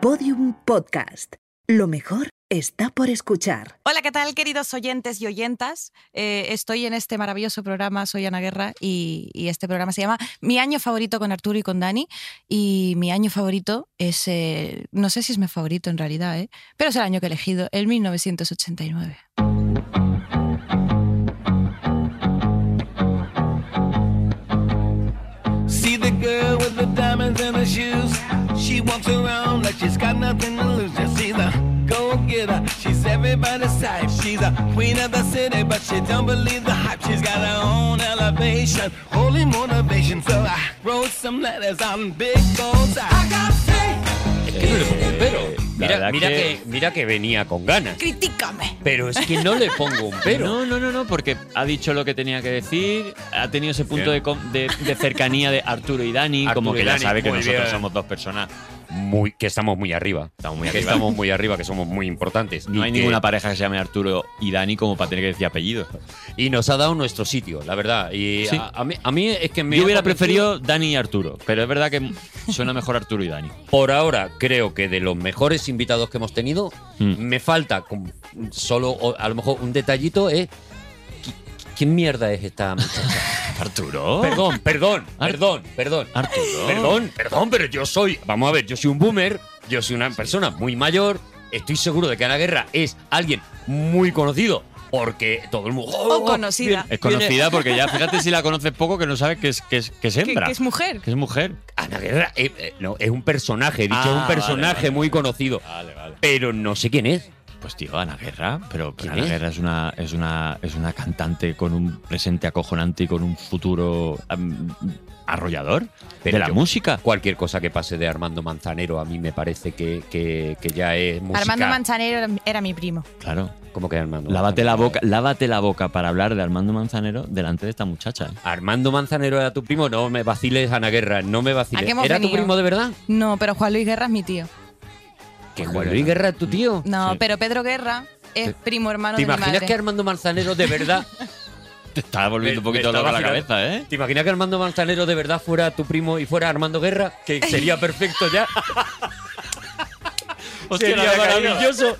Podium Podcast. Lo mejor está por escuchar. Hola, ¿qué tal, queridos oyentes y oyentas? Eh, estoy en este maravilloso programa, soy Ana Guerra, y, y, este programa se llama Mi año favorito con Arturo y con Dani. Y mi año favorito es, eh, no sé si es mi favorito en realidad, ¿eh? pero es el año que he elegido, el 1989. See the girl with the diamonds and the shoes. She walks around like she's got nothing to lose. Just see the go getter. She's everybody's type. She's a queen of the city, but she don't believe the hype. She's got her own elevation, holy motivation. So I wrote some letters on big goals. I got faith. Que no le pongo un pero. Mira, mira, Eh, que... mira que venía con ganas. ¡Critícame! Pero es que no le pongo un pero. No, no, no, no, porque ha dicho lo que tenía que decir, ha tenido ese punto de, com- de- de cercanía de Arturo y Dani, Arturo como que y ya Dani, sabe que muy nosotros bien. somos dos personas. Muy, que estamos muy arriba. Estamos muy arriba. Que estamos muy arriba, que somos muy importantes. No Y hay que- ninguna pareja que se llame Arturo y Dani como para tener que decir apellidos. Y nos ha dado nuestro sitio, la verdad. Y Sí. a, a mí, a mí es que me. Yo ha hubiera parecido- preferido Dani y Arturo, pero es verdad que suena mejor Arturo y Dani. Por ahora, creo que de los mejores invitados que hemos tenido, Mm. me falta con- solo, o a lo mejor, un detallito: es. ¿qui- ¿Qué mierda es esta muchacha? Arturo. Perdón, perdón, Ar- perdón, perdón. Arturo. Perdón, perdón, pero yo soy. Vamos a ver, yo soy un boomer, yo soy una persona muy mayor. Estoy seguro de que Ana Guerra es alguien muy conocido. Porque todo el mundo. "Oh, O conocida. Es conocida porque ya, fíjate si la conoces poco que no sabes que es, que es, que es eh, Que, hembra. que es mujer. que es mujer. Ana Guerra eh, eh, no, es un personaje, he dicho, Ah, es un vale, personaje vale, muy conocido. Vale, vale. Pero no sé quién es. Pues tío, Ana Guerra, pero, pero ¿Quién Ana es? Guerra es una, es, una, es una cantante con un presente acojonante y con un futuro am, arrollador Pero de la yo- música. Cualquier cosa que pase de Armando Manzanero a mí me parece que, que- que ya es música. Armando Manzanero era, era mi primo. Claro. ¿Cómo que Armando? Lávate la Manzanero? boca, lávate la boca para hablar de Armando Manzanero delante de esta muchacha. ¿eh? Armando Manzanero era tu primo, no me vaciles, Ana Guerra, no me ¿A vaciles. qué hemos ¿Era tu venido? primo de verdad? No, pero Juan Luis Guerra es mi tío. Que Juan Luis Guerra es tu tío. No, Sí. pero Pedro Guerra es primo hermano ¿Te de mi imaginas madre. que Armando Manzanero de verdad? Te está volviendo Me- un me poquito está loca la vacilando. cabeza, ¿eh? ¿Te imaginas que Armando Manzanero de verdad fuera tu primo y fuera Armando Guerra? Que sería perfecto ya. la sería había caído. maravilloso.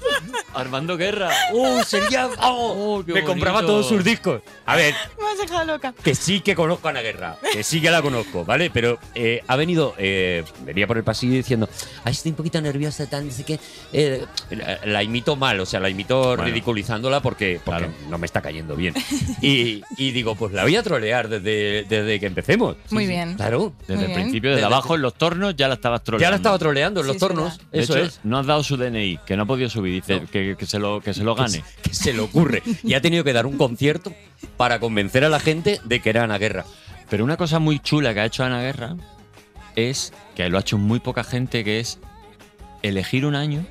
Armando Guerra. ¡Uh! Sería. ¡Oh! Oh, qué me compraba bonito. todos sus discos. A ver, Me has dejado loca. que sí que conozco a Ana Guerra. Que sí que la conozco, ¿vale? Pero eh, ha venido. eh, venía por el pasillo diciendo. Ay, estoy un poquito nerviosa, tan. Así que. eh, la, la imito mal, o sea, la imito Bueno. ridiculizándola porque, porque Claro. no me está cayendo bien. Y, y digo, pues la voy a trolear desde, desde que empecemos. Muy bien. Claro. Desde Muy el bien. principio, desde Desde- abajo, en los tornos, ya la estabas troleando. Ya la estaba troleando en los Sí, tornos. será. De Eso hecho, es. No has dado su DNI, que no ha podido subir. Dice No. que, que se lo, que se lo gane. Que se le ocurre. Y ha tenido que dar un concierto para convencer a la gente de que era Ana Guerra. Pero una cosa muy chula que ha hecho Ana Guerra es que lo ha hecho muy poca gente, que es elegir un año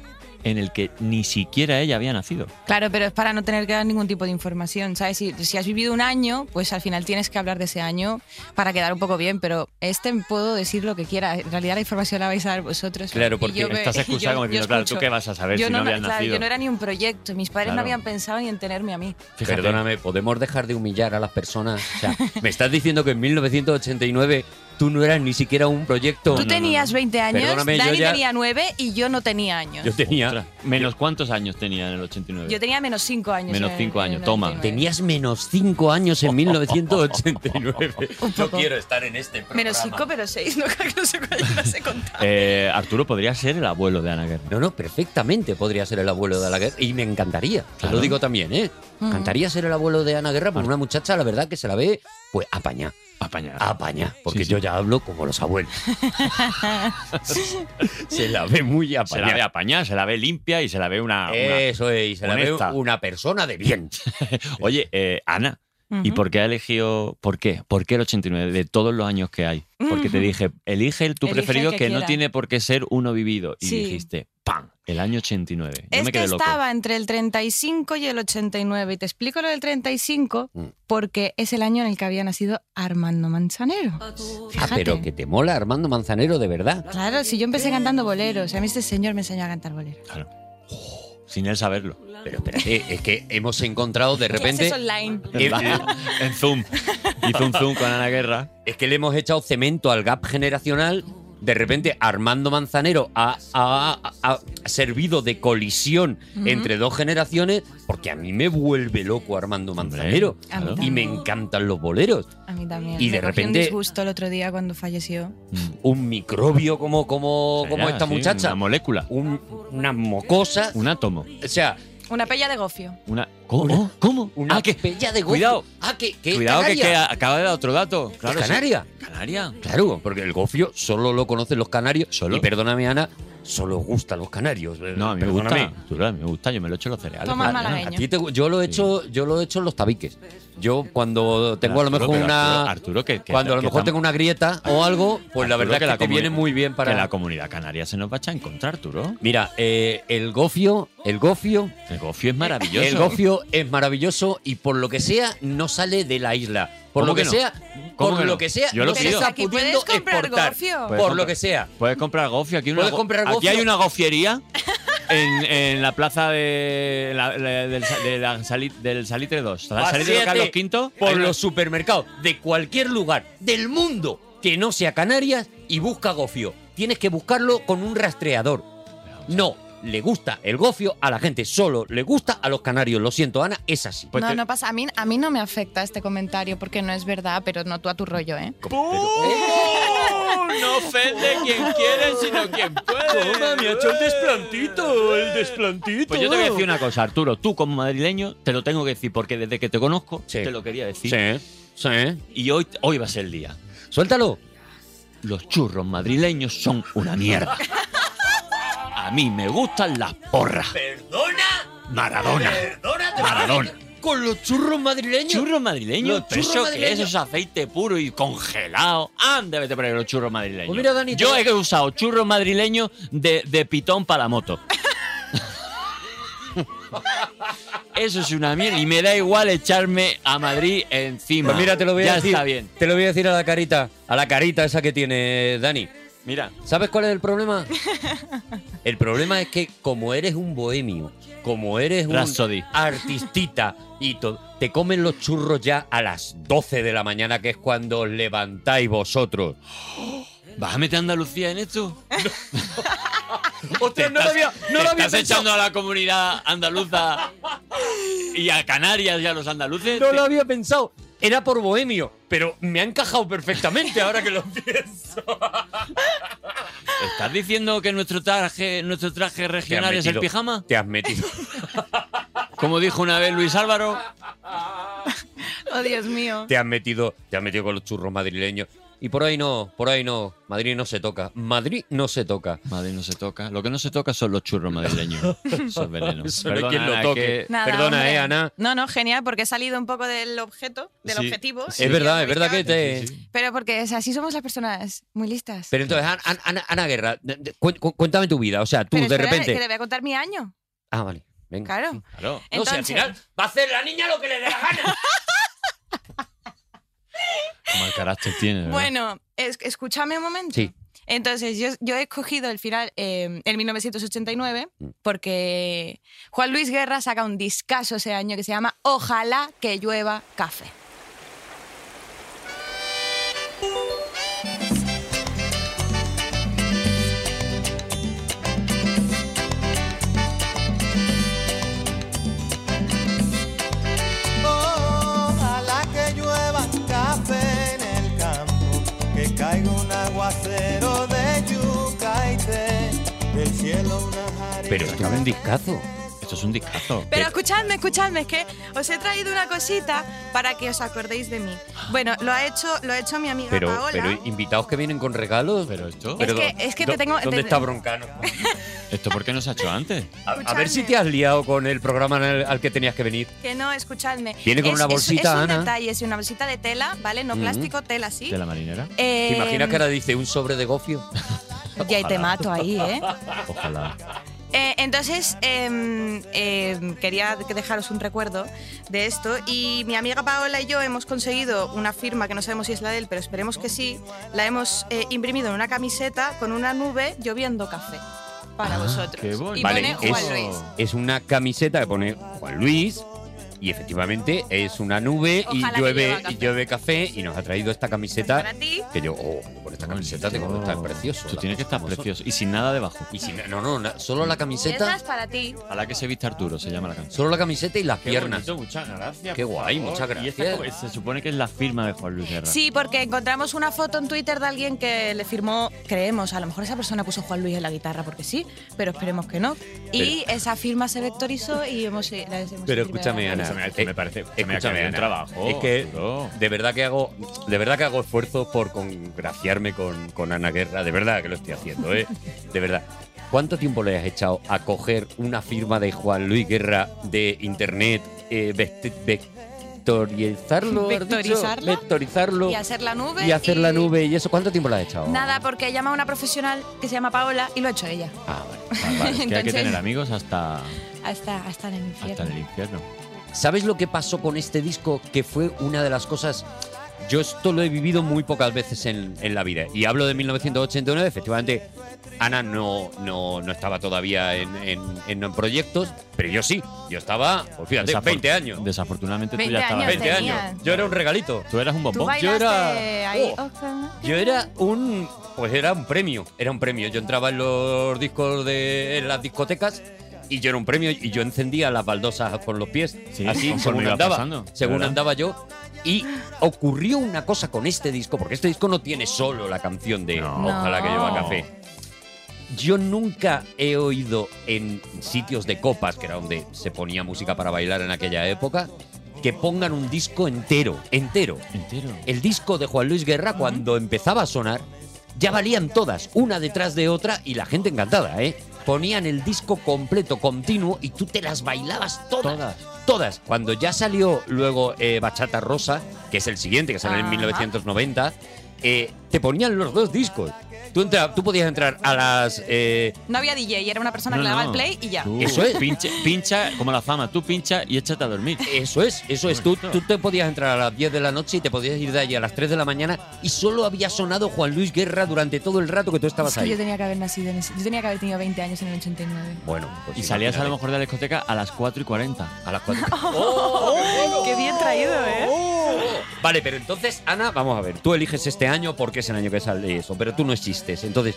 en el que ni siquiera ella había nacido. Claro, pero es para no tener que dar ningún tipo de información, ¿sabes? Si, si has vivido un año, pues al final tienes que hablar de ese año para quedar un poco bien, pero este puedo decir lo que quiera. En realidad la información la vais a dar vosotros. Claro, Y porque yo me- Estás yo- excusada como yo diciendo, claro, ¿tú escucho. qué vas a saber Yo si no, habías claro, nacido? yo no era ni un proyecto, mis padres no Claro. habían pensado ni en tenerme a mí. Fíjate. Perdóname, ¿podemos dejar de humillar a las personas? O sea, me estás diciendo que en 1989 tú no eras ni siquiera un proyecto. Tú tenías 20 años, Perdóname, yo Dani ya- tenía 9 y yo no tenía años. Yo Yo, tenía. Ostras, ¿Menos cuántos años tenía en el 89? tenía menos 5 años. Menos en- cinco en años, el toma. 99. Tenías menos 5 años en 1989. Un No poco. quiero estar en este programa. Menos 5, pero 6, no, no sé cuál, no sé contar. Eh, Arturo podría ser el abuelo de Ana Guerra. No, no, perfectamente podría ser el abuelo de Ana Guerra. Y me encantaría. Te Claro. lo digo también, ¿eh? Ujú. Encantaría ser el abuelo de Ana Guerra, porque una muchacha, la verdad, que se la ve, pues apañada. Apañado. Apañada. Porque Sí, sí. yo ya hablo como los abuelos. se la ve muy se la ve apañada. apañada, se la ve limpia y se la ve una... una- Eso es, y se la ve honesta. una persona de bien. Oye, eh, Ana, ¿Y Ujú. por qué ha elegido? ¿Por qué? ¿Por qué el 89 de todos los años que hay? Porque te Ujú. dije, elige el tu Elige el preferido que que, no quiera. tiene por qué ser uno vivido. Y Sí. dijiste, ¡pam! El año 89. Yo es me que quedé loco. estaba entre el 35 y el 89. Y te explico lo del 35 Mm. porque es el año en el que había nacido Armando Manzanero. Ah, Fíjate. pero que te mola Armando Manzanero de verdad. Claro, si yo empecé cantando boleros, a mí este señor me enseñó a cantar boleros. Claro. Sin él saberlo. Pero espérate, es que hemos encontrado de repente. Clases online. Eh, en Zoom. Hizo un Zoom con Ana Guerra. Es que le hemos echado cemento al gap generacional de repente Armando Manzanero ha, ha- ha- ha servido de colisión Ujú. entre dos generaciones, porque a mí me vuelve loco Armando Manzanero. A mí Claro. Y me encantan los boleros. A mí también. Y Me de cogí un repente- disgusto el otro día cuando falleció. Un microbio como, como, como Era, esta Mm. sí, muchacha. Una molécula, Un- una mocosa. un átomo, O sea, Una pella de gofio. una. ¿Cómo? Una- ¿Cómo? una Ah, que- pella de gofio. Cuidado. Ah, que, que es Cuidado que, canaria. que acaba de dar otro dato. Claro, es canaria. sí. Canaria. Claro, porque el gofio solo lo conocen los canarios. Solo. Y perdóname, Ana, solo gustan los canarios. Eh, No, a mí me perdóname. Ah, gusta. Tú, a mí me gusta, yo me lo echo en los cereales. Toma por la mala mañana. leña. A ti te- yo lo he hecho, yo lo he hecho en los tabiques. Yo cuando tengo a lo Arturo, mejor pero una Arturo, Arturo, que, que- cuando a lo que mejor tam- tengo una grieta o algo, pues la Arturo, verdad es que te comuni- viene muy bien para que la comunidad canaria se nos va a echar en contra, Arturo. Mira, eh, el gofio, el gofio, El gofio es maravilloso. Eh, el gofio es maravilloso y por lo que sea no sale de la isla. Por ¿Cómo lo que, que no? sea, ¿Cómo por que lo no? que sea, Yo lo no se pido. está Aquí puedes pudiendo comprar exportar. gofio. Por Puedes lo comprar- que sea. Puedes comprar gofio. Aquí, hay una Puedes go- comprar aquí gofio. hay una gofiería en, en la plaza de la- la- del, sa- de la Sali- del Salitre 2. Salitre de Paséate Carlos V. hay por una- los supermercados de cualquier lugar del mundo que no sea Canarias y busca gofio. Tienes que buscarlo con un rastreador. No, le gusta el gofio a la gente, solo le gusta a los canarios. Lo siento, Ana, es así. Pues no, te- no pasa. A mí, a mí no me afecta este comentario porque no es verdad, pero no tú a tu rollo, ¿eh? ¡Uh! No ofende quien quiere, sino quien puede. Toma, me ha hecho el desplantito, el desplantito. Pues yo te voy a decir una cosa, Arturo. Tú, como madrileño, te lo tengo que decir porque desde que te conozco Sí. te lo quería decir. Sí, sí. Y hoy, hoy va a ser el día. Suéltalo. Los churros madrileños son una mierda. A mí me gustan las porras. Perdona, Maradona. perdona, vas a Maradona. Con los churros madrileños. Churros madrileños, Los pero churros eso que madrileños. es, eso es aceite puro y congelado. Anda, vete por ahí los churros madrileños. Pues mira, Dani, Yo te- he usado churros madrileños de, de pitón para la moto. eso es una mierda y me da igual echarme a Madrid encima. Pues mira, te lo voy a ya decir. está bien. Te lo voy a decir a la carita, a la carita esa que tiene Dani. Mira, ¿Sabes cuál es el problema? El problema es que como eres un bohemio, como eres un Rhapsody. artistita y todo, te comen los churros ya a las 12 de la mañana, que es cuando os levantáis vosotros. ¿vas a meter a Andalucía en esto? Ostras, Te estás- te estás echando a la comunidad andaluza y a Canarias y a los andaluces. No lo había pensado. Era por bohemio, pero me ha encajado perfectamente ahora que lo pienso. ¿Estás diciendo que nuestro traje, nuestro traje regional es el pijama? Te has metido. Como dijo una vez Luis Álvaro. Oh, Dios mío. Te has metido, te has metido con los churros madrileños. Y por ahí no, por ahí no. Madrid no se toca. Madrid no se toca. Madrid no se toca. Lo que no se toca son los churros madrileños. Eso es veneno. Eso no hay Perdona, quien lo Ana, toque. que- Nada, Perdona, hombre. eh, Ana. No, no, genial, porque he salido un poco del objeto, del Sí, objetivo. sí. Es verdad, es verdad que Sí, te. sí. Pero porque o sea, así somos las personas, muy listas. Pero entonces, Ana, Ana- Ana Guerra, de- de- cu- cu- cuéntame tu vida. O sea, tú Pero de espera, Que repente. te voy a contar mi año, Ah, vale. Venga. claro. Claro. No, si al Entonces- final va a hacer la niña lo que le dé la gana. Mal carácter tiene. ¿verdad? Bueno, es- escúchame un momento. Sí. Entonces, yo, yo he escogido el final eh, en 1989 Mm. porque Juan Luis Guerra saca un discazo ese año que se llama Ojalá que llueva café. Ojalá que llueva café en el campo, que caiga un aguacero de yuca y té, del cielo una jarilla. Pero esto es un discazo. Esto es un discazo. Pero escuchadme, escuchadme, es que os he traído una cosita para que os acordéis de mí. Bueno, lo ha hecho, lo ha hecho mi amiga Pero, Paola. pero invitados que vienen con regalos. Pero esto. Es que- do- es que do- te tengo- ¿Dónde te- está Broncano? ¿Esto por qué no se ha hecho antes? A, a ver si Escuchadme. te has liado con el programa al- al que tenías que venir. Que no, escuchadme. Viene con una bolsita, es un Ana. Mm. detalle, es una bolsita de tela, ¿vale? No Ujú. plástico, tela, sí. ¿De la marinera? Em, ¿Te imaginas que ahora dice un sobre de gofio? Eh, Ya, y te mato ahí, ¿eh? Ojalá. Eh, entonces, em, em, quería que dejaros un recuerdo de esto. Y mi amiga Paola y yo hemos conseguido una firma que no sabemos si es la de él, pero esperemos que sí. La hemos eh, imprimido en una camiseta con una nube lloviendo café para vosotros. qué bonito. Y Ah, Vale, pone Juan es- Luis. Es una camiseta que pone Juan Luis y efectivamente es una nube y Ojalá que llueve, llueva café. y llueve café y nos ha traído esta camiseta Para ti. que yo, oh, por esta camiseta tengo que estar precioso. Tú las tienes que estar cosas como son. precioso. Y sin nada debajo. Y si no, no, no, na- solo la Esa camiseta, es para ti. A la que se viste Arturo, se llama la canción. solo la camiseta y las Qué piernas. bonito, muchas gracias. Qué por guay, favor. muchas Y esta gracias. co- se supone que es la firma de Juan Luis Guerra. Sí, porque encontramos una foto en Twitter de alguien que le firmó, creemos, a lo mejor esa persona puso Juan Luis en la guitarra porque sí, pero esperemos que no. Y esa firma se vectorizó y hemos... eh, la hemos Pero firmado. escúchame, Ana. eh, Escúchame, esto me parece- se me ha escúchame, quedado un Ana. trabajo, Es que Arturo. de verdad que hago, de verdad que hago esfuerzos por congraciarme con, con Ana Guerra. De verdad que lo estoy haciendo, ¿eh? De verdad. ¿Cuánto tiempo le has echado a coger una firma de Juan Luis Guerra de internet, eh, vect- vectorizarlo? has dicho? Vectorizarla. Vectorizarlo Y hacer la nube. y hacer la y- nube y eso. ¿Cuánto tiempo le has echado? Nada, porque he llamado a una profesional que se llama Paola y lo ha hecho ella. Ah, vale. Ah, vale, es que hay que Entonces- tener amigos hasta, Hasta, hasta en el hasta infierno. en el infierno. ¿Sabes lo que pasó con este disco? Que fue una de las cosas... Yo esto lo he vivido muy pocas veces en, en la vida. Y hablo de 1989. Efectivamente, Ana no, no, no estaba todavía en, en, en- en proyectos, pero yo sí. Yo estaba, pues fíjate, Desafor- 20 años. Desafortunadamente tú 20 ya estabas. años 20 tenía. años. Yo era un regalito. Tú eras un Tú bombón. bailaste era- ahí. Oh. Ojalá. Yo era un. Pues era un premio. Era un premio. Yo entraba en los discos de en las discotecas. Y yo era un premio y yo encendía las baldosas con los pies. Sí, así, conforme según iba andaba. pasando, según ¿verdad? andaba yo. Y ocurrió una cosa con este disco, porque este disco no tiene solo la canción de No. Ojalá que lleva café. Yo nunca he oído en sitios de copas, que era donde se ponía música para bailar en aquella época, que pongan un disco entero, entero Entero. el disco de Juan Luis Guerra, cuando empezaba a sonar, ya valían todas, una detrás de otra, y la gente encantada, ¿eh? Ponían el disco completo, continuo, y tú te las bailabas todas. Todas. Cuando ya salió luego eh, Bachata Rosa, que es el siguiente, que sale en Ajá. 1990, eh, te ponían los dos discos. Tú, entra- tú podías entrar a las... eh, No había DJ, era una persona No, que le daba no. el play y ya. Tú Eso es. Eh, Pincha, pincha como la fama. Tú pincha y échate a dormir. Eso es, eso es. Tú, tú te podías entrar a las 10 de la noche y te podías ir de allí a las 3 de la mañana y solo había sonado Juan Luis Guerra durante todo el rato que tú estabas Es que ahí. yo tenía que haber nacido en ese- Yo tenía que haber tenido 20 años en el 89. Bueno, pues Y salías a lo imagínate. mejor de la discoteca a las 4 y 40. A las cuatro. ¡Oh! Oh, Qué bien traído, ¿eh? Vale, pero entonces, Ana, vamos a ver, tú eliges este año porque es el año que sale eso, pero tú no existes. Entonces,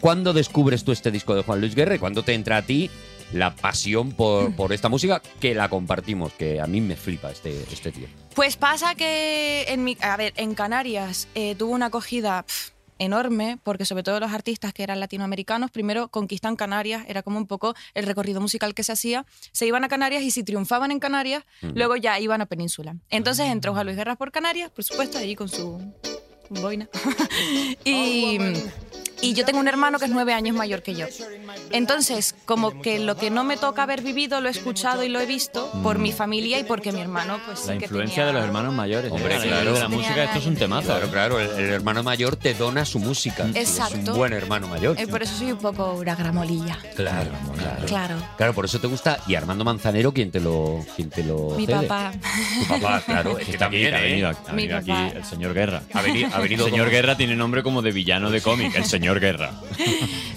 ¿cuándo descubres tú este disco de Juan Luis Guerra y cuándo te entra a ti la pasión Mm. por, por esta música que la compartimos? Que a mí me flipa este, este tío. Pues pasa que en mi, a ver, en Canarias eh, tuvo una acogida pf, enorme, porque sobre todo los artistas que eran latinoamericanos, primero conquistan Canarias, era como un poco el recorrido musical que se hacía, se iban a Canarias y si triunfaban en Canarias, luego ya iban a Península. Entonces entró Juan Luis Guerra por Canarias, por supuesto, allí con su boina. y, y yo tengo un hermano que es nueve años mayor que yo. Entonces, como que lo que no me toca haber vivido, lo he escuchado y lo he visto por Mm. mi familia y porque mi hermano, pues sí La que influencia tenía- de los hermanos mayores. Hombre, ¿eh? La claro. influencia De la música, esto es un temazo. Claro, claro, el, el hermano mayor te dona su música. tú eres Mm. Exacto. un buen hermano mayor. Eh, por eso soy un poco una gramolilla. Claro, claro. Claro. Claro, por eso te gusta. Y Armando Manzanero, ¿quién te lo, quién te lo Mi cede? papá. Tu papá, claro. Es Que que está aquí, también, que ha ¿eh? venido, ha Mi venido aquí papá. el señor Guerra. Ha venido, ha venido el señor como- Guerra tiene nombre como de villano de cómic, el señor Guerra.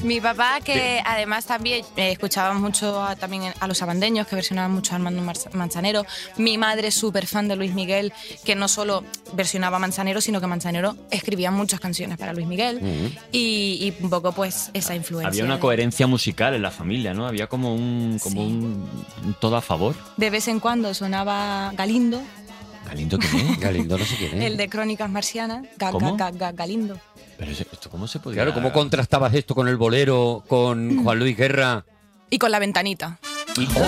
Mi papá, que además también eh, escuchaba mucho a, también a los abandeños, que versionaban mucho a Armando Mar- Manzanero. Mi madre, súper fan de Luis Miguel, que no solo versionaba a Manzanero, sino que Manzanero escribía muchas canciones para Luis Miguel. y, y un poco, pues, esa influencia. Había una de- coherencia musical en la familia, ¿no? Había como un, como Sí. un, un todo a favor. De vez en cuando sonaba Galindo, Galindo, ¿qué es? Galindo, no sé quién es. el de Crónicas Marcianas. Ga- ¿Cómo? ga- ga- Galindo. Pero ese- esto, ¿cómo se podía...? Pues Claro, ¿cómo contrastabas esto con el bolero, con Juan Luis Guerra? Y con la ventanita.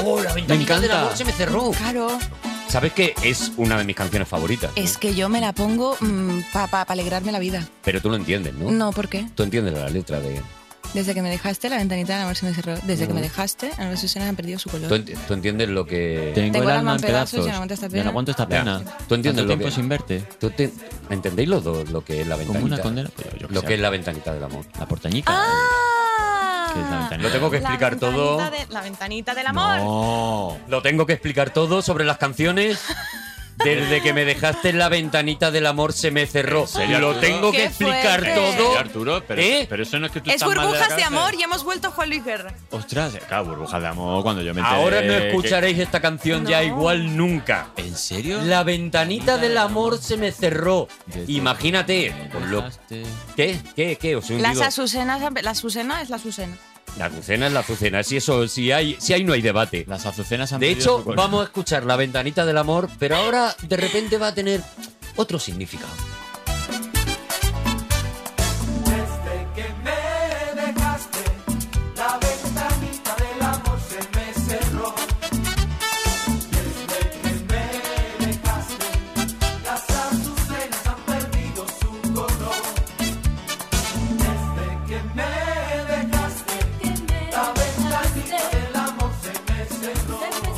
¡Oh, la ventanita encanta. del amor se me cerró! Claro. ¿Sabes qué? Es una de mis canciones favoritas. ¿no? Es que yo me la pongo mm, para alegrarme la vida. Pero tú lo entiendes, ¿no? No, ¿por qué? Tú entiendes la letra de... Desde que me dejaste, la ventanita del amor se me cerró. Desde que me dejaste, las sesiones han perdido su Tú, color. enti- tú entiendes lo que... Tengo, el alma en pedazos, yo no aguanto esta Yo no pena. aguanto esta Ya. pena. Tú Tanto entiendes lo tiempo que- sin verte. tú te- ¿Entendéis los dos lo que es la ventanita? Como una condena. Pero yo qué Lo sé, que es la ventanita del amor. La portañica. ¡Ah! Que es la ventanita. Lo tengo que explicar todo. la ventanita del amor. No. Lo tengo que explicar todo sobre las canciones. Desde que me dejaste en la ventanita del amor se me cerró. serio, Lo Arturo? tengo que Qué explicar fuerte. todo. Oye, Arturo, pero, ¿Eh? pero eso no es que tú Es estás mal la burbujas de cabeza. amor y hemos vuelto a Juan Luis Guerra. Ostras, claro, burbujas de amor cuando yo me enteré Ahora no que- escucharéis esta canción ya No. igual nunca. ¿En serio? La ventanita del amor se me cerró. Desde Imagínate. que me eh, con lo- dejaste. ¿Qué? ¿Qué? ¿Qué? Os he Las hundido. Azucenas, la Azucena es la Azucena. La azucena es la azucena. Si eso, si hay, si hay no hay debate. Las azucenas han De perdido hecho, su color. vamos a escuchar la ventanita del amor, pero ahora de repente va a tener otro significado.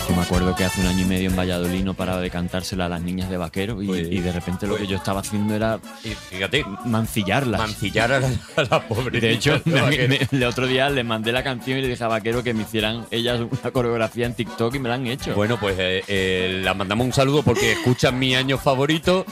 Yo me acuerdo que hace un año y medio en Valladolid no paraba de cantársela a las niñas de vaquero y, Pues- y de repente lo que yo estaba haciendo era Y fíjate, mancillarlas. mancillar a la, a la pobre. de hecho, niña, ¿no? me- me- el otro día le mandé la canción y le dije a Vaquero que me hicieran ellas una coreografía en TikTok y me la han hecho. Bueno, pues eh, eh, las mandamos un saludo porque escuchan mi año favorito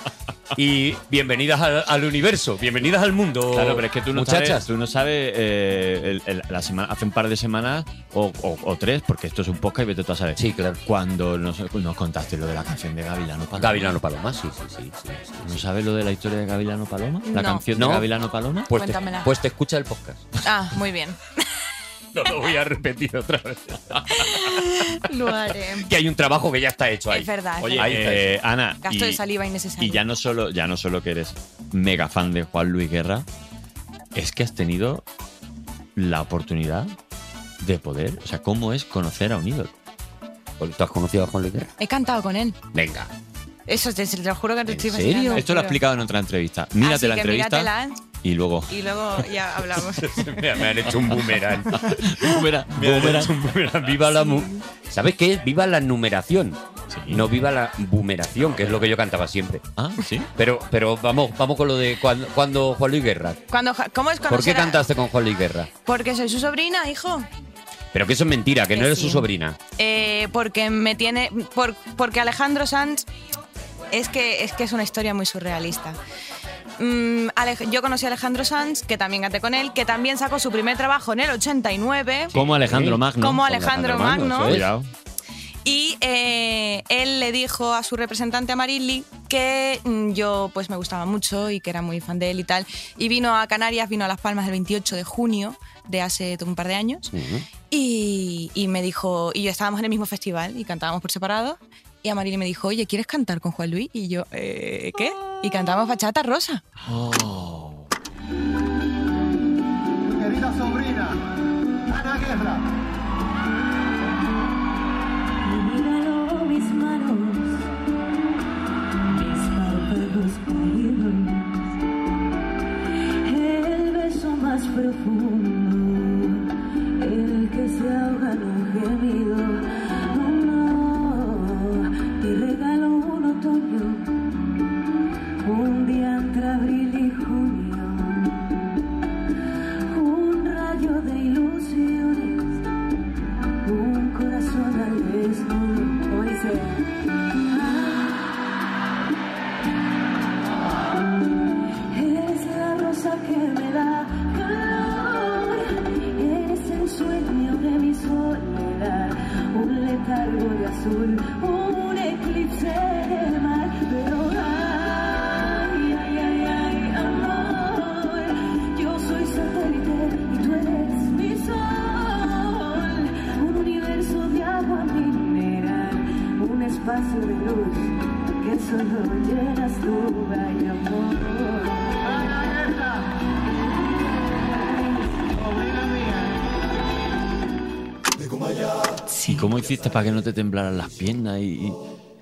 y bienvenidas al, al universo, bienvenidas al mundo. Claro, pero es que tú no muchachas. sabes, tú no sabes eh, el- el- la semana, hace un par de semanas o, o- o tres, porque esto es un podcast y vete tú a saber. Sí, claro. Cuando nos, nos contaste lo de la canción de Gavilano Paloma. Gavilano Paloma, sí, sí, sí. sí, sí, ¿No sí. sabes lo de la historia de Gavilano Paloma? ¿La No. canción No. de Gavilano Paloma? Pues, te, Cuéntamela. pues te escucha el podcast. Ah, muy bien. No lo voy a repetir otra vez. Lo haré. Que hay un trabajo que ya está hecho ahí. Es verdad. es Oye, verdad. ahí está eh, Ana, Gasto de saliva innecesario. y ya no solo, ya no solo que eres mega fan de Juan Luis Guerra, es que has tenido la oportunidad de poder, o sea, cómo es conocer a un ídolo. ¿Tú has conocido a Juan Luis Guerra? He cantado con él. Venga. Eso te, te lo juro que te ¿En estoy serio? vacilando, Esto lo ha juro. explicado en otra entrevista. Mírate Así la que entrevista míratela y luego. y luego ya hablamos. Me me han hecho un boomerang. Boomerang, Me han boomerang. hecho un boomerang. Viva la mu- ¿Sabes qué? Viva la numeración. Sí. No viva la boomeración, que es lo que yo cantaba siempre. Ah, sí. Pero, pero vamos, vamos con lo de cuando, cuando Juan Luis Guerra. Cuando, ja- ¿Cómo es cuando ¿Por qué será? cantaste con Juan Luis Guerra? Porque soy su sobrina, hijo. Pero que eso es mentira, que no Que eres sí. su sobrina. Eh, porque me tiene. por- porque Alejandro Sanz es que, es que es una historia muy surrealista. Mm, Alej- yo conocí a Alejandro Sanz, que también canté con él, que también sacó su primer trabajo en el 89. Como Alejandro Sí. Magno. Como Alejandro Magno. Magno, eso es. Cuidado. Y eh, él le dijo a su representante, a Marilly, que mm, yo pues me gustaba mucho y que era muy fan de él y tal. Y vino a Canarias, vino a Las Palmas el 28 de junio de hace un par de años. Y, y me dijo, y yo estábamos en el mismo festival y cantábamos por separado. Y a Marilyn me dijo, oye, ¿quieres cantar con Juan Luis? Y yo, "Eh, ¿qué? Y cantamos Bachata Rosa. Oh. querida sobrina, Ana Guerra. Olvídalo mis manos, mis párpados caídos, el beso más profundo, el que se ahoga en un gemido. No, no, te regalo un otoño, un día entre abril y junio, un rayo de ilusiones. Un corazón al desnudo, como dice. Eres la rosa que me da calor, eres el sueño de mi soledad, un letargo de azul, un eclipse de mar, pero ay, ay, ay, ay, amor, yo soy satélite y tú eres mi sol, un universo de agua mineral, un espacio de luz que solo llenas tú, ay, amor. Ana Guerra. Sobrina mía. ¿Y cómo hiciste para que no te temblaran las piernas? Y, y-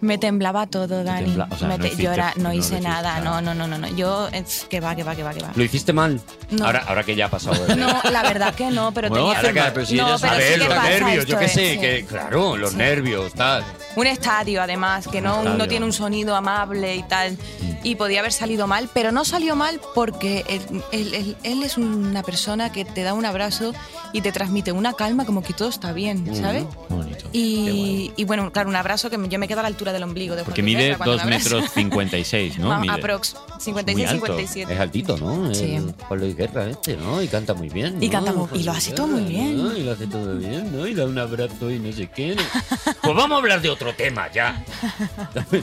Me temblaba todo, Dani. tembla- o sea, Me no te- yo hiciste- era- no no lo hice hiciste, nada, no, claro. no, no, no, no. Yo, es que va, que va, que va, que va. Lo hiciste mal. No. Ahora, ahora que ya ha pasado. No, la verdad que no, pero Bueno, tenía ahora que- no, pero si ella pero sabe, a ver, sí que los pasa nervios, esto, yo qué eh, sé, sí. que claro, los nervios, tal. Un estadio, además, que no, estadio. no tiene un sonido amable y tal. Y podía haber salido mal, pero no salió mal porque él, él- él- él es una persona que te da un abrazo y te transmite una calma como que todo está bien, ¿sabes? Bonito. Y, y bueno, claro, un abrazo que yo me quedo a la altura altura del ombligo de Juan Porque Luis mide Guerra cuando 2 me abraza. metros 56, ¿no? Ma- Mide. Aprox. Muy 56, alto. 57. Es altito, ¿no? Sí. El Juan Luis Guerra este, ¿no? Y canta muy bien. Y ¿no? canta muy- Juan y lo Luis hace todo muy Guerra, bien. ¿no? Y lo hace todo bien, ¿no? Y da un abrazo y no sé qué. Pues vamos a hablar de otro tema ya.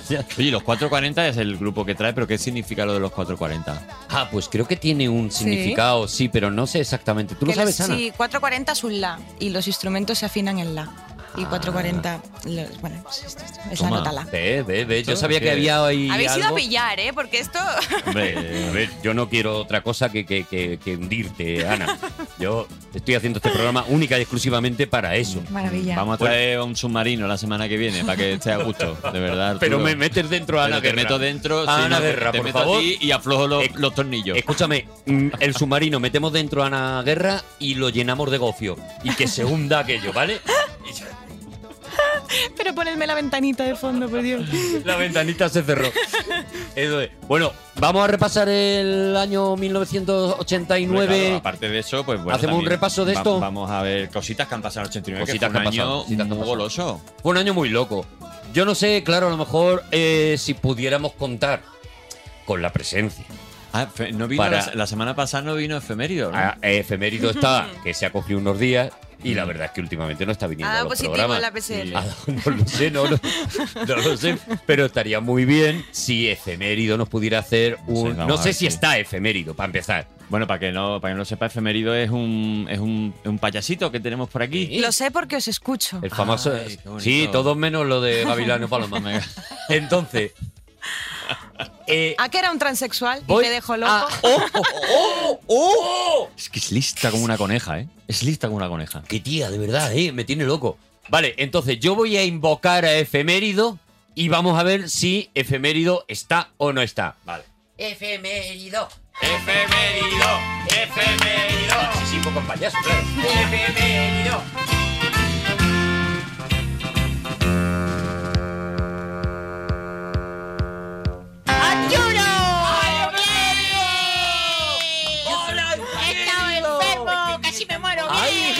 Ya. Oye, los 440 es el grupo que trae, pero ¿qué significa lo de los 440? ah, pues creo que tiene un significado, sí, pero no sé exactamente. ¿Tú lo Que los- sabes, Ana? Sí, 440 es un la y los instrumentos se afinan en la. Y 440, lo- bueno, es- es- es- esa Toma. nota la. Ah, Ve, ve, ve. Yo Esto sabía que que- había ahí Habéis ido a algo. pillar, ¿eh? Porque esto. Hombre, a ver, yo no quiero otra cosa que, que- que- que hundirte, Ana. Yo estoy haciendo este programa única y exclusivamente para eso. Maravilla. Vamos a traer un submarino la semana que viene para que esté a gusto, de verdad. Arturo. Pero me metes dentro, Pero Ana, te Guerra. meto dentro, sí, Ana no, te- Guerra, te por meto a favor. ti y aflojo los, Eh, los tornillos. Escúchame, mm, el submarino metemos dentro a Ana Guerra y lo llenamos de gofio. Y que se hunda aquello, ¿vale? Y ya, Pero ponedme la ventanita de fondo, por Dios. La ventanita se cerró. Eso es. Bueno, vamos a repasar el año 1989. Hombre, Pues claro, aparte de eso, pues bueno. ¿Hacemos un también repaso de va- esto? Vamos a ver cositas que han pasado en el 89. Cositas que fue que han un año pasado, cositas que han muy pasado. goloso. Fue un año muy loco. Yo no sé, claro, a lo mejor eh, si pudiéramos contar con la presencia. Ah, fe- no vino Para- la, la semana pasada no vino efemérido. ¿no? Ah, efemérido está, que se ha cogido unos días y la verdad es que últimamente no está viniendo Ah, a los positivo programas. la PCR. Ah, no lo sé, no, lo- no lo sé, pero estaría muy bien si efemérido nos pudiera hacer No sé, un... vamos no a sé ver si si- está efemérido, para empezar. Bueno, para que no, para que no lo sepa, efemérido es un, es un, un payasito que tenemos por aquí. Sí. Lo sé porque os escucho. El famoso... Ay, qué bonito. sí, todos menos lo de Gavilano Paloma. Entonces... eh, ¿A qué Ah, era un transexual? voy y me dejo a- loco. ¡Oh, oh, oh, oh! Es que es lista como una coneja, ¿eh? Es lista como una coneja. Qué tía, de verdad, eh, me tiene loco. Vale, entonces yo voy a invocar a Efemérido y vamos a ver si Efemérido está o no está. Vale. Efemérido. Efemérido. Efemérido. Ah, Sí, sí, poco payaso, claro. Efemérido. ¡Hola, Efemérido! casi me muero. ¡Ay!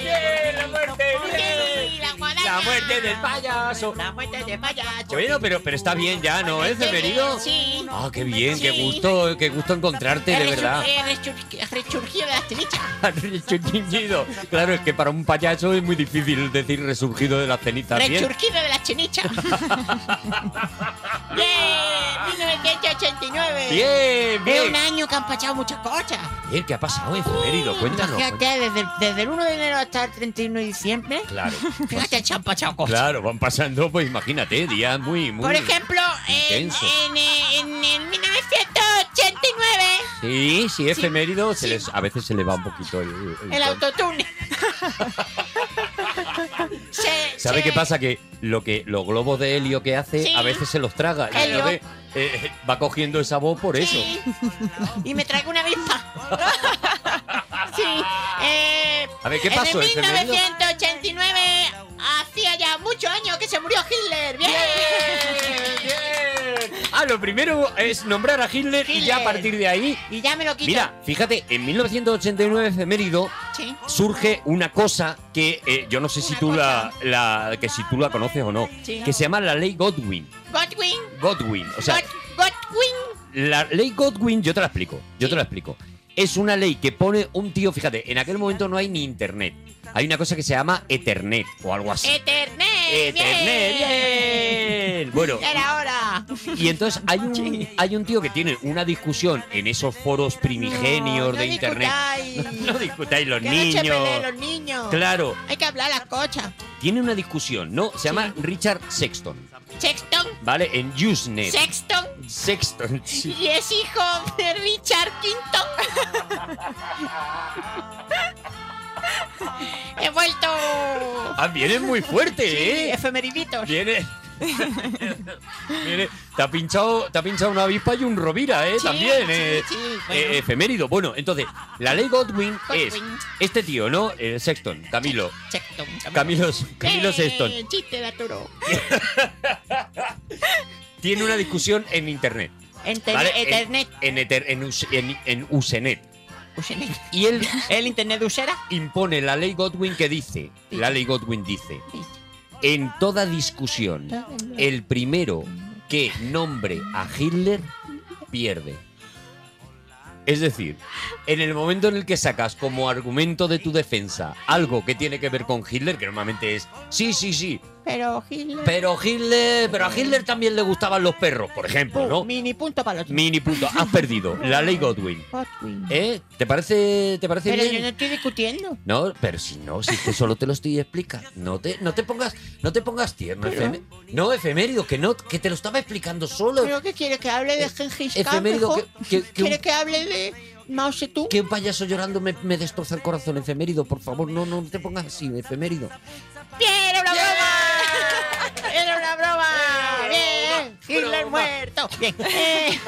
¡Bien! ¡La muerte! bien. ¡La muerte del payaso! La muerte de payacho. Bueno, pero, pero está bien ya, ¿no? ¿Es Efemérido? Sí. Ah, qué bien, qué Sí. gusto, qué gusto encontrarte, de He resur- verdad. he resur- resurgido de las cenizas. Resurgido. Claro, es que para un payaso es muy difícil decir resurgido de las cenizas bien. Resurgido de las cenizas. Bien, 1989. Bien, Es bien. un año que han pasado muchas cosas. Bien, ¿qué ha pasado, efemérido? Cuéntanos. cuéntanos. Fíjate, desde, desde el 1 de enero hasta el 31 de diciembre, Claro, fíjate, se han pasado cosas. claro, van pasando, pues imagínate, días muy, muy. Por ejemplo, en, Intenso. en, en- en 1989, Sí, sí, efemérido, se les, a veces se le va un poquito el. el- el autotune. Se- ¿Sabe se- qué pasa? Que lo que los globos de helio que hace Sí. a veces se los traga. Y Helio. entonces eh, va cogiendo esa voz por eso. Sí. Y me traigo una avispa. Sí. eh, A ver, ¿qué pasó En ese medio? 1989, hacía ya muchos años que se murió Hitler. Bien. Ah, lo primero es nombrar a Hitler, y ya a Hitler. partir de ahí. Y ya me lo quito. Mira, fíjate, en 1989 efemérido Sí. surge una cosa que eh, yo no sé si Una tú la, la- que si tú la conoces o no, Sí. que se llama la ley Godwin. Godwin. Godwin, o sea, God- Godwin. la ley Godwin, yo te la explico, yo te la explico. Es una ley que pone un tío, fíjate, en aquel momento no hay ni internet. Hay una cosa que se llama Ethernet o algo así. Ethernet. Ethernet, bien. Bueno, Ya Era hora. y entonces hay un, hay un tío que tiene una discusión en esos foros primigenios No, no de internet. discutáis. No discutáis los Que no se niños. peleen los niños. Claro, Hay que hablar las cosas. tiene una discusión, ¿no? Se llama Richard Sexton, Sexton. ¿vale? En Usenet. Sexton. Sexton, sí. Y es hijo de Richard Quinton. He vuelto. Ah, viene muy fuerte, ¿eh? Efemeriditos. Viene. Viene- Te ha pinchado, te ha pinchado una avispa y un rovira, ¿eh? Sí, También, sí, eh. sí, eh, bueno. efemérido. Bueno, entonces, la ley Godwin, es Godwin. este tío, ¿no? Eh, Sexton, Camilo. Sexton. Camilo, Camilo Eh, Sexton. Chiste de Arturo. Tiene una discusión en internet. Enter- ¿vale? eh. En- Ethernet. En, Ether- en Us- en- en Usenet. Usenet. E Y él ¿El internet usera? impone la ley Godwin que dice, la ley Godwin dice, en toda discusión, el primero que nombre a Hitler pierde. Es decir, en el momento en el que sacas como argumento de tu defensa algo que tiene que ver con Hitler, que normalmente es, sí, sí, sí, Pero Hitler. pero Hitler, pero a Hitler también le gustaban los perros, por ejemplo, Pum, ¿no? Mini punto para los Mini punto, has perdido, la ley Godwin. Godwin. ¿Eh? ¿Te parece, te parece Pero bien? yo no estoy discutiendo. No, pero si no, si es que solo te lo estoy explicando. No te, no te pongas, no te pongas tierno, efemé- No, efemérido, que no, que te lo estaba explicando solo. ¿Pero qué quiere? ¿Que hable de Gengis Khan? Efemérido, mejor? Eh, que- que- que un- ¿Quiere que hable de Mao Zedong? Que un payaso llorando me, me destroza el corazón, efemérido, por favor, no, no te pongas así, efemérido. ¡Bien, era una broma! ¡Era una broma! ¡Bien! ¡Hitler muerto! Bien. Eh.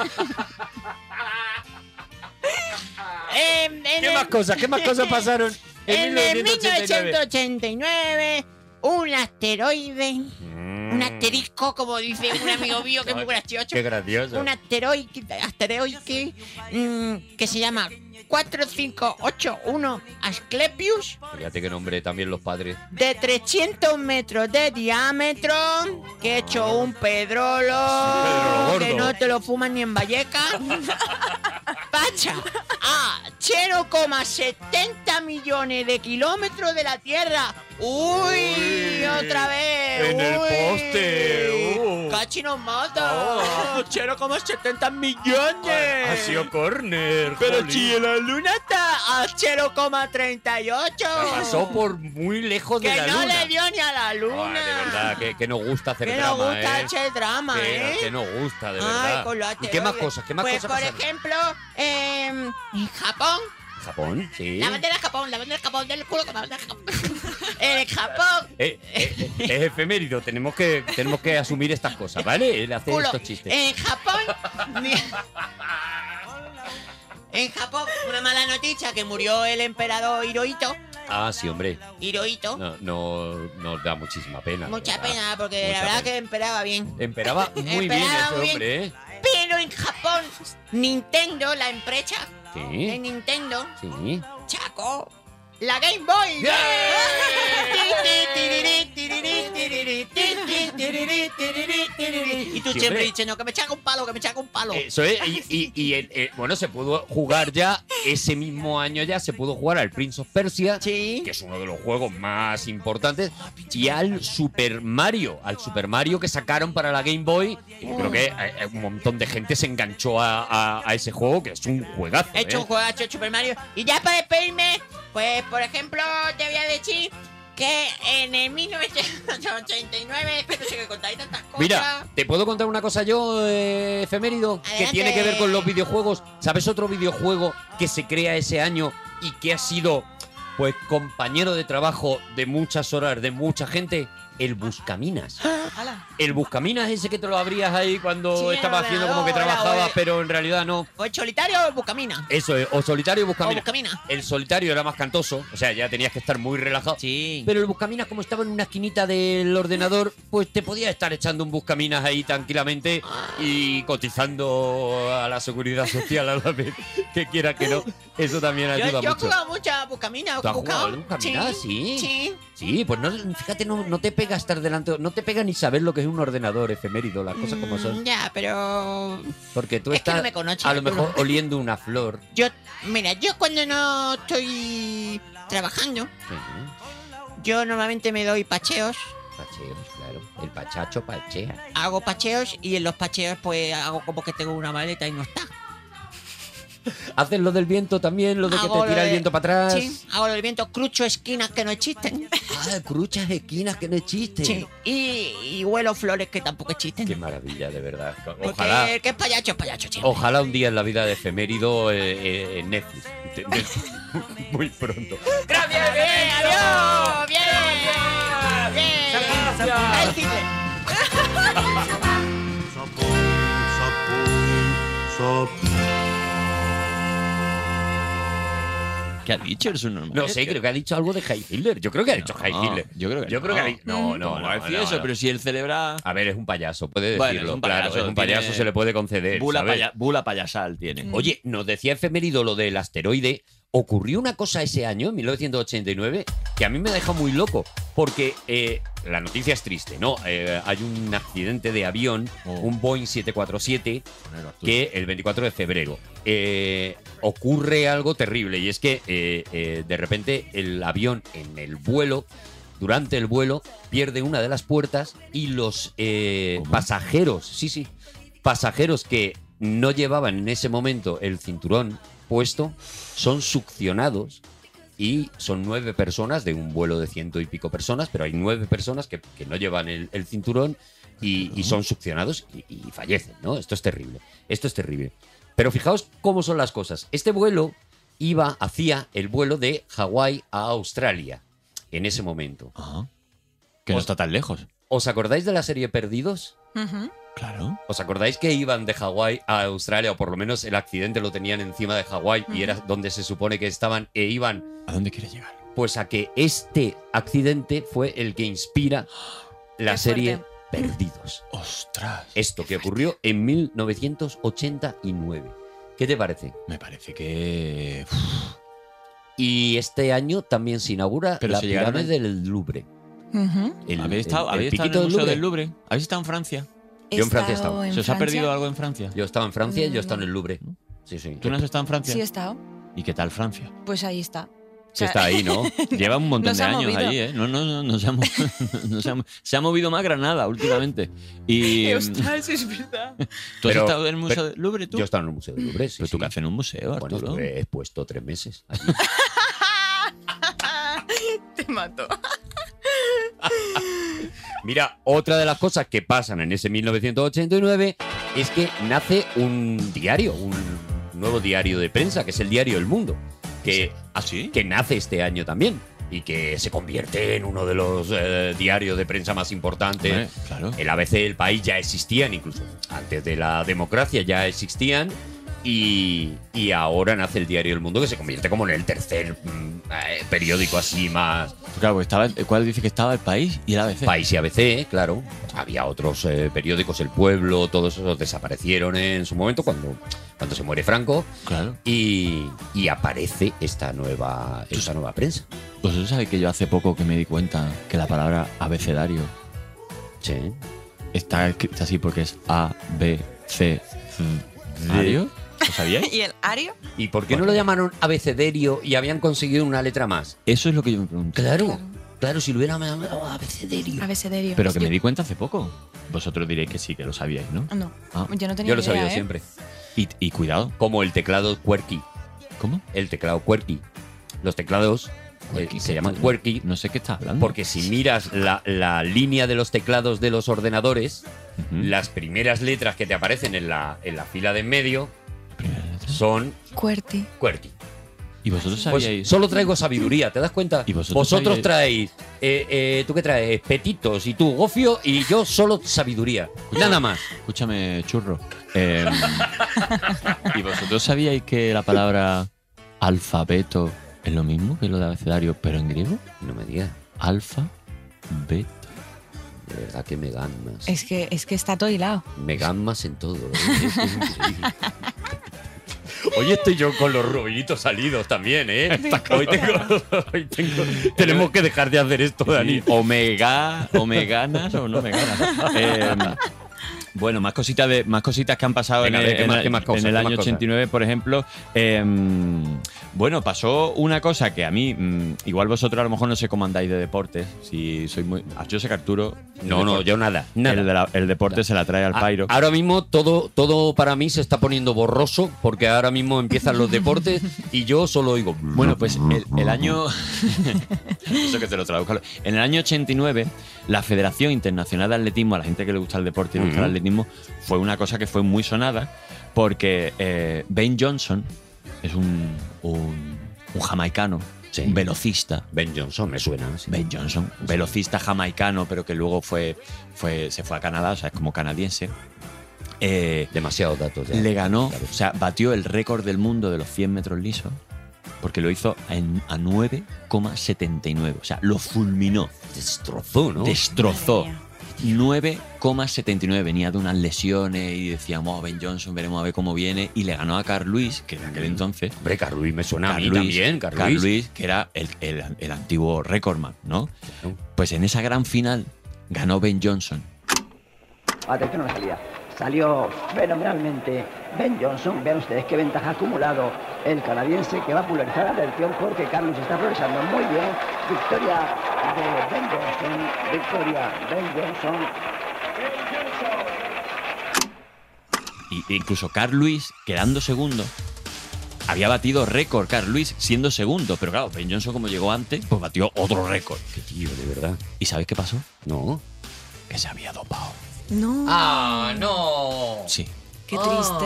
Em, en ¿Qué el- más cosas? ¿Qué más cosas pasaron en En el 1989? 1989, un asteroide, un asterisco, como dice un amigo mío que es muy gracioso, Mm. Qué gracioso. un asteroide, asteroide mm, que se llama 4581 Asclepius, Fíjate que nombre también los padres. de 300 metros de diámetro, que he hecho un Pedrolo pedrolo, que gordo. no te lo fuman ni en Valleca. Pacha a 0,70 millones de kilómetros de la Tierra. ¡Uy! Uy, ¡Otra vez! en el uy. poste, uh. Oh. ¡Cachi nos mata! 0,70 millones. corner. Pero si la luna está a 0,38. Pasó por muy lejos de Que la no luna. le dio ni a la Ah, luna. de verdad, que, que nos gusta hacer Que nos drama, gusta ¿eh? ese drama, que, ¿eh? que nos gusta, de Ay, verdad. con los ¿Y qué más asteroides. cosas? ¿Qué más pues, cosas por pasaron? ejemplo, eh, en Japón, Japón, sí. la bandera de Japón, la bandera de Japón, del culo con la bandera de Japón. en Japón, Eh, eh, eh, es efemérido, tenemos que, tenemos que asumir estas cosas, ¿vale? El hacer culo. Eh. estos chistes. En Japón. ni- en Japón, una mala noticia que murió el emperador Hirohito. Ah, sí, hombre. Hirohito. No, no, nos da muchísima pena. de Mucha verdad. pena, porque Mucha la verdad pena. que emperaba bien. Emperaba muy bien Emperaba ese muy bien. hombre, ¿eh? Pero en Japón, Nintendo, la empresa de Sí. Nintendo, Sí. Eh, Chaco, la Game Boy. ¡Bien! Y tú Sí, siempre hombre. dices, no, que me chaca un palo, que me chaca un palo. Eso es, y, y- y el- el- bueno, se pudo jugar ya, ese mismo año ya se pudo jugar al Prince of Persia, Sí. que es uno de los juegos más importantes, y al Super Mario, al Super Mario que sacaron para la Game Boy. Y yo creo que eh, un montón de gente se enganchó a, a- a ese juego, que es un juegazo. He hecho ¿eh? un juegazo de Super Mario. Y ya para despedirme, pues por ejemplo, te voy a decir que en el 1989, es que no sé qué contáis tantas cosas. Mira, ¿te puedo contar una cosa yo, eh, efemérido? Que Adelante. tiene que ver con los videojuegos. ¿Sabes otro videojuego que se crea ese año y que ha sido, pues, compañero de trabajo de muchas horas, de mucha gente? El Buscaminas. Hala. El Buscaminas ese que te lo abrías ahí cuando Sí, en el estabas haciendo como que ordenador, era, trabajabas, oye. pero en realidad no. ¿O en solitario o buscamina? Eso es, o solitario o O Buscaminas. buscamina. El solitario era más cantoso, o sea, ya tenías que estar muy relajado. Sí. Pero el buscaminas, como estaba en una esquinita del ordenador, pues te podía estar echando un buscaminas ahí tranquilamente y cotizando a la seguridad social a la vez que quiera que no. Eso también ayuda Yo, yo he mucho. jugado mucho a buscamina. ¿Tú has buscado. jugado al buscamina? Sí. Sí. Sí, pues no, fíjate, no, no te pega estar delante, no te pega ni saber lo que es un ordenador efemérido, las cosas como Mm, son. Ya, pero. Porque tú es que estás no me conoces, a lo Arturo. mejor oliendo una flor. Yo, mira, yo cuando no estoy trabajando, Sí, yo normalmente me doy pacheos, Pacheos, claro. El pachacho pachea. hago pacheos y en los pacheos pues hago como que tengo una maleta y no está. Haces lo del viento también, lo de que Hago te lo tira el de- viento para atrás. Sí, hago los vientos crucho esquinas que no existen. Ah, cruchas esquinas que no existen. Sí, y, y huelo flores que tampoco existen. Qué maravilla, de verdad. Ojalá, Porque el que es payacho es payacho, tío. ojalá un día en la vida de efemérido eh, eh, en Netflix. De- de- Muy pronto. ¡Gracias, bien! ¡Adiós! ¡Bien! ¡Bien! ¡Ay, sí, bien. Sapun, sapun, sapun. ¿Qué ha dicho el subnormal? No sé, creo que ha dicho algo de High Hitler. Yo creo que ha dicho High No, Hitler. yo creo que no. ha dicho- No, no, ¿Cómo va a no, decir no, eso? no. Pero si él celebra... A ver, es un payaso, puede Bueno, decirlo. es un claro, payaso, es un payaso, tiene- se le puede conceder. Bula, ¿sabes? paya- bula payasal tiene. Oye, nos decía efemérido lo del asteroide. Ocurrió una cosa ese año, en 1989, que a mí me ha dejado muy loco. porque eh, la noticia es triste, ¿no? Eh, hay un accidente de avión, Oh. un Boeing 747, Bueno, Arturo. que el 24 de febrero eh, ocurre algo terrible y es que eh, eh, de repente el avión en el vuelo, durante el vuelo, pierde una de las puertas y los eh, ¿Cómo? pasajeros, sí, sí, pasajeros que no llevaban en ese momento el cinturón puesto, son succionados y son nueve personas de un vuelo de ciento y pico personas, pero hay nueve personas que, que no llevan el, el cinturón y, y son succionados y, y fallecen, ¿no? Esto es terrible, esto es terrible. Pero fijaos cómo son las cosas. Este vuelo iba, hacía el vuelo de Hawái a Australia en ese momento. Ajá. Que no Os- está tan lejos. ¿Os acordáis de la serie Perdidos? Ujú. Claro. ¿Os acordáis que iban de Hawái a Australia, o por lo menos el accidente lo tenían encima de Hawái y era donde se supone que estaban e iban ¿A dónde quieres llegar? pues a que este accidente fue el que inspira la Qué serie Perdidos. ¡Ostras! Esto que ocurrió en 1989. ¿Qué te parece? Me parece que. Uf, Y este año también se inaugura Pero la se llegaron pirámide del Louvre. Ujú. El, ¿Habéis el- estado, el habéis estado en piquito el Museo del Louvre? ¿Habéis estado en Francia? He Yo en Francia estado estaba. en ¿Se os ha Francia. perdido algo en Francia? Yo estaba en Francia y yo estaba en el Louvre. Mm. Sí, sí. ¿Tú no has estado en Francia? Sí, he estado. ¿Y qué tal Francia? Pues ahí está. O Que sea, está ahí, ¿no? Lleva un montón Nos de ha años movido. allí, ¿eh? No, no, no, no se, ha, mo- no se ha mo- se ha movido más Granada últimamente. Y, em, Ostras, es verdad. ¿Tú has Pero- estado en el Museo pero- del Louvre, tú? Yo estaba en el Museo del Louvre. Sí, ¿Pero tú sí. qué haces en un museo, Bueno, Arturo? estuve expuesto tres meses. allí. Te mato. Mira, otra de las cosas que pasan en ese 1989 es que nace un diario, un nuevo diario de prensa, que es el diario El Mundo, que, ¿Ah, sí? que nace este año también y que se convierte en uno de los eh, diarios de prensa más importantes. Hombre, claro. El ABC, el país ya existían, incluso antes de la democracia ya existían. Y, y ahora nace el diario El Mundo, que se convierte como en el tercer mm, eh, periódico así más, Pues Claro, porque estaba, ¿cuál dice que estaba el país y el ABC? País y ABC, claro. Había otros eh, periódicos, El Pueblo, todos esos desaparecieron en su momento cuando, cuando se muere Franco. Claro. Y, y aparece esta nueva, esta nueva prensa. Vosotros sabéis Pues que yo hace poco que me di cuenta que la palabra abecedario Sí. está escrita así porque es A, B, C, ¿Dario? ¿Lo sabíais? ¿Y el Ario? ¿Y por qué no lo llamaron abecederio y habían conseguido una letra más? Eso es lo que yo me pregunto. Claro, claro, si lo hubieran llamado abecederio. Abecedario. Pero que Yo- me di cuenta hace poco. Vosotros diréis que sí, que lo sabíais, ¿no? No, Ah. yo no tenía Yo lo ni idea, sabía ¿eh? siempre. Y, y cuidado. Como el teclado QWERTY. ¿Cómo? El teclado QWERTY. Los teclados eh, QWERTY, se ¿qué llaman tal? QWERTY No sé qué estás hablando. porque si miras la- la línea de los teclados de los ordenadores, Ujú. las primeras letras que te aparecen en la, en la fila de en medio Primera letra. son QWERTY. QWERTY. ¿Y vosotros Pues sabíais? solo traigo sabiduría, ¿te das cuenta? ¿Y vosotros sabíais? traéis, eh, eh, tú qué traes, petitos y tú gofio y yo solo sabiduría, nada más. Escúchame, churro. Eh, ¿Y vosotros sabíais que la palabra alfabeto es lo mismo que lo de abecedario, pero en griego? No me digas, Alfa, beta. de verdad que me dan más. Es que, es que está todo hilado. Me dan más en todo. ¿eh? Es increíble. Hoy estoy yo con los rubitos salidos también, ¿eh? Hoy tengo, hoy tengo- Tenemos que dejar de hacer esto, Dani. Sí, Omega, omeganas o no omeganas. Eh, bueno, más cositas de, más cositas que han pasado Venga, en, a ver, el, ¿qué en más- el- qué más cosas, en el qué más año cosas? 89, por ejemplo. Eh, bueno, pasó una cosa que a mí, mm, igual vosotros a lo mejor no sé cómo andáis de deportes. Si soy muy, yo sé que Arturo. No, no, yo nada. Nada. El, de la- el deporte se la trae al A- pairo. Ahora mismo todo, todo para mí se está poniendo borroso porque ahora mismo empiezan los deportes y yo solo oigo. Bueno, pues el, el año. Eso que te lo traduzco. En el año 89, la Federación Internacional de Atletismo, a la gente que le gusta el deporte y le gusta el Ujú. atletismo, fue una cosa que fue muy sonada porque eh, Ben Johnson es un, un, un jamaicano, Sí. un velocista. Ben Johnson me suena. sí. Ben Johnson, velocista jamaicano, pero que luego fue, fue, se fue a Canadá, o sea, es como canadiense. Eh, Demasiados datos. ya. le ganó, Claro. o sea, batió el récord del mundo de los 100 metros lisos, porque lo hizo en- a 9,79. O sea, lo fulminó, Destrozó, ¿no? destrozó. Madre mía. 9,79. Venía de unas lesiones y decíamos, Ben Johnson, veremos a ver cómo viene. Y le ganó a Carl Luis, que en aquel entonces. Hombre, Carluis me suena Mm. a mí Carl Lewis, también, Carl Carl Lewis. Lewis, que era el, el- el antiguo recordman, ¿no? Claro. Pues en esa gran final ganó Ben Johnson. Atención a la salida. Salió fenomenalmente Ben Johnson. Vean ustedes qué ventaja ha acumulado el canadiense que va a pulverizar. Atención porque Carlos está progresando muy bien. Victoria de Ben Johnson. Victoria Ben Johnson. Y- incluso Carl Luis, quedando segundo, había batido récord Carl Luis siendo segundo. Pero claro, Ben Johnson, como llegó antes, pues batió otro récord. Qué tío, de verdad. ¿Y sabéis qué pasó? No. Que se había dopado. No. Ah, Oh. no. Sí, Qué triste.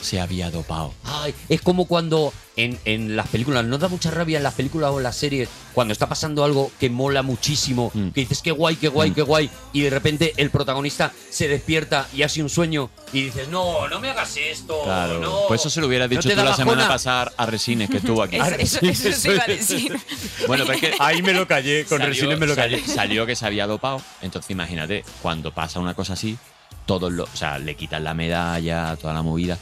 se había dopado. Ah, Ay, es como cuando en, en las películas, nos da mucha rabia en las películas o en las series, cuando está pasando algo que mola muchísimo, Mm. que dices, qué guay, qué guay, Mm. qué guay, y de repente el protagonista se despierta y hace un sueño y dices, no, no me hagas esto. Claro. Oh, no". Pues eso se lo hubiera dicho ¿No te tú da la semana bajona? pasada a Resines, que estuvo Ah, aquí. Eso, eso- eso se iba a decir. Bueno, pero es que Ahí me lo callé, con salió- Resines me lo sal- callé. Salió que se había dopado. Entonces, imagínate, cuando pasa una cosa así, todos los. O sea, le quitan la medalla, toda la movida.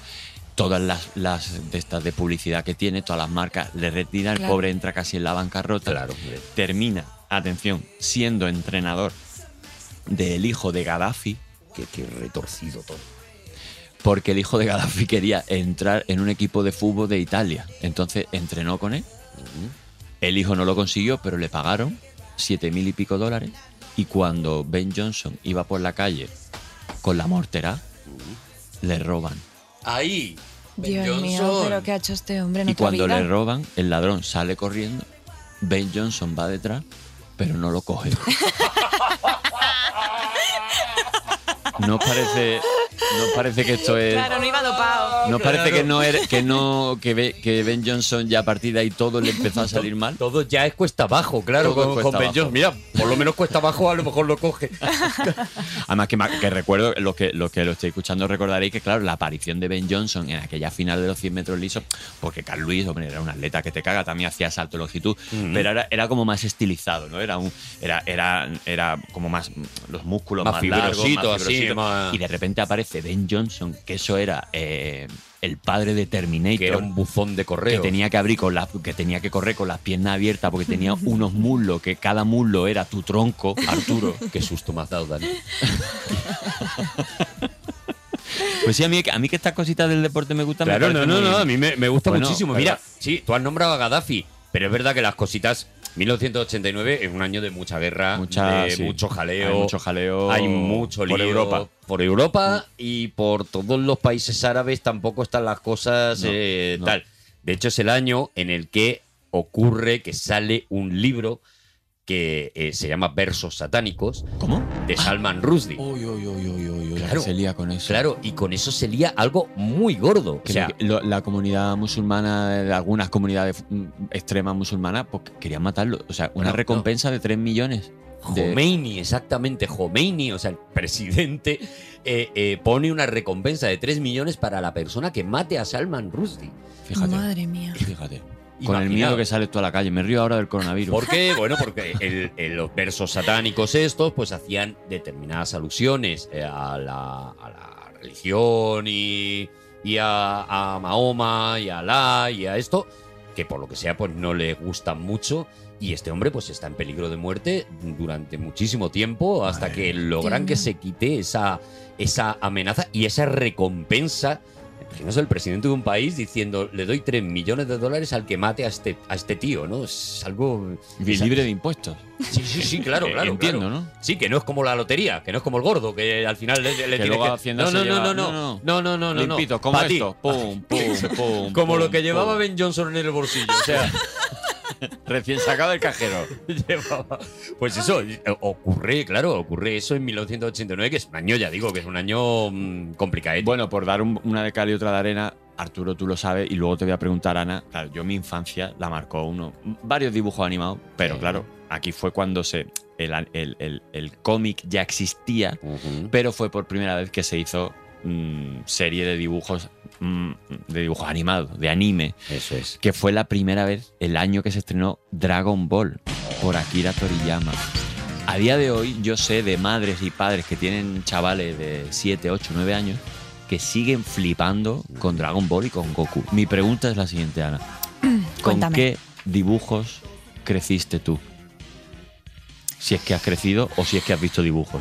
Todas las, las de estas de publicidad que tiene, todas las marcas le retiran, Claro. el pobre entra casi en la bancarrota. Claro, hombre. Termina, atención, siendo entrenador del hijo de Gaddafi, Qué, qué retorcido todo. porque el hijo de Gaddafi quería entrar en un equipo de fútbol de Italia. Entonces entrenó con él. El hijo no lo consiguió, pero le pagaron siete mil y pico dólares. Y cuando Ben Johnson iba por la calle con la mortera, le roban. Ahí. Ben Dios mío, Johnson. pero ¿qué ha hecho este hombre en Y otra cuando vida? le roban, el ladrón sale corriendo. Ben Johnson va detrás, pero no lo coge. ¿No os parece, no os parece que esto es Claro, no iba dopado. ¿No Claro. parece que no era- que no que, Be- que Ben Johnson ya a partir de ahí todo le empezó a salir mal? Todo ya es cuesta abajo, claro, Todo es con, cuesta con Ben abajo. Johnson. Mira, por lo menos cuesta abajo a lo mejor lo coge. Además que, ma- que recuerdo los que los que lo estoy escuchando recordaréis que claro la aparición de Ben Johnson en aquella final de los 100 metros lisos, porque Carl Luis hombre era un atleta que te caga también hacía salto de longitud, pero era, era como más estilizado, no era un era era era como más mm, los músculos Más más, largos, fibrosito, así, fibrositos. más- y de repente aparece Ben Johnson que eso era eh, el padre de Terminator Que era un buzón de que correo. tenía que abrir con las que tenía que correr con las piernas abiertas porque tenía unos muslos que cada muslo era tu tronco Arturo Qué susto me has dado, Dani. pues sí a mí a mí que estas cositas del deporte me gustan me Claro, no, parecen no, muy- no, a mí me, me gusta Bueno, muchísimo. pero- Mira, sí, tú has nombrado a Gaddafi, pero es verdad que las cositas. 1989 es un año de mucha guerra, Mucha- de sí. mucho jaleo. Hay mucho jaleo Hay mucho lío. por Europa. Mm. Por Europa y por todos los países árabes tampoco están las cosas No, eh, no. tal. De hecho, es el año en el que ocurre que sale un libro que eh, se llama Versos Satánicos cómo de Salman Rushdie. uy uy uy uy uy Claro. se lía con eso Claro, y con eso se lía algo muy gordo. O Que sea, lo- lo- la comunidad musulmana, de algunas comunidades mm, extremas musulmanas, pues querían matarlo. O sea, una No, no. recompensa de 3 millones. de- Khomeini, exactamente, Khomeini, o sea, el presidente eh, eh, pone una recompensa de 3 millones para la persona que mate a Salman Rushdie. Fíjate, Madre mía. fíjate. Con el Imaginaos. miedo que sales tú a la calle. Me río ahora del coronavirus. ¿Por qué? Bueno, porque el- el- los versos satánicos estos pues hacían determinadas alusiones eh, a, la, a la religión y, y a, a Mahoma y a Alá y a esto, que por lo que sea pues no le gustan mucho y este hombre pues está en peligro de muerte durante muchísimo tiempo hasta Madre que logran Dios que mío. se quite esa, esa amenaza y esa recompensa. Imagínense el presidente de un país diciendo, le doy 3 millones de dólares al que mate a este, a este tío, ¿no? Es algo... Y Libre de impuestos. Sí, sí, sí, claro, Eh, claro. Entiendo, claro. ¿no? Sí, que no es como la lotería, que no es como el gordo, que al final le, le Que tienes luego que- Hacienda No, se no, lleva- no, no, no, no, no. no, no, no, no. Limpitos, como Pa' ti. esto. Pum, pum, pum. Como lo pum, que llevaba pum. Ben Johnson en el bolsillo, o sea, Recién sacado del cajero. llevaba- Pues eso, eh, ocurre, claro, ocurre eso en 1989, que es un año, ya digo, que es un año mm, complicado. Eh, Bueno, por dar un- una de cal y otra de arena, Arturo, tú lo sabes, y luego te voy a preguntar, Ana. Claro, yo mi infancia la marcó uno, varios dibujos animados, pero Sí. claro, aquí fue cuando se el, el- el- el cómic ya existía, pero fue por primera vez que se hizo mm, serie de dibujos, mm, de dibujos animados, de anime, Eso es. que fue la primera vez el año que se estrenó Dragon Ball por Akira Toriyama. A día de hoy yo sé de madres y padres que tienen chavales de 7, 8, 9 años que siguen flipando con Dragon Ball y con Goku. Mi pregunta es la siguiente, Ana. ¿Con Cuéntame. qué dibujos creciste tú? Si es que has crecido o si es que has visto dibujos.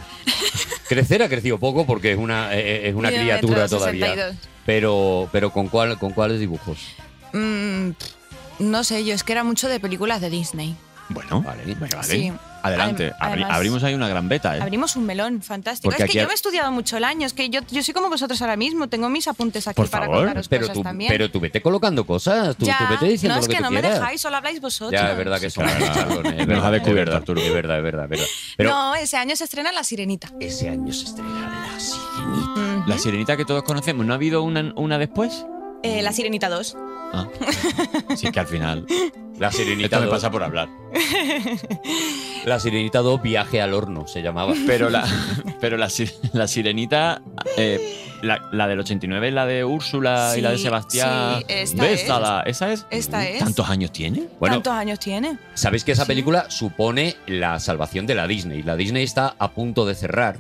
Crecer ha crecido poco porque es una, eh, eh, es una Mide un criatura metro todavía. 62. Pero, pero ¿con cuál con cuáles dibujos? Mm, no sé, yo es que era mucho de películas de Disney. Bueno, Vale. venga, vale. Sí. Adelante. Adem- Abri- además- abrimos ahí una gran beta, ¿eh? Abrimos un melón fantástico. Porque es aquí que ha- yo me he estudiado mucho el año, es que yo, yo soy como vosotros ahora mismo, tengo mis apuntes aquí Por para favor, contaros Pero cosas tú, también. pero tú vete colocando cosas, tú, Ya, tú vete diciendo no, es lo que, que, tú no me quieras. dejáis, solo habláis vosotros. Ya, es verdad que Sí, son claro. unos cabrones, es Nos verdad, ha es descubierto, verdad, Arturo. Es verdad, es verdad, es verdad. Pero no, ese año se estrena La Sirenita. ese año se estrena La Sirenita. Ujú. La sirenita que todos conocemos, ¿no ha habido una, una después? Eh, la Sirenita 2. Ah. Sí, es que al final. La Sirenita Esto me 2, pasa por hablar. La Sirenita 2 Viaje al Horno se llamaba. Pero la, pero la, si- la sirenita, eh, la, la del 89 es la de Úrsula y la de Sí, Sebastián. sí, esta Bésala. ¿Esa es? Esta es. ¿Tantos años tiene? Bueno, ¿Cuántos años tiene? Sabéis que esa Sí. película supone la salvación de la Disney. La Disney está a punto de cerrar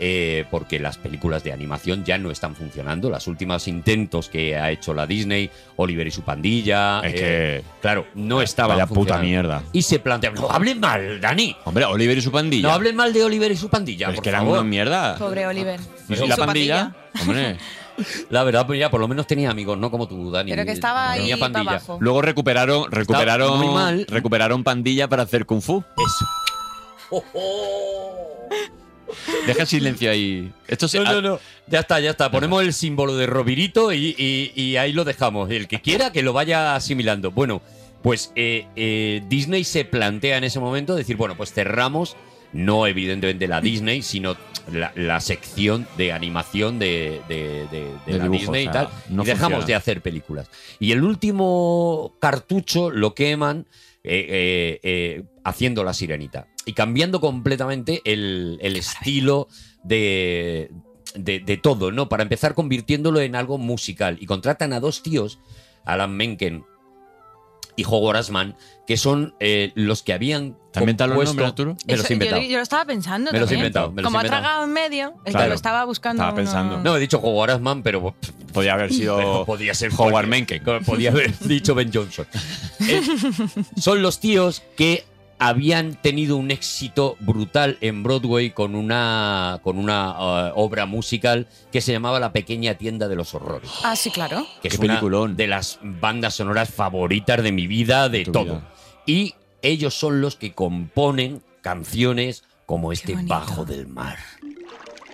eh, porque las películas de animación ya no están funcionando. Las últimas intentos que ha hecho la Disney, Oliver y su pandilla, Es eh, que. claro, no estaban Vaya puta funcionando. mierda. Y se plantea, no hablen mal, Dani. Hombre, Oliver y su pandilla. No hablen mal de Oliver y su pandilla, Pero es por que eran favor. unos mierda. Pobre Oliver. ¿Y Su la pandilla. Pues pandilla? Hombre. La verdad, pues ya por lo menos tenía amigos, no como tú, Dani. Pero que estaba ahí Tenía para pandilla. abajo. Luego recuperaron, recuperaron, muy mal. recuperaron pandilla para hacer kung fu. Eso. Oh, oh. Deja el silencio ahí. Esto se, No, no, no. Ya está, ya está. Ponemos el símbolo de Robirito y, y- y ahí lo dejamos. El que quiera que lo vaya asimilando. Bueno, pues eh, eh, Disney se plantea en ese momento decir, bueno, pues cerramos, no evidentemente la Disney, sino la, la sección de animación de, de- de- de De la dibujo, Disney o sea, y tal. no y dejamos funciona. de hacer películas. Y el último cartucho lo queman eh, eh, eh, haciendo la sirenita. Y cambiando completamente el, el estilo de, de, de todo, ¿no? Para empezar convirtiéndolo en algo musical. Y contratan a dos tíos, Alan Menken y Howard Asman, que son eh, los que habían ¿Te has inventado los compuesto- nombres, Arturo? Me los Eso- he inventado. Yo, yo lo estaba pensando. Me los he también. inventado, me los Como he ha inventado. tragado en medio, el Claro. que lo estaba buscando. Estaba uno- pensando. No, he dicho Howard Asman, pero Podría haber Pero sido podía ser Howard cualquier- Mencken. como Podía haber dicho Ben Johnson. Eh, son los tíos que habían tenido un éxito brutal en Broadway con una, con una eh, obra musical que se llamaba La Pequeña Tienda de los Horrores. Ah, sí, claro. Que Qué es una peliculón. de las bandas sonoras favoritas de mi vida, de tu todo. vida. Y ellos son los que componen canciones como este bonito. Bajo del Mar.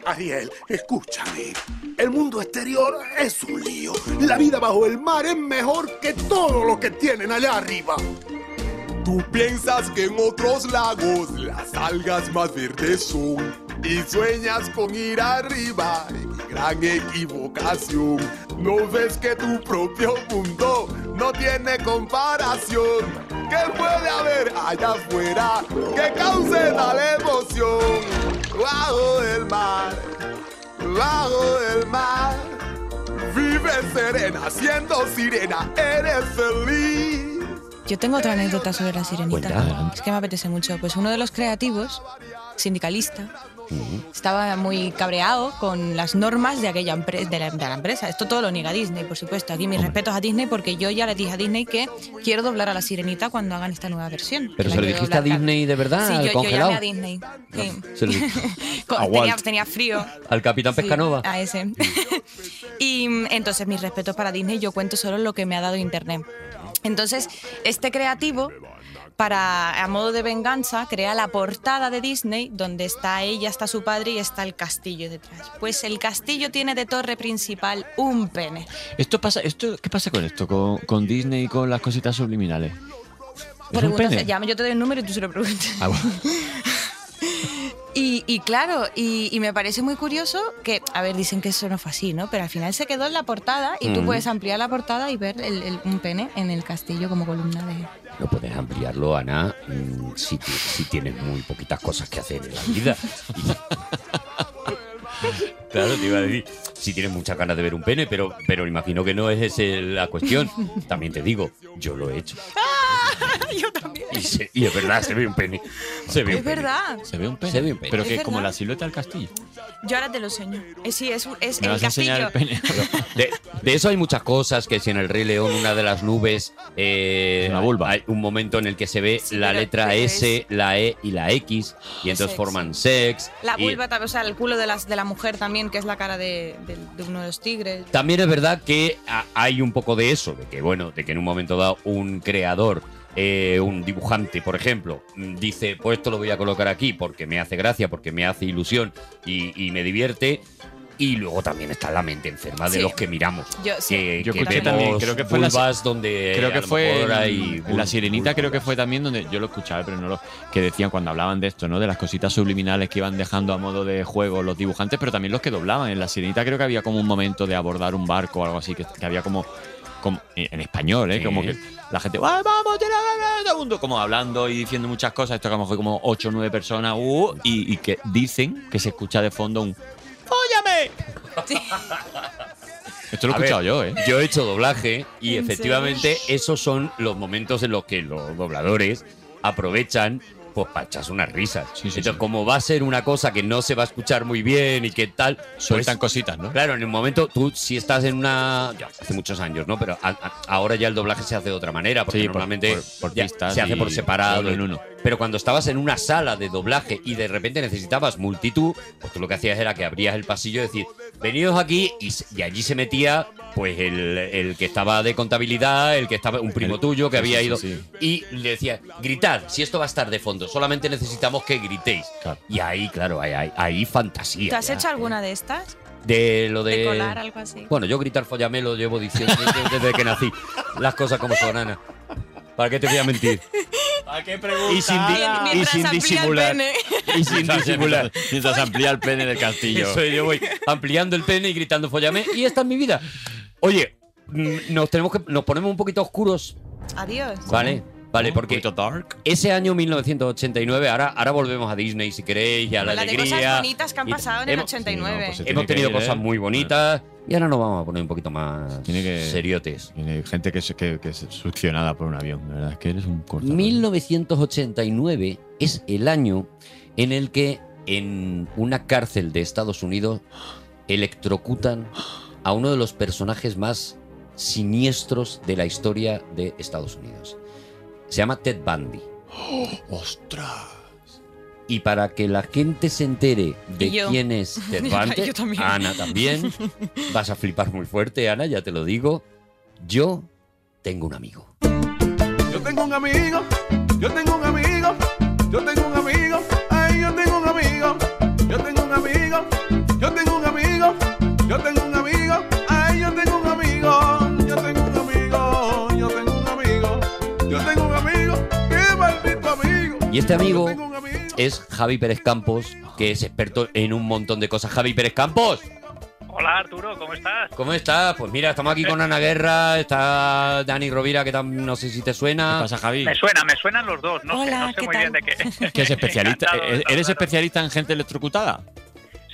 Ariel, escúchame. El mundo exterior es un lío. La vida bajo el mar es mejor que todo lo que tienen allá arriba. Tú piensas que en otros lagos las algas más verdes son y sueñas con ir arriba. Gran equivocación. No ves que tu propio mundo no tiene comparación. ¿Qué puede haber allá afuera que cause tal emoción? Bajo el mar, bajo el mar, vive serena, siendo sirena, eres feliz. Yo tengo otra anécdota sobre la sirenita. Cuenta, adelante. Es que me apetece mucho. Pues uno de los creativos, sindicalista, estaba muy cabreado con las normas de aquella empre- de la, de la empresa. Esto todo lo niega Disney, por supuesto. Aquí mis respetos a Disney porque yo ya le dije a Disney que quiero doblar a la sirenita cuando hagan esta nueva versión. Pero La se lo quiero dijiste a doblar, claro. Disney de verdad, Sí, al yo, yo congelado. llamé a Disney. sí. Se lo dijiste Con- A tenía, Walt. tenía frío. al Capitán Sí, Pescanova. a ese. y mm, entonces, mis respetos para Disney, yo cuento solo lo que me ha dado Internet. Entonces, este creativo, para a modo de venganza, crea la portada de Disney donde está ella, está su padre y está el castillo detrás. Pues el castillo tiene de torre principal un pene. Esto pasa, esto, ¿Qué pasa con esto? Con, con Disney y con las cositas subliminales. ¿Es un Preguntas- pene? llama, yo te doy el número y tú se lo preguntas. Ah, bueno. Y, y claro, y, y me parece muy curioso que, a ver, dicen que eso no fue así, ¿no? Pero al final se quedó en la portada y Mm. tú puedes ampliar la portada y ver el- el- un pene en el castillo como columna de... No puedes ampliarlo, Ana, mm, si, ti- si tienes muy poquitas cosas que hacer en la vida. claro, te iba a decir, si tienes muchas ganas de ver un pene, pero, pero imagino que no es esa la cuestión. También te digo, yo lo he hecho. Yo también. Y, se- y es verdad, se ve un pene. Se ve Es un pene. verdad. Se ve un pene. Se ve un pene. Pero Es que es como verdad. la silueta del castillo. Yo ahora te lo enseño. Eh, sí, es, un- es Me el vas a enseñar castillo. el pene. De, de eso hay muchas cosas, que si en el Rey León una de las nubes eh, Una vulva. hay un momento en el que se ve Sí, la pero- letra pero S, es- la E y la X, y entonces Sex. forman sex. La y- vulva, también, o sea, el culo de, las, de la mujer también, que es la cara de, de- de uno de los tigres. También es verdad que ha- hay un poco de eso, de que bueno, de que en un momento dado un creador, eh, un dibujante, por ejemplo, mm, dice, pues esto lo voy a colocar aquí porque me hace gracia, porque me hace ilusión y, y me divierte. Y luego también está la mente enferma de Sí. los que miramos. Yo- sí. que, Yo que escuché vemos también, creo que fue la- vulvas donde creo Eh, a que lo fue mejor en- hay en vul- la sirenita vulvas. creo que fue también donde yo lo escuchaba pero no lo que decían cuando hablaban de esto no de las cositas subliminales que iban dejando a modo de juego los dibujantes pero también los que doblaban en la sirenita creo que había como un momento de abordar un barco o algo así que, que había como, como- eh, en español eh Sí. como que la gente "Ay, vamos tira, tira, tira", todo el mundo como hablando y diciendo muchas cosas esto que a lo mejor como 8 o 9 personas uh, y, y que dicen que se escucha de fondo un ¡Fóllame! esto lo he A ver, Pues escuchado yo eh Yo he hecho doblaje y ¿En efectivamente esos son los momentos en los que los dobladores aprovechan pues para echarse unas risas. Sí, sí, Entonces, sí. como va a ser una cosa que no se va a escuchar muy bien y que tal, pues, sueltan cositas ¿no? Claro, en el momento tú si estás en una ya, hace muchos años, ¿no? Pero a- a- ahora ya el doblaje se hace de otra manera porque Sí, por- normalmente por- por ya pistas se hace y por separado. solo en uno. Pero cuando estabas en una sala de doblaje y de repente necesitabas multitud, pues tú lo que hacías era que abrías el pasillo y decir, venidos aquí, y, s- y allí se metía pues el, el que estaba de contabilidad, el que estaba, un primo El- tuyo sí, que había sí, ido, sí. y le decía, gritad, si esto va a estar de fondo, solamente necesitamos que gritéis. Claro. Y ahí, claro, ahí, ahí, ahí fantasía. ¿Tú has ya, hecho ¿eh? alguna de estas? De lo de. ¿De Pues colar, algo así? Bueno, yo gritar follamelo llevo diciendo desde- desde que nací. Las cosas como son, Ana. ¿Para qué te voy a mentir? Y sin, di- Mientras y amplía sin el disimular. pene. Y sin disimular. Mientras amplía el pene del castillo. Eso yo voy ampliando el pene y gritando follame. Y esta es mi vida. Oye, mm, nos tenemos que. Nos ponemos un poquito oscuros, Adiós. ¿vale? Vale, porque poquito dark. ese año 1989, ahora, ahora volvemos a Disney si queréis, y a la La de alegría. cosas bonitas que han y- pasado en el hemos- 89. Sí, no, pues, Hemos Tiene que tenido ir, ¿eh? cosas muy bonitas y ahora nos vamos a poner un poquito más Tiene que- seriotes. Tiene gente que, se- que, que es succionada por un avión. La verdad es que eres un corta. 1989 es el año en el que en una cárcel de Estados Unidos electrocutan a uno de los personajes más siniestros de la historia de Estados Unidos. Se llama Ted Bundy. ¡Ostras! Y para que la gente se entere de Y yo. quién es Ted Bundy, Yo también. Ana también, vas a flipar muy fuerte, Ana, ya te lo digo. Yo tengo un amigo. Yo tengo un amigo, yo tengo un amigo, yo tengo un amigo, ay, yo tengo un amigo, yo tengo un amigo, yo tengo un amigo, yo tengo un amigo, ay, yo tengo un amigo, yo tengo un amigo, yo tengo un amigo, yo tengo un amigo, qué maldito amigo. Y este amigo Yo tengo un amigo. es Javi Pérez Campos, que es experto en un montón de cosas. Javi Pérez Campos, Hola Arturo, ¿cómo estás? ¿cómo estás? Pues mira, estamos aquí con Ana Guerra, está Dani Rovira, que tam- no sé si te ¿Qué suena. pasa, Javi? Me suena, me suenan los dos, no sé, Hola, no sé ¿qué muy tal? bien de qué. ¿Que es especialista? Encantado de ¿E- ¿Eres saludaros. especialista en gente electrocutada?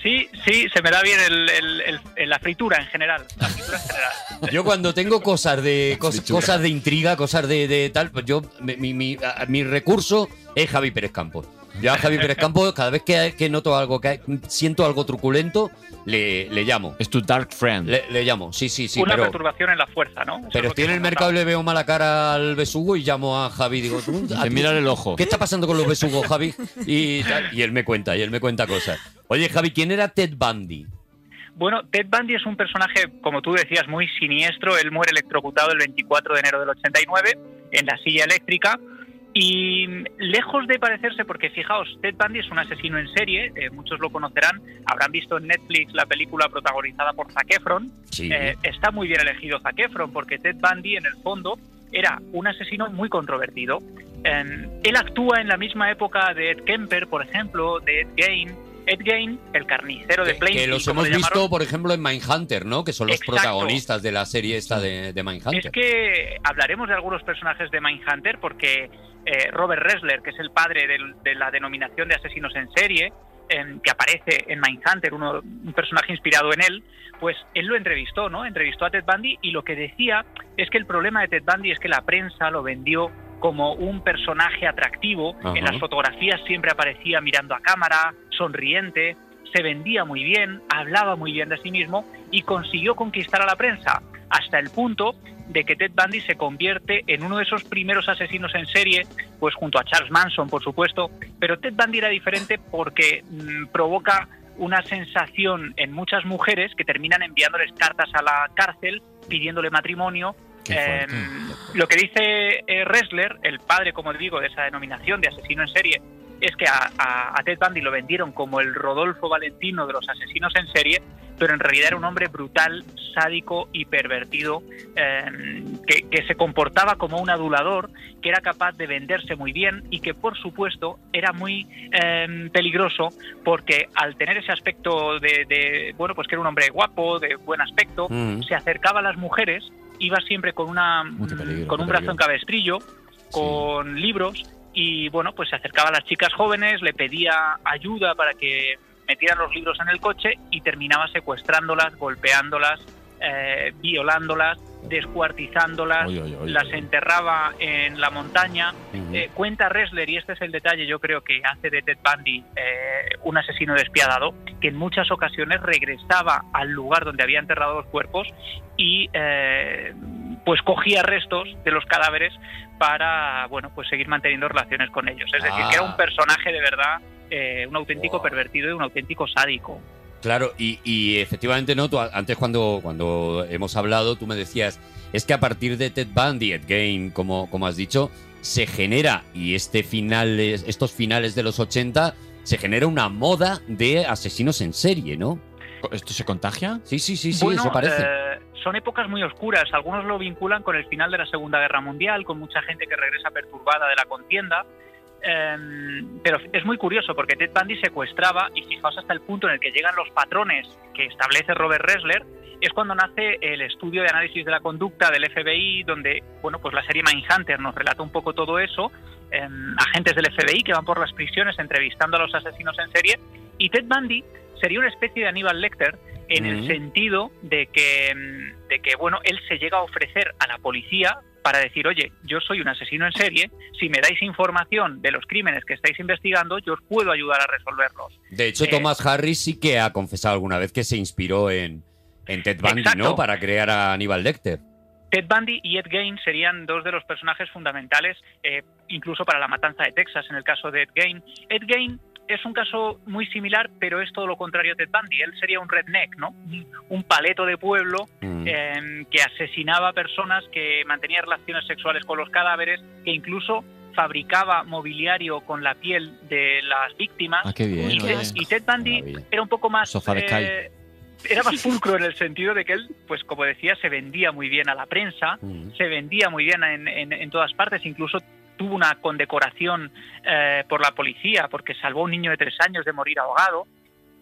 Sí, sí, se me da bien el, el- el- el- la fritura en general. La fritura en general. Yo cuando tengo cosas de cos- cosas de intriga, cosas de, de tal, pues yo mi, mi- mi- a- mi recurso es Javi Pérez Campos. Yo a Javi Pérez Campos, cada vez que, que noto algo, que siento algo truculento, le, le llamo. Es tu dark friend. Le, le llamo, sí, sí, sí. Una pero, perturbación en la fuerza, ¿no? Eso es lo pero que estoy en se el nota. mercado y le veo mala cara al besugo y llamo a Javi y digo, "Tú, a Te ti- mira el ojo. ¿Qué está pasando con los besugos, Javi? Y, tal, y él me cuenta, y él me cuenta cosas. Oye, Javi, ¿quién era Ted Bundy? Bueno, Ted Bundy es un personaje, como tú decías, muy siniestro. Él muere electrocutado el 24 de enero del 89 en la silla eléctrica. Y mm, lejos de parecerse, porque fijaos, Ted Bundy es un asesino en serie, eh, muchos lo conocerán, habrán visto en Netflix la película protagonizada por Zac Efron. Sí. Eh, está muy bien elegido Zac Efron, porque Ted Bundy, en el fondo, era un asesino muy controvertido. Eh, él actúa en la misma época de Ed Kemper, por ejemplo, de Ed Gein. Ed Gein, el carnicero de que, Plainfield, que los como hemos le llamaron. visto, por ejemplo, en Mindhunter, ¿no? Que son los Exacto. protagonistas de la serie esta de, de Mindhunter. Es que hablaremos de algunos personajes de Mindhunter porque eh, Robert Ressler, que es el padre del- de la denominación de asesinos en serie, em, que aparece en Mindhunter, uno, un personaje inspirado en él, pues él lo entrevistó, ¿no? Entrevistó a Ted Bundy y lo que decía es que el problema de Ted Bundy es que la prensa lo vendió como un personaje atractivo. Ajá. En las fotografías siempre aparecía mirando a cámara, sonriente, se vendía muy bien, hablaba muy bien de sí mismo y consiguió conquistar a la prensa hasta el punto de que Ted Bundy se convierte en uno de esos primeros asesinos en serie, pues junto a Charles Manson, por supuesto, pero Ted Bundy era diferente porque mm, provoca una sensación en muchas mujeres que terminan enviándoles cartas a la cárcel pidiéndole matrimonio. Qué Eh, fuerte. lo que dice eh, Ressler, el padre, como digo, de esa denominación de asesino en serie, es que a, a- a Ted Bundy lo vendieron como el Rodolfo Valentino de los asesinos en serie, pero en realidad era un hombre brutal, sádico y pervertido, eh, que, que se comportaba como un adulador, que era capaz de venderse muy bien y que, por supuesto, era muy eh, peligroso porque al tener ese aspecto de, de, bueno, pues que era un hombre guapo, de buen aspecto, Mm. se acercaba a las mujeres, iba siempre con una mm, peligro, con qué un brazo peligro. en cabestrillo, con libros y bueno, pues se acercaba a las chicas jóvenes, le pedía ayuda para que metieran los libros en el coche y terminaba secuestrándolas, golpeándolas, eh, violándolas, descuartizándolas, Oy, oy, oy, las oy. enterraba en la montaña. Ujú. Eh, cuenta Ressler, y este es el detalle yo creo que hace de Ted Bundy eh, un asesino despiadado, que en muchas ocasiones regresaba al lugar donde había enterrado los cuerpos y eh, pues cogía restos de los cadáveres para bueno pues seguir manteniendo relaciones con ellos. Es decir, Ah. que era un personaje de verdad, eh, un auténtico pervertido y un auténtico sádico. Claro, y, y efectivamente, ¿no? Tú a- antes cuando, cuando hemos hablado, tú me decías, es que a partir de Ted Bundy, Ed Game, como, como has dicho, se genera, y este final, es- estos finales de los 80, se genera una moda de asesinos en serie, ¿no? ¿Esto se contagia? Sí, sí, sí, sí, Bueno, eso parece. eh, son épocas muy oscuras. Algunos lo vinculan con el final de la Segunda Guerra Mundial, con mucha gente que regresa perturbada de la contienda. Eh, pero es muy curioso porque Ted Bundy secuestraba y fijaos hasta el punto en el que llegan los patrones que establece Robert Ressler es cuando nace el estudio de análisis de la conducta del FBI donde bueno pues la serie Mindhunter nos relata un poco todo eso eh, agentes del FBI que van por las prisiones entrevistando a los asesinos en serie y Ted Bundy sería una especie de Aníbal Lecter en el Mm. sentido de que, mm, de que, bueno, él se llega a ofrecer a la policía para decir, oye, yo soy un asesino en serie, si me dais información de los crímenes que estáis investigando, yo os puedo ayudar a resolverlos. De hecho, eh, Thomas Harris sí que ha confesado alguna vez que se inspiró en, en Ted Bundy, ¿no? Exacto. Para crear a Aníbal Lecter. Ted Bundy y Ed Gein serían dos de los personajes fundamentales, eh, incluso para la matanza de Texas, en el caso de Ed Gein. Ed Gein es un caso muy similar, pero es todo lo contrario a Ted Bundy. Él sería un redneck, ¿no? Un- Un paleto de pueblo Mm. eh, que asesinaba a personas, que mantenía relaciones sexuales con los cadáveres, que incluso fabricaba mobiliario con la piel de las víctimas. Ah, qué bien, y, oye. Ted- y Ted Bundy era un poco más... Sofá de Sky. eh, era más pulcro en el sentido de que él, pues como decía, se vendía muy bien a la prensa, Mm, se vendía muy bien en, en- en todas partes, incluso tuvo una condecoración eh, por la policía porque salvó a un niño de tres años de morir ahogado,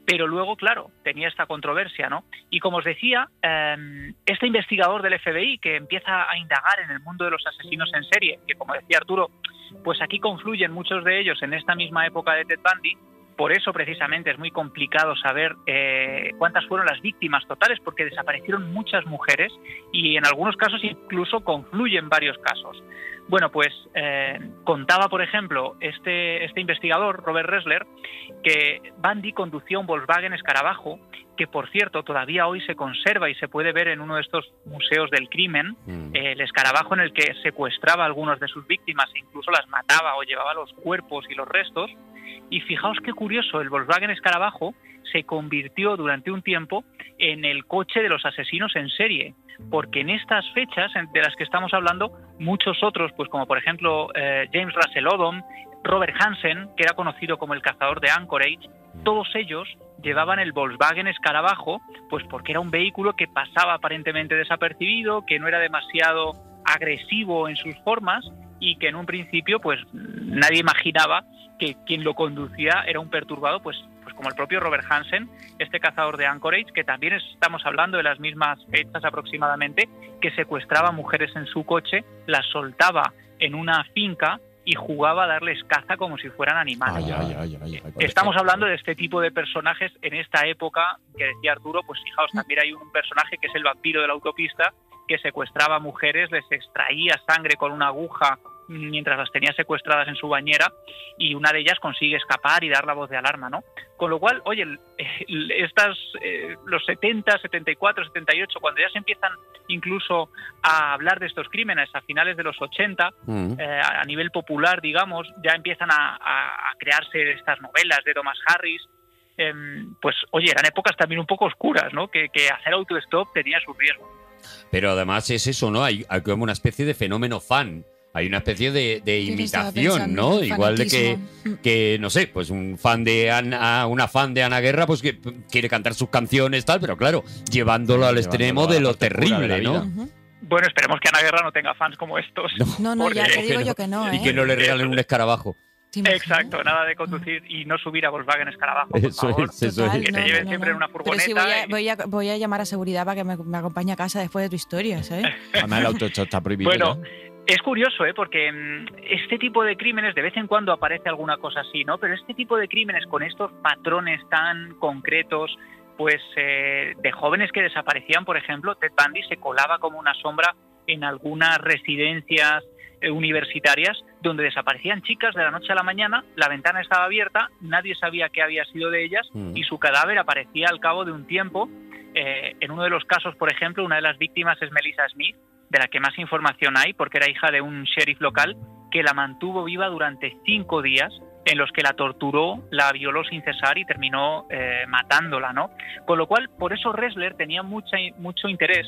pero luego, claro, tenía esta controversia, ¿no? Y como os decía, eh, este investigador del FBI que empieza a indagar en el mundo de los asesinos en serie, que como decía Arturo, pues aquí confluyen muchos de ellos en esta misma época de Ted Bundy, por eso precisamente es muy complicado saber eh, cuántas fueron las víctimas totales, porque desaparecieron muchas mujeres y en algunos casos incluso confluyen varios casos. Bueno, pues eh, contaba, por ejemplo, este, este investigador, Robert Ressler, que Bundy conducía un Volkswagen Escarabajo, que por cierto todavía hoy se conserva y se puede ver en uno de estos museos del crimen, Mm. eh, el escarabajo en el que secuestraba a algunas de sus víctimas e incluso las mataba o llevaba los cuerpos y los restos. Y fijaos qué curioso, el Volkswagen Escarabajo se convirtió durante un tiempo en el coche de los asesinos en serie, porque en estas fechas en- de las que estamos hablando, muchos otros, pues como por ejemplo eh, James Russell Odom, Robert Hansen, que era conocido como el cazador de Anchorage, todos ellos llevaban el Volkswagen Escarabajo, pues porque era un vehículo que pasaba aparentemente desapercibido, que no era demasiado agresivo en sus formas y que en un principio pues nadie imaginaba que quien lo conducía era un perturbado, pues, pues como el propio Robert Hansen, este cazador de Anchorage, que también estamos hablando de las mismas fechas aproximadamente, que secuestraba mujeres en su coche, las soltaba en una finca y jugaba a darles caza como si fueran animales. Estamos hablando de este tipo de personajes en esta época que decía Arturo, pues fijaos, también hay un personaje que es el vampiro de la autopista que secuestraba mujeres, les extraía sangre con una aguja mientras las tenía secuestradas en su bañera y una de ellas consigue escapar y dar la voz de alarma, ¿no? Con lo cual, oye, el- el- estas, eh, los 70, 74, 78, cuando ya se empiezan incluso a hablar de estos crímenes a finales de los 80, Mm. eh, a a nivel popular, digamos, ya empiezan a, a- a crearse estas novelas de Thomas Harris. Em, pues, oye, eran épocas también un poco oscuras, ¿no? Que, que hacer autostop tenía sus riesgos. Pero además es eso, ¿no? Hay, hay como una especie de fenómeno fan. Hay una especie de, de lo estaba imitación, pensando, ¿no? el Igual de que, Mm. que, no sé, pues un fan de Ana, una fan de Ana Guerra, pues que p- quiere cantar sus canciones, tal, pero claro, llevándolo al extremo a la de lo parte oscura de la terrible, ¿no? Bueno, esperemos que Ana Guerra no tenga fans como estos. No, no, ya te digo yo que no, Y ¿eh? que no le regalen un escarabajo. Exacto, nada de conducir y no subir a Volkswagen Escarabajo, por Eso favor. es, eso Total, que es. te no, lleven no, siempre en una Pero furgoneta. sí, voy a, voy, a, voy a llamar a seguridad para que me, me acompañe a casa después de tu historia, ¿sabes? Además, el autostop está prohibido. Bueno, ¿no? Es curioso, ¿eh? porque mm, este tipo de crímenes, de vez en cuando aparece alguna cosa así, ¿no? Pero este tipo de crímenes con estos patrones tan concretos, pues eh, de jóvenes que desaparecían, por ejemplo, Ted Bundy se colaba como una sombra en algunas residencias eh, universitarias donde desaparecían chicas de la noche a la mañana, la ventana estaba abierta, nadie sabía qué había sido de ellas Mm. y su cadáver aparecía al cabo de un tiempo. Eh, en uno de los casos, por ejemplo, una de las víctimas es Melissa Smith, de la que más información hay porque era hija de un sheriff local que la mantuvo viva durante cinco días en los que la torturó, la violó sin cesar y terminó eh, matándola, ¿no? Con lo cual, por eso Ressler tenía mucha, mucho interés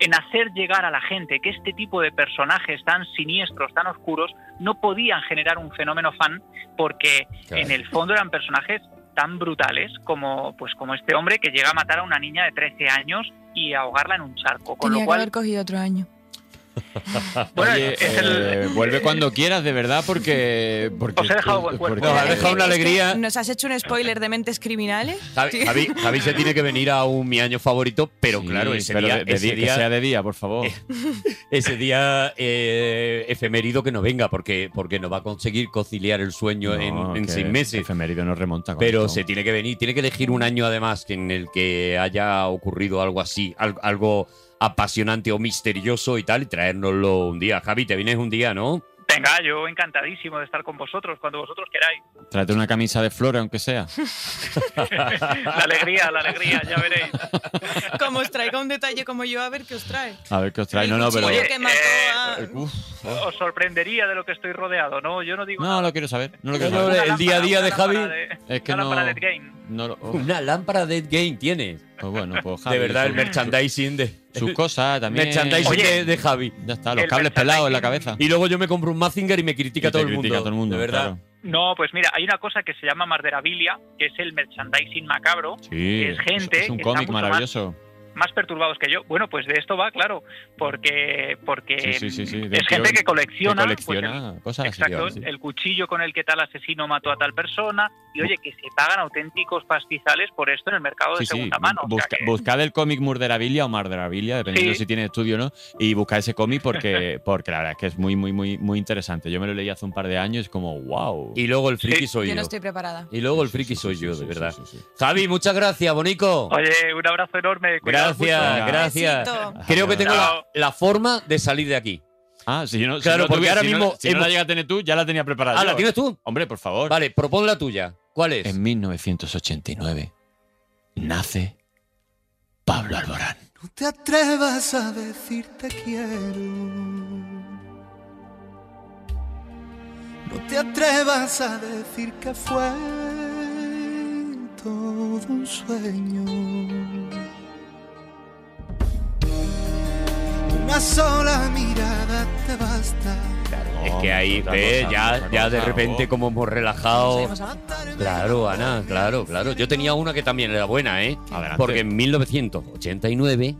en hacer llegar a la gente que este tipo de personajes tan siniestros, tan oscuros, no podían generar un fenómeno fan porque Claro. en el fondo eran personajes tan brutales como, pues, como este hombre que llega a matar a una niña de 13 años y ahogarla en un charco. Con Tenía lo que cual, haber cogido otro año. Oye, eh, vuelve cuando quieras, de verdad, porque. porque Os he dejado buen cuerpo. porque- Nos has dejado una alegría. ¿Nos has hecho un spoiler de mentes criminales? Javi, Sí. Javi, Javi se tiene que venir a un mi año favorito, pero Sí, claro, ese pero día, de- de ese día- que día- eh, sea de día, por favor. ese día eh, efemérido que no venga, porque, porque no va a conseguir conciliar el sueño No, en, en que seis meses. Efemérido no remonta. con Pero esto. se tiene que venir, tiene que elegir un año además que en el que haya ocurrido algo así, al- algo apasionante o misterioso y tal, y traérnoslo un día. Javi, te vienes un día, ¿no? Venga, yo encantadísimo de estar con vosotros cuando vosotros queráis. Tráete una camisa de flores, aunque sea. la alegría, la alegría, ya veréis. Como os traiga un detalle como yo, a ver qué os trae. A ver qué os trae. No, no, pero. Oye, que mató eh, a- Os sorprendería de lo que estoy rodeado, ¿no? Yo no digo No, lo quiero saber. No lo quiero Pero saber. el día a día de Javi. Es que nada no. para Dead Game. no lo- oh, Una lámpara de game tienes. pues bueno, pues Javi. De verdad, el su- merchandising de. Sus cosas también. Merchandising Oye. de, de Javi. Ya está, los el cables pelados en la cabeza. Y luego yo me compro un Mazinger y me critica, Y te todo, el critica mundo, todo el mundo, De verdad. claro. No, pues mira, hay una cosa que se llama marderabilia, que es el merchandising macabro, Sí. Es gente Es un que está cómic mucho más- maravilloso. más perturbados que yo. Bueno, pues de esto va, claro, porque, porque Sí, sí, sí, sí, de es gente tirón, que Que colecciona, pues, colecciona cosas así. Exacto, sí. el cuchillo con el que tal asesino mató a tal persona. Y oye, que se pagan auténticos pastizales por esto en el mercado de Sí, sí. segunda mano. o sea Busca- que- buscad el cómic Murderabilia o Marderabilia, dependiendo Sí. si tiene estudio o no, y buscad ese cómic porque, porque la verdad es que es muy, muy, muy, muy interesante. Yo me lo leí hace un par de años y es como, wow. Y luego el friki soy Yo yo. no estoy preparada. Y luego el friki soy yo, de verdad. Javi, muchas gracias, Bonico. Oye, un abrazo enorme. cuidaos mucho. gracias, mucho. gracias. Besito. Creo que tengo la, Chao. la forma de salir de aquí. Ah, si no, si Claro, no porque tuvi- ahora si no- mismo si no la hemos- llegas a tener tú, ya la tenía preparada. Ah, yo. ¿la tienes tú? Hombre, por favor. Vale, propon la tuya. ¿Cuál es? En 1989 nace Pablo Alborán. No te atrevas a decir te quiero. No te atrevas a decir que fue todo un sueño. Una sola mirada te basta. es que ahí, otra ve, cosa, ya, otra ya de cosa, repente oh. como hemos relajado. Seguimos hablando. Claro, Ana, claro, claro. Yo tenía una que también era buena, ¿eh? Adelante. Porque en 1989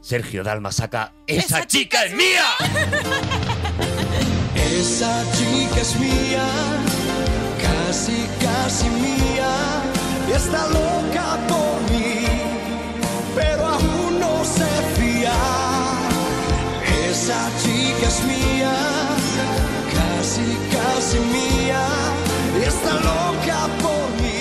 Sergio Dalma saca ¡Esa, Esa chica es mía! Esa chica es mía, casi, casi mía, y está loca por mí, pero aún no se fía. Esa chica es mía, casi, casi mía, y está loca por mí.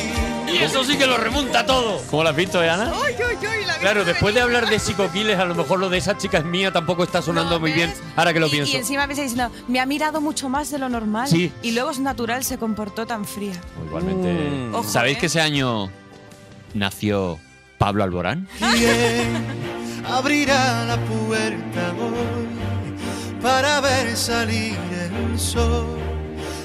Eso sí que lo remonta todo. ¿Cómo lo has visto, eh, Ana? ¡Ay, ay, ay! La Claro, después de hablar de psicoquiles, a lo mejor lo de esa chica es mía tampoco está sonando muy bien, ahora que lo Y- pienso. Y encima me está diciendo, me ha mirado mucho más de lo normal. Sí. Y luego es natural, se comportó tan fría. Pues Igualmente. Mm. Ojo, ¿Sabéis eh. que ese año nació Pablo Alborán? ¿Quién abrirá la puerta hoy para ver salir el sol?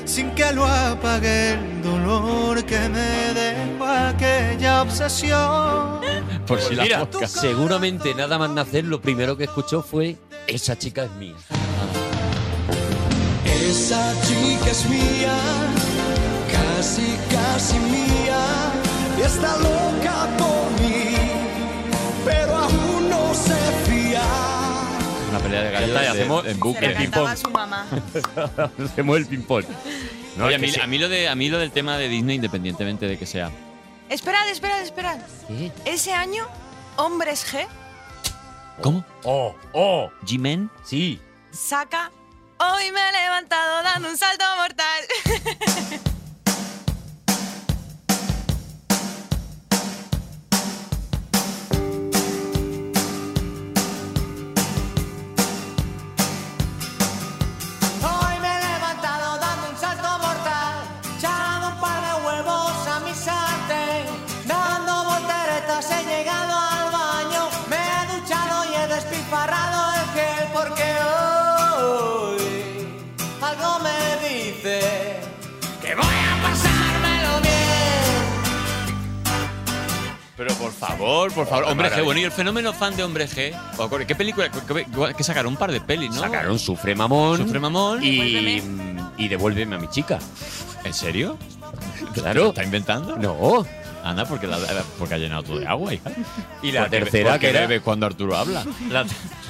Sin que lo apague el dolor que me dejó aquella obsesión. Por Pues si Mira. la mosca. Seguramente nada más nacer, lo primero que escuchó fue esa chica es mía. Esa chica es mía, casi, casi mía, y está loca por mí, pero aún no se fía. Una pelea de Ya gallos está, ya de- hacemos en bucle. el ping-pong. mamá. Hacemos el ping-pong. No, Oye, a, es que mí, sí. a mí lo de, a mí lo del tema de Disney, independientemente de que sea. Esperad, esperad, esperad. Ese año, Hombres G ¿Cómo? Oh, oh. ¿G-Men? Sí. saca. Hoy me he levantado dando un salto mortal. Hoy me he levantado dando un salto mortal, echando un par de huevos a mi sartén, dando volteretas he llegado al baño, me he duchado y he despilfarrado el gel porque hoy algo me dice que voy a pasármelo bien. Pero por favor, por favor. Oh, qué Hombre G, maravilla. bueno, y el fenómeno fan de Hombre G. ¿Os acordáis? ¿Qué película? ¿Qué- qué- Que sacaron un par de pelis, ¿no? Sacaron Sufre Mamón. Sufre Mamón. Y, y devuélveme a mi chica. ¿En serio? Claro. ¿Está inventando? No. Ana, porque, la- la- porque ha llenado todo de agua, hija. Y la Porque be- tercera porque que era- bebe cuando Arturo habla. La,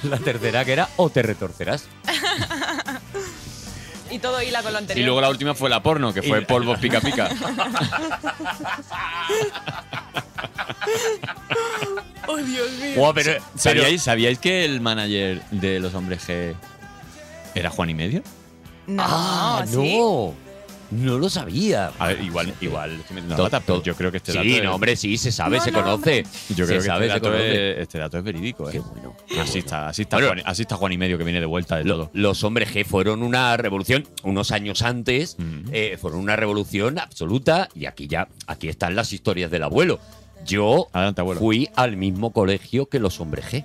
la tercera que era o te retorcerás. Y todo hila con lo Y anterior. luego la última fue la porno, que fue Y- polvo pica pica. ¡Oh, Dios mío! Guau, pero- ¿Sabíais, sabíais que el manager de los hombres G era Juan y medio? No, ah, ¿sí? no. No lo sabía. A ver, igual, igual estoy metiendo la To- pata, pero yo creo que este Sí, dato. es- no, hombre, sí, se sabe, No, se no, conoce. Yo creo se que sabe, este, se dato conoce. es, este dato es verídico, ¿eh? Así está, así está, Juan, así está Juan y medio que viene de vuelta de todo. Los hombres G fueron una revolución unos años antes, eh, fueron una revolución absoluta y aquí ya, aquí están las historias del abuelo. Yo fui al mismo colegio que los hombres G.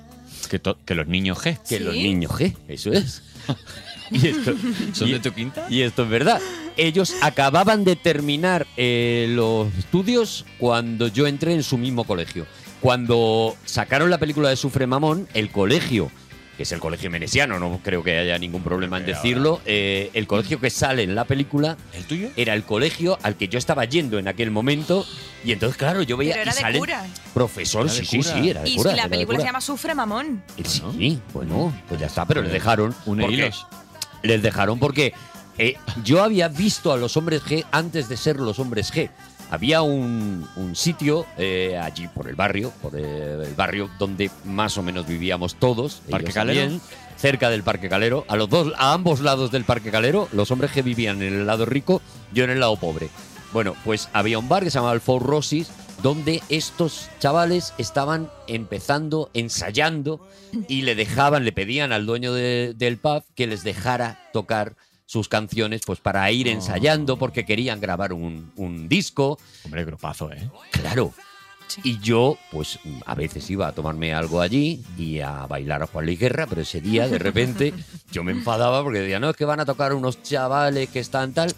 Que, los niños G. Que ¿Sí? los niños G, eso es. Y esto, ¿Son y- de tu quinta? Y esto es verdad. Ellos acababan de terminar eh, los estudios cuando yo entré en su mismo colegio. Cuando sacaron la película de Sufre Mamón, el colegio, que es el colegio menesiano, no creo que haya ningún problema en decirlo, eh, el colegio que sale en la película ¿El tuyo? era el colegio al que yo estaba yendo en aquel momento. Y entonces, claro, yo veía... Pero y era de salen- cura. Profesor, Era de sí, sí, cura. sí, era de Y cura. la era de película cura. Eh, se llama Sufre Mamón. Sí, bueno, pues ya está, pero les dejaron. Un porque- hilos. Les dejaron porque eh, yo había visto a los hombres G antes de ser los hombres G. Había un, un sitio eh, allí por el barrio, por eh, el barrio donde más o menos vivíamos todos. ¿Parque ellos Calero? también, cerca del Parque Calero. A los dos, a ambos lados del Parque Calero, los hombres G vivían en el lado rico, yo en el lado pobre. Bueno, pues había un bar que se llamaba el Four Roses, donde estos chavales estaban empezando, ensayando, y le dejaban, le pedían al dueño de- del pub que les dejara tocar sus canciones, pues para ir ensayando, porque querían grabar un, un disco. Hombre, gropazo, ¿eh? Claro. Y yo, pues a veces iba a tomarme algo allí y a bailar a Juan Luis Guerra, pero ese día, de repente, yo me enfadaba porque decía, no, es que van a tocar unos chavales que están tal.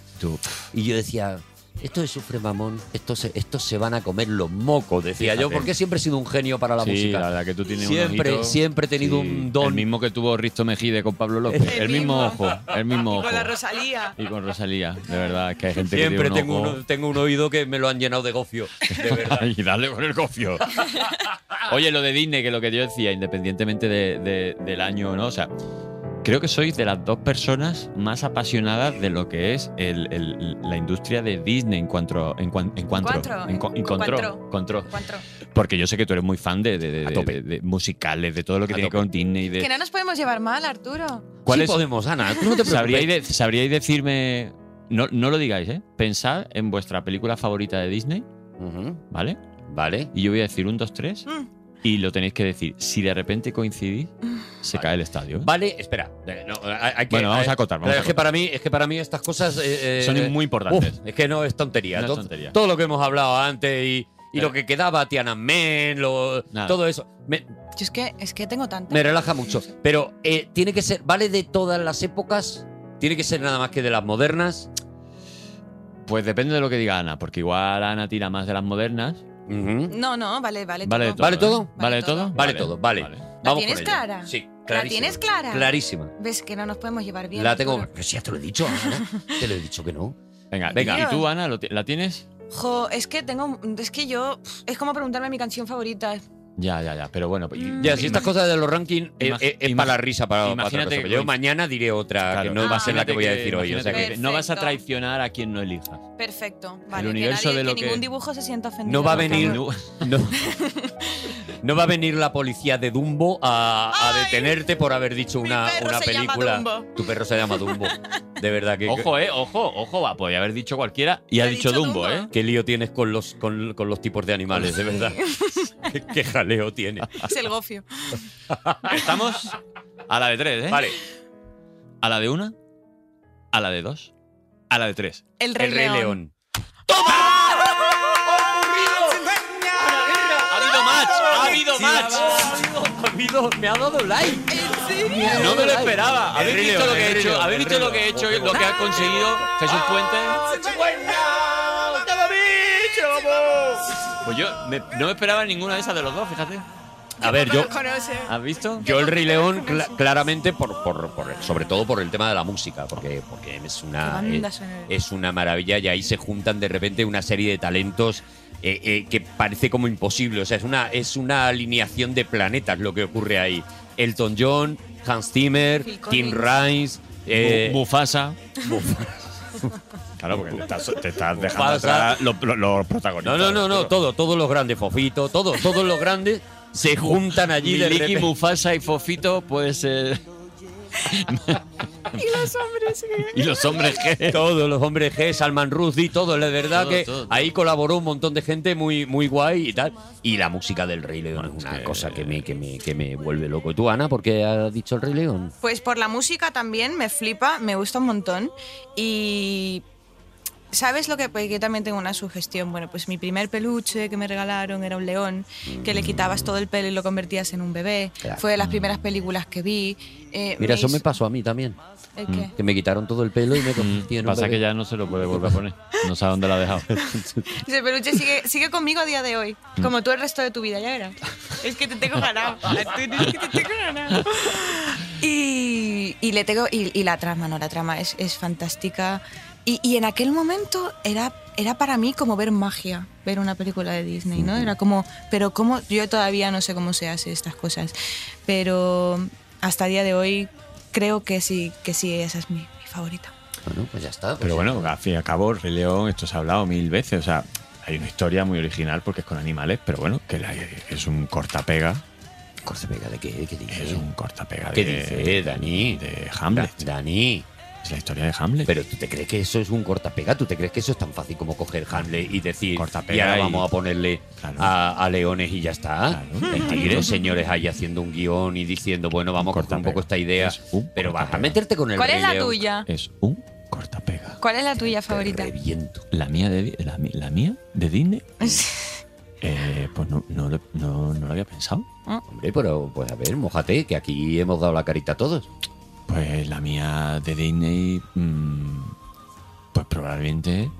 Y yo decía, esto es sufre mamón, estos se, estos se van a comer los mocos, decía yo, Fíjate. porque siempre he sido un genio para la Sí, música. la verdad que tú tienes un siempre, ojito- siempre he tenido Sí, un don. El mismo que tuvo Risto Mejide con Pablo López. El, mismo ojo. El mismo ojo. Con la Rosalía. Y con Rosalía. De verdad, que hay gente que Siempre tiene un tengo, ojo. un, tengo un oído que me lo han llenado de gofio. De verdad. y dale con el cofio. Oye, lo de Disney, que lo que yo decía, independientemente de- de- del año, ¿no? O sea, creo que sois de las dos personas más apasionadas de lo que es el- el- la industria de Disney en cuanto en, cuan- en cuanto Cuantro, en, cu- en en control, cuantro. control. Cuatro. Porque yo sé que tú eres muy fan de, de- de- de- de musicales, de todo lo que tiene con Disney. De, Que no nos podemos llevar mal, Arturo. ¿Cuál Sí es- podemos, Ana, tú no te preocupes. ¿Sabríais, de- sabríais decirme.? No, no lo digáis, ¿eh? Pensad en vuestra película favorita de Disney ¿Vale? Vale. Y yo voy a decir un, dos, tres. Mm. Y lo tenéis que decir. Si de repente coincidís, se cae el estadio. ¿eh? Vale, espera. eh, no, hay- hay que- Bueno, vamos hay- a acotar, vamos es a Que para mí, es que para mí estas cosas. eh, eh, Son muy importantes. uf, es que no es tontería. No es todo, tontería. Eh. todo lo que hemos hablado antes y, y lo que quedaba, Tiananmen, lo- Nada. todo eso. Me, Yo es que, es que tengo tantas. me relaja mucho. Pero eh, tiene que ser. ¿Vale de todas las épocas? ¿Tiene que ser nada más que de las modernas? Pues depende de lo que diga Ana, porque igual Ana tira más de las modernas. No, no, vale, vale. ¿Vale de todo? todo. ¿eh? ¿Vale de todo? Vale todo, vale. ¿La Vamos tienes con ello. clara? Sí, ¿La clarísima. tienes clara? Clarísima. ¿Ves que no nos podemos llevar bien? La tengo. Pero si ya te lo he dicho, Ana. te lo he dicho que no. Venga, Venga. ¿Y tú, Ana, lo ti- la tienes? Jo, es que tengo. Es que yo. Es como preguntarme mi canción favorita. Ya, ya, ya. Pero bueno. y- Ya, si estas cosas de los rankings eh, Imag- eh, es imag- para la risa, para, para otra imagínate cosa. que Yo coinc- mañana diré otra, Claro, que no va a ser la imagínate que voy a decir hoy. o sea imagínate que- Ah, que no vas a Perfecto. traicionar a quien no elijas. Perfecto. Vale, universo que, nadie- de lo que que- ningún dibujo se sienta ofendido. no va a por venir. favor. No, no va a venir la policía de Dumbo a, a detenerte por haber dicho una, perro una se llama película. Dumbo. Tu perro se llama Dumbo. De verdad que. Ojo, eh, ojo, ojo, va, podría haber dicho cualquiera y ha dicho Dumbo, eh. Qué lío tienes con los, con, con los tipos de animales, de verdad. qué, qué jaleo tiene. Es el gofio. Estamos a la de tres, eh. Vale. A la de una, a la de dos, a la de tres. El Rey El Rey León. León. ¡Ah! ¡Ha habido match! ¡Ha habido match! Ha habido- me ha dado like. No me lo esperaba. El ¿Habéis Rey visto León, lo que el he Rey hecho? León, ¿Habéis el visto Rey lo que he León. hecho? Lo que ha conseguido Jesús Puente. Pues yo me- no me esperaba ninguna de esas de los dos, fíjate. A ver, yo. ¿Has visto? Yo el Rey León cla- claramente por, por- por- sobre todo por el tema de la música, porque, porque es Qué una banda es, sonora. es una maravilla y ahí se juntan de repente una serie de talentos eh, eh, que parece como imposible, o sea, es una es una alineación de planetas lo que ocurre ahí. Elton John, Hans Zimmer, Phil Tim Collins. Rice, eh, Mu- Eh, Mufasa. Claro, porque te estás, dejando atrás los, protagonistas. No, no, no, no, todo, todos los grandes, Fofito, todos, todos los grandes se juntan allí de Miliki, repente. Mufasa y Fofito pues, eh, puede ser. Y los hombres. Y los hombres G. Todos los hombres G, Salman Rushdie, todo, la verdad Todo, que todo, todo. ahí colaboró un montón de gente muy, muy guay y tal. Y la música del Rey León es una cosa que me, que, me, que me vuelve loco. ¿Tú, Ana, por qué has dicho el Rey León? Pues por la música también me flipa, me gusta un montón. Y. ¿Sabes lo que? Pues yo también tengo una sugestión. Bueno, pues mi primer peluche que me regalaron era un león, que le quitabas todo el pelo y lo convertías en un bebé. Claro. Fue de las primeras películas que vi. Eh, Mira, eso me hizo- pasó Mm. a mí también. ¿El qué? Que me quitaron todo el pelo y me convertí en un mm, Pasa bebé. que ya no se lo puede volver a poner. No sabe dónde la ha dejado. Ese peluche sigue, sigue conmigo a día de hoy, como tú el resto de tu vida, ya verás. Es que te tengo ganado. Es que te tengo ganado. Y, y le tengo, y, y la trama, no, la trama es, es fantástica. Y, y en aquel momento era, era para mí como ver magia, ver una película de Disney, ¿no? Era como, pero cómo, yo todavía no sé cómo se hace estas cosas, pero hasta día de hoy creo que sí, que sí, esa es mi, mi favorita. Bueno, pues ya está. Pero bueno, al fin y al cabo, Rey León, esto se ha hablado mil veces. O sea, hay una historia muy original porque es con animales, pero bueno, que la- es un cortapega. ¿Cortapega de qué? ¿De qué dice? Es un cortapega ¿Qué de. dice, Dani? De Hamlet. Dani. Es la historia de Hamlet. Pero tú te crees que eso es un cortapega, tú te crees que eso es tan fácil como coger Hamlet y decir, Cortapega y ahora y- vamos a ponerle a, a leones y ya está. Hay unos señores ahí haciendo un guión y diciendo, bueno, vamos a cortar un poco esta idea, pero vas a meterte con el ¿Cuál Rey es la León. tuya? Es ¿Cuál es la tuya favorita? La mía de, Di- la, mi- la mía de Disney. Eh, pues no, no, lo- no- no lo había pensado. Ah. Hombre, pero pues a ver, mojate, que aquí hemos dado la carita a todos. Pues la mía de Disney. mm, pues probablemente.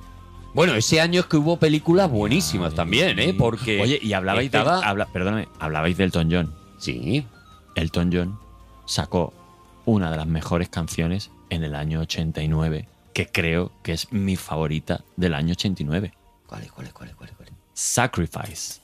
Bueno, ese año es que hubo películas buenísimas también, ¿eh? Porque. Oye, y hablabais de- estaba- habla- perdóname, hablabais de Elton John. Sí. Elton John sacó una de las mejores canciones en el año 89, que creo que es mi favorita del año 89. ¿Cuál es, cuál es, cuál es, cuál es? cuál es? Sacrifice.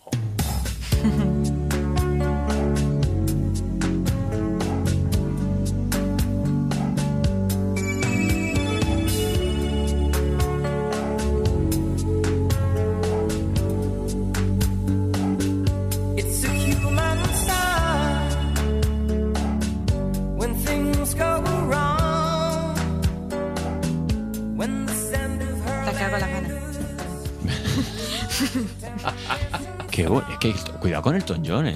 It's a human sign when things go wrong. When the sound of her Te acaba la gana. Qué bu- es que cuidado con el John, ¿eh?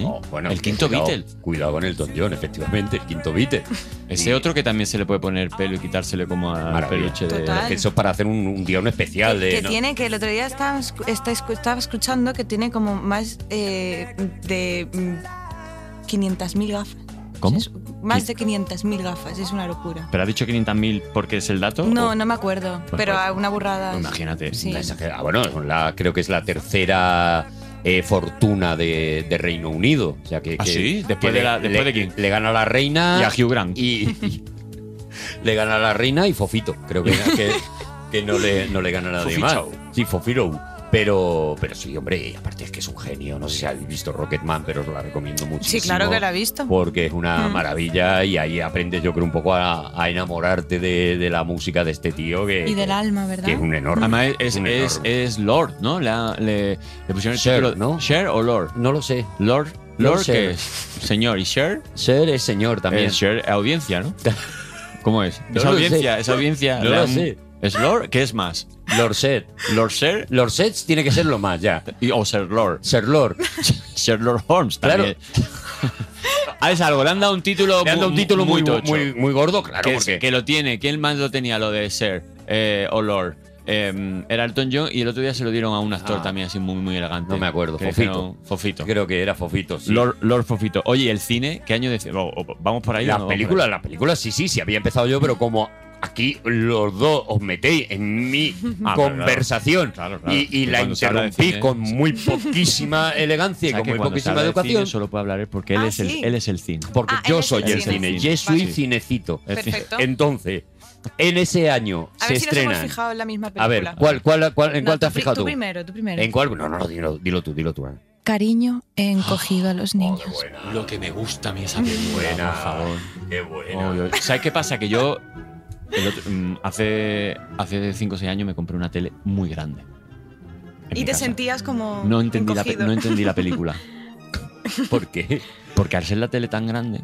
el quinto Oh, cuidado- Beatle. Cuidado con el John, efectivamente, el quinto Beatle. Ese otro que también se le puede poner pelo y quitárselo como al Maravilla. peluche de. Total. Eso es para hacer un, un guión especial de. Ah. que ¿no? tiene, que el otro día estaba, escu- esta- escu- estaba escuchando que tiene como más eh, de mm, 500.000 gafas. ¿Cómo? Más de 500.000 gafas, es una locura. ¿Pero ha dicho 500.000 porque es el dato? No, ¿O- no me acuerdo, Pues, pero pues, a una burrada. Imagínate. Sí. Una exagerada. ah, Bueno, son la- creo que es la tercera eh, fortuna de, de Reino Unido. O sea que, ¿Ah, que- sí? ¿Después que de le- la- después le- de quién? Le gana la reina. Y a Hugh Grant. Y, y- le gana la reina y Fofito. Creo que, que, que no, le, no le gana nadie más. Fofichao. Sí, Fofiro. Pero, pero sí, hombre, y aparte es que es un genio. No sé si habéis visto Rocketman, pero os la recomiendo muchísimo. claro que la he visto. Porque es una Mm. maravilla y ahí aprendes, yo creo, un poco a, a enamorarte de, de la música de este tío. Que, Y del alma, ¿verdad? que es un enorme. Además, es, un es- es Lord, ¿no? La- le, le pusieron el Sher, título- ¿no? ¿Sher o Lord? No lo sé. Lord, Lord Lord Sher. que es señor. ¿Y Sher? Sher es señor también. Eh, Sher es audiencia, ¿no? ¿Cómo es? No es lo audiencia, sé. es audiencia. No la- lo sé. ¿Es Lord? ¿Qué es más? Lord Sher. ¿Lord Sher? Lord Sher tiene que ser lo más ya. Y- o Sir Lord. Sir Lord. Sir Lord Holmes también. Ah, es algo, le han dado un título, Le han dado mu- un título muy- tocho. muy- muy gordo, claro, Que, es- porque- que lo tiene, que él más lo tenía, lo de ser eh, o Lord. Eh, era Elton John y el otro día se lo dieron a un actor Ah. también así muy, muy elegante. No me acuerdo, Que Fofito. dijeron Fofito. Creo que era Fofito. sí. Lord, Lord Fofito. Oye, ¿y el cine? ¿Qué año decía? Vamos por ahí. o Las no vamos por películas, ahí? las películas, sí, sí, sí, había empezado yo, pero como aquí los dos os metéis en mi Ah, pero conversación claro, claro. y, y Que la cuando se habla de interrumpí cine- con muy poquísima elegancia y ¿Sabes con que muy cuando se poquísima habla de cine educación. solo puede hablar él porque él, Ah, es el, sí. él es el cine. Porque Ah, yo él es soy el el cine. cine, Sí. yo soy Vale. cinecito. Perfecto. Entonces, en ese año A se ver si nos hemos estrenan. fijado en la misma película. a ver, ¿cuál, cuál, cuál- ¿en No, cuál te tú has pri- fijado tú tú? primero, tú primero. ¿En cuál? No, no, no, dilo, dilo tú, dilo tú. eh. Cariño, he encogido a los niños. Oh, Lo que me gusta a mí esa película, Buena. por favor. Oh, Qué buena. Oy, oy. ¿Sabes qué pasa? Que yo el otro- mm, hace, hace 5 o 6 años me compré una tele muy grande. en y mi te casa. sentías como. no entendí, la, pe- encogido. no entendí la película. ¿Por qué? Porque al ser la tele tan grande,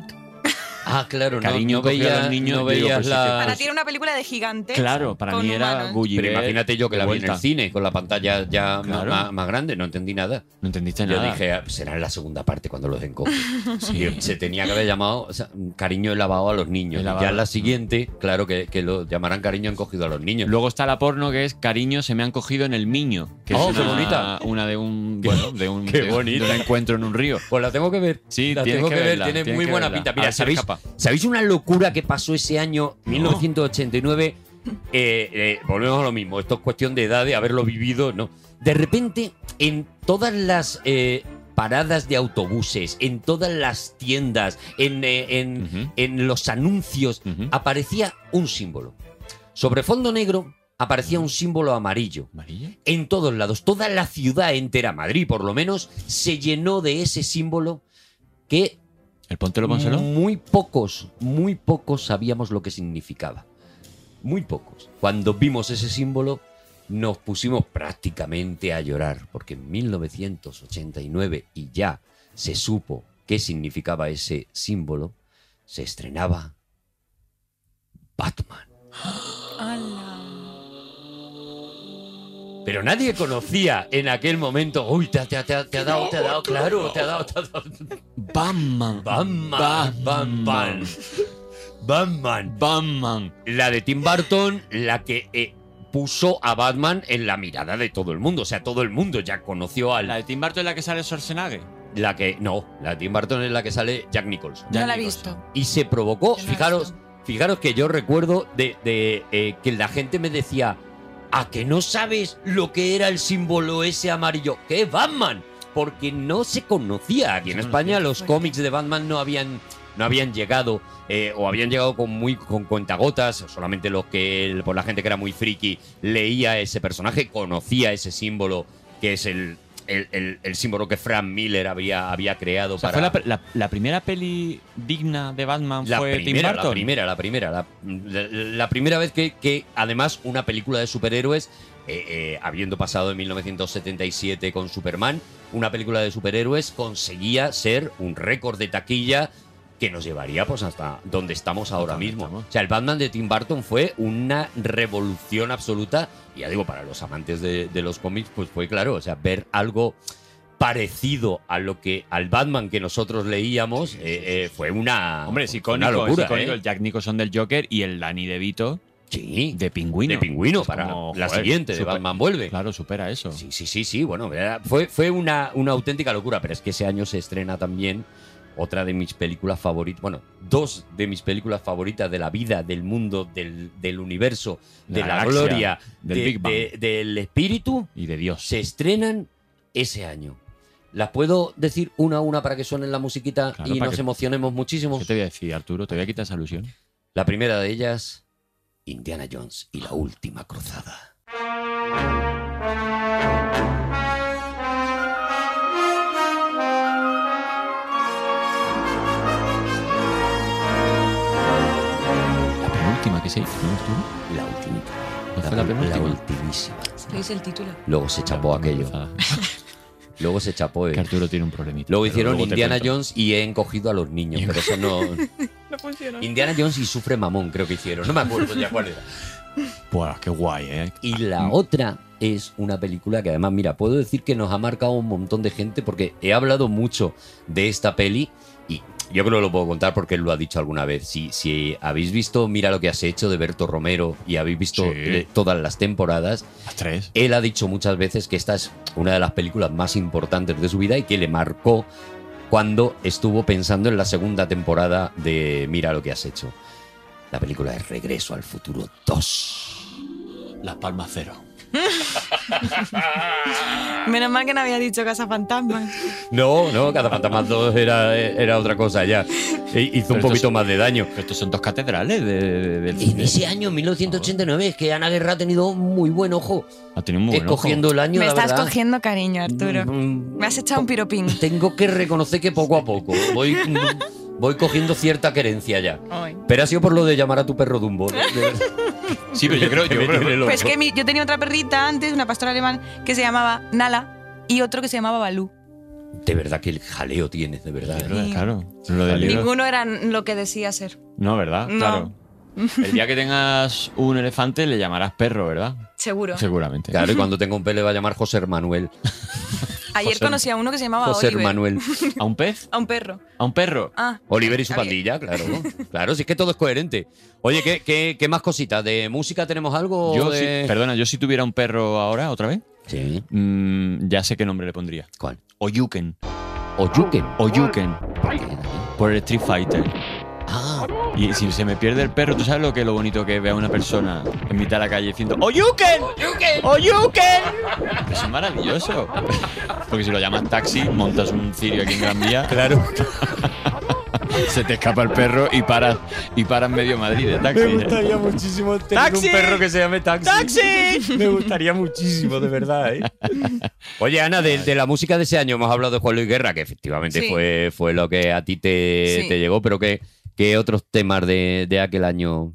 Ah, claro, no, Cariño, no cogí a veía, los niños, no yo digo, veías pues sí que- la... Para ti era una película de gigantes. claro, para con mí era humanos. Gulliver. Pero imagínate yo que la de vi en el vuelta. cine con la pantalla ya ma- Claro. ma- más, grande, no entendí nada. No entendiste Yo nada. dije, "Ah, será en la segunda parte cuando los encoge. Sí. Y Se tenía que haber llamado o sea, cariño he lavado a los niños. He Y lavado. ya en la siguiente, claro que, que lo llamarán cariño encogido a los niños. Luego está la porno que es Cariño, se me han cogido en el miño. Que Oh, es qué una, bonita. Una de un. Bueno, de un, Qué de un- de bonita. un encuentro en un río. Pues la tengo que ver. Sí, la tienes tengo que que, ver, verla, tiene tienes muy que buena verla. pinta. A Mira, ver si ¿sabéis, escapa. ¿sabéis una locura que pasó ese año 1989? Eh, eh, volvemos a lo mismo, esto es cuestión de edad, de haberlo vivido, ¿no? De repente, en todas las eh, paradas de autobuses, en todas las tiendas, en, eh, en, en los anuncios, Ah, aparecía un símbolo. Sobre fondo negro aparecía un símbolo amarillo ¿Amarillo? en todos lados, toda la ciudad entera, Madrid por lo menos, se llenó de ese símbolo que ¿El Pontelo Ponceló? muy pocos, muy pocos sabíamos lo que significaba. Muy pocos. Cuando vimos ese símbolo nos pusimos prácticamente a llorar, porque en 1989 y ya se supo qué significaba ese símbolo, se estrenaba Batman. Pero nadie conocía en aquel momento. Uy, te, ha- te ha- te ha- te ha dado, te ha dado, claro, te ha dado, te ha dado. Batman. Batman, Batman. Batman. Batman. La de Tim Burton, la que eh, puso a Batman en la mirada de todo el mundo. O sea, todo el mundo ya conoció La al. de Tim Burton es la que sale Schwarzenegger. La que. No, la de Tim Burton es la que sale Jack Nicholson. Ya no la he digo, visto. y se provocó. Qué Fijaros, fijaros que yo recuerdo de, de, eh, que la gente me decía, ¿a que no sabes lo que era el símbolo ese amarillo? ¿Qué es Batman? Porque no se conocía. Aquí en España los cómics de Batman no habían, no habían llegado eh, o habían llegado con muy con cuentagotas. Solamente los que el- por la gente que era muy friki leía ese personaje conocía ese símbolo que es el, el- el- el símbolo que Frank Miller había, había creado O sea, para fue la, la- la primera peli digna de Batman la fue primera, Tim Burton. La primera, la primera. La, la- la primera vez que, que, además, una película de superhéroes, eh, eh, habiendo pasado en 1977 con Superman, una película de superhéroes conseguía ser un récord de taquilla que nos llevaría pues hasta donde estamos ahora mismo. O sea, el Batman de Tim Burton fue una revolución absoluta. Y Ya digo, para los amantes de, de los cómics, pues fue claro, o sea, ver algo parecido a lo que al Batman que nosotros leíamos eh, eh, fue una Hombre, es fue icónico, una locura, es icónico ¿eh? el Jack Nicholson del Joker y el Danny DeVito de pingüino. De pingüino, Es para como, la joder, siguiente, de super- Batman Vuelve. Claro, supera eso. Sí, sí, sí, sí. Bueno, era- fue, fue una, una auténtica locura, pero es que ese año se estrena también otra de mis películas favoritas, bueno, dos de mis películas favoritas de la vida, del mundo, del, del universo, de La la, galaxia, gloria, del de- Big Bang. de- del espíritu y de Dios. Se estrenan ese año. Las puedo decir una a una para que suenen la musiquita Claro, y para nos que- emocionemos muchísimo. ¿Qué te voy a decir, Arturo? Te voy a quitar esa ilusión. La primera de ellas, Indiana Jones y la última cruzada. La penúltima que se hizo, ¿no, Arturo? La última. ¿No fue la penúltima? ultimísima. Este Lees el título. Luego se chapó aquello. Luego se chapó. eh. Arturo tiene un problemita. Luego pero hicieron luego te Indiana cuento. Jones y he encogido a los niños, pero eso no. No funciona. Indiana Jones y sufre mamón, creo que hicieron. No me acuerdo ya cuál era. Buah, qué guay, ¿eh? Y la otra es una película que además, mira, puedo decir que nos ha marcado un montón de gente porque he hablado mucho de esta peli y yo creo que lo puedo contar porque él lo ha dicho alguna vez. Si, si habéis visto Mira lo que has hecho de Berto Romero y habéis visto Sí. eh, todas las temporadas, tres. él ha dicho muchas veces que esta es una de las películas más importantes de su vida y que le marcó cuando estuvo pensando en la segunda temporada de Mira lo que has hecho. La película es Regreso al Futuro 2. Las Palmas Cero. Menos mal que no había dicho Casa Fantasma. No, no, Cazafantasmas 2 era, era otra cosa ya. E- Hizo un poquito más de daño. Estos son dos catedrales de, de- del En ese año, en 1989, es que Ana Guerra ha tenido un muy buen ojo. Ha tenido un muy buen ojo. Escogiendo el año, Me la estás verdad. cogiendo cariño, Arturo. Mm, Me has echado un piropín. Tengo que reconocer que poco a poco voy, mm, voy cogiendo cierta querencia ya. Ay. Pero ha sido por lo de llamar a tu perro Dumbo. Sí, pero yo creo- yo creo- Pues que mi- yo tenía otra perrita antes, una pastora alemán, que se llamaba Nala y otro que se llamaba Balú. De verdad que el jaleo tienes, de verdad. Claro, claro. Lo del libro- Ninguno era lo que decía ser. No, ¿verdad? No. Claro. El día que tengas un elefante le llamarás perro, ¿verdad? Seguro. Seguramente. Claro, y cuando tenga un pelo le va a llamar José Manuel. Ayer José- conocí a uno que se llamaba José Oliver. Manuel. ¿A un pez? A un perro. ¿A un perro? Ah. Oliver y su Está pandilla, claro. Claro, si es que todo es coherente. Oye, ¿qué, qué, qué más cositas? ¿De música tenemos algo? Yo, de- si- perdona, yo si tuviera un perro ahora, otra vez, Sí. mm, ya sé qué nombre le pondría. ¿Cuál? Oyuken. Oyuken. Oyuken. Por el Street Fighter. Ah. Y si se me pierde el perro, ¿tú sabes lo que es lo bonito que ve a una persona en mitad de la calle diciendo ¡Oyuken! ¡Oyuken! Eso es maravilloso. Porque si lo llamas taxi, montas un cirio aquí en Gran Vía. Claro. Se te escapa el perro y paras, y paras medio Madrid de taxi. ¿eh? muchísimo tener ¡Taxi! un perro que se llame Taxi. ¡Taxi! Me gustaría muchísimo, de verdad. ¿eh? Oye, Ana, de, de la música de ese año hemos hablado de Juan Luis Guerra, que efectivamente Sí. fue, fue lo que a ti te, Sí. te llegó, pero que, que otros temas de, de aquel año.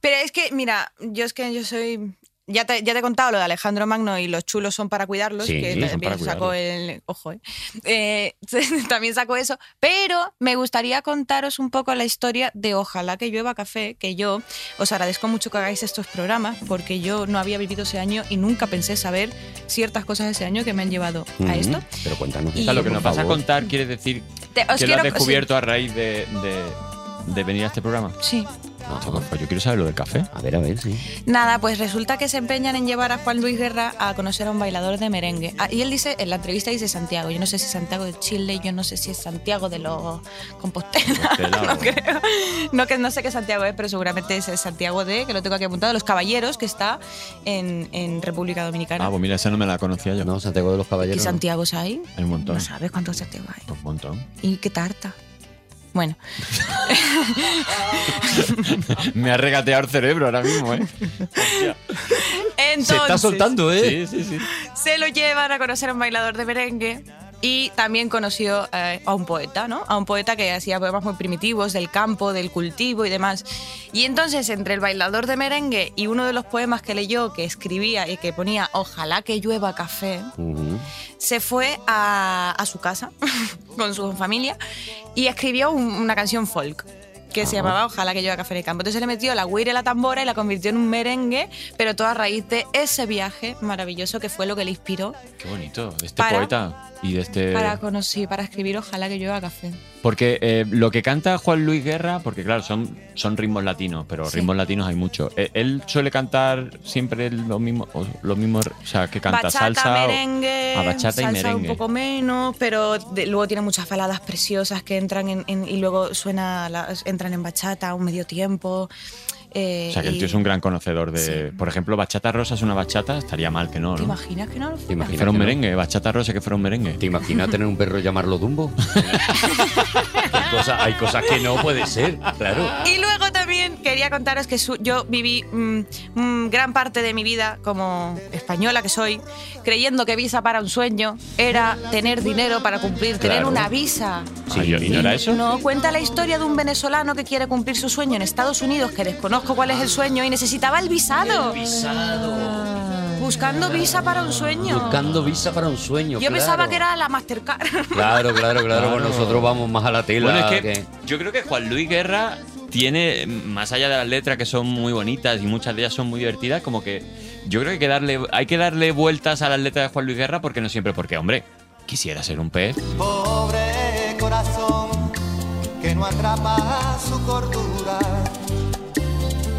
Pero es que, mira, yo es que yo soy. Ya te, ya te he contado lo de Alejandro Magno y los chulos son para cuidarlos, Sí, que son también para sacó el. Ojo, ¿eh? Eh, también sacó eso. Pero me gustaría contaros un poco la historia de Ojalá que llueva café, que yo os agradezco mucho que hagáis estos programas, porque yo no había vivido ese año y nunca pensé saber ciertas cosas de ese año que me han llevado a esto. Ujú, Pero cuéntanos. Y- O sea, lo que nos por vas a favor. contar quiere decir Te- os que lo has quiero- descubierto a raíz de, de- de venir a este programa. Sí. Pues yo quiero saber lo del café. A ver, a ver, sí. Nada, pues resulta que se empeñan en llevar a Juan Luis Guerra a conocer a un bailador de merengue. Ah, Y él dice, en la entrevista dice Santiago. Yo no sé si Santiago de Chile, yo no sé si es Santiago de los Compostela. Compostela, no o- creo. No, que, no sé qué Santiago es, pero seguramente es el Santiago de, que lo tengo aquí apuntado, Los Caballeros, que está en, en República Dominicana. Ah, pues mira, esa no me la conocía yo. No, Santiago de los ¿Qué Caballeros. no. Santiago es ahí? Hay un montón. No sabes cuántos Santiago hay. Un montón. Y qué tarta. Bueno, Me ha regateado el cerebro ahora mismo, ¿eh? entonces... ¿eh? Sí, sí, sí. se lo llevan a conocer a un bailador de merengue y también conoció eh, a un poeta, ¿no? A un poeta que hacía poemas muy primitivos del campo, del cultivo y demás. Y entonces, entre el bailador de merengue y uno de los poemas que leyó, que escribía y que ponía Ojalá que llueva café, Ujú. se fue a, a su casa con su familia y escribió un- una canción folk que se llamaba Ojalá que yo a café en el campo. Entonces le metió la guira y la tambora y la convirtió en un merengue, pero todo a raíz de ese viaje maravilloso que fue lo que le inspiró Qué bonito, de este Para- poeta y de este... para conocer, para escribir Ojalá que yo a café. Porque eh, lo que canta Juan Luis Guerra, porque claro, son, son ritmos latinos, pero Sí. ritmos latinos hay muchos. Eh, Él suele cantar siempre lo mismo, o lo mismo, o sea, que canta bachata, salsa. o- merengue, a bachata y salsa merengue. un poco menos, pero de- luego tiene muchas baladas preciosas que entran en, en- y luego suena la- entran en bachata un medio tiempo. eh, O sea, que el y- tío es un gran conocedor de. Por ejemplo, Bachata Rosa es una bachata, estaría mal que no, ¿Te ¿no? imaginas que no lo fuera? Que fuera un merengue, Bachata Rosa que fuera un merengue. ¿Te imaginas tener un perro y llamarlo Dumbo? hay, cosas, hay cosas que no puede ser, claro. Y luego también quería contaros que su- yo viví mm, mm, gran parte de mi vida como española que soy, creyendo que visa para un sueño era tener dinero para cumplir, tener Claro. una visa. Ah, yo- ¿Y no era eso? No, cuenta la historia de un venezolano que quiere cumplir su sueño en Estados Unidos, que desconozco cuál es el sueño, y necesitaba el visado. Buscando visa para un sueño. Buscando visa para un sueño. Yo claro. pensaba que era la Mastercard. Claro, claro, claro. pues nosotros vamos más a la tela. Bueno, es que yo creo que Juan Luis Guerra tiene, mm, más allá de las letras que son muy bonitas y muchas de ellas son muy divertidas, como que yo creo que hay que darle, hay que darle vueltas a las letras de Juan Luis Guerra porque no siempre, porque hombre, quisiera ser un pez. Pobre corazón que no atrapa su cordura.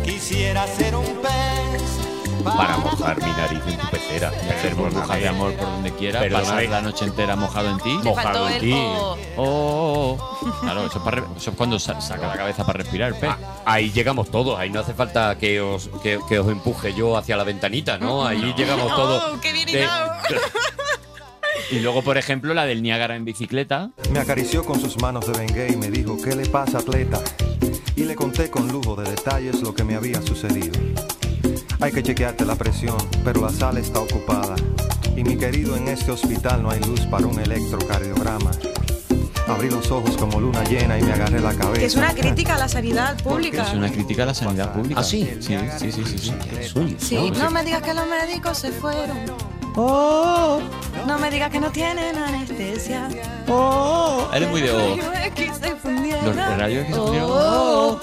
Quisiera ser un pez Para mojar mi nariz en tu pecera y hacer burbujas de amor por donde quiera, Perdóname. pasar la noche entera mojado en ti. Te faltó el Oh, o. oh, oh. Claro, eso es, para re- eso es cuando sa- saca la cabeza para respirar, pez. Ah, Ahí llegamos todos, ahí no hace falta que os, que, que os empuje yo hacia la ventanita, ¿no? Ahí llegamos todos. qué bien de- Y luego, por ejemplo, la del Niágara en bicicleta. Me acarició con sus manos de Bengay y me dijo, ¿qué le pasa, atleta? Y le conté con lujo de detalles lo que me había sucedido. Hay que chequearte la presión, pero la sala está ocupada. Y mi querido, en este hospital no hay luz para un electrocardiograma. Abrí los ojos como luna llena y me agarré la cabeza. Que es una crítica a la sanidad pública. Es una crítica a la sanidad pública. ¿Ah, sí? Sí, sí, sí. sí, sí. Sí, no me digas que los médicos se fueron. No me digas que no tienen anestesia. Oh, eres muy de oh. Los rayos X se fundieron. Los rayos X se fundieron. Oh,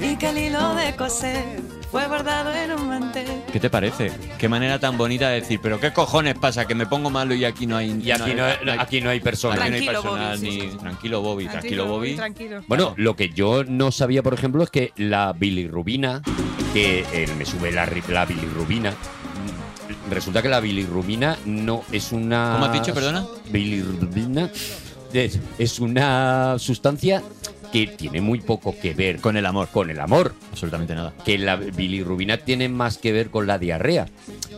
y que el hilo de coser fue bordado en un mantel. ¿Qué te parece? Qué manera tan bonita de decir, pero qué cojones pasa que me pongo malo y aquí no hay Y aquí no, aquí no hay personas. aquí no hay personal ni tranquilo Bobby, tranquilo Bobby. Bueno, lo que yo no sabía, por ejemplo, es que la bilirrubina, que eh, me sube la, ri- la bilirrubina, mm, resulta que la bilirrubina no es una... ¿Cómo has dicho, perdona? Bilirrubina es, es una sustancia que tiene muy poco que ver con el amor. Con el amor. Absolutamente nada. Que la bilirrubina tiene más que ver con la diarrea.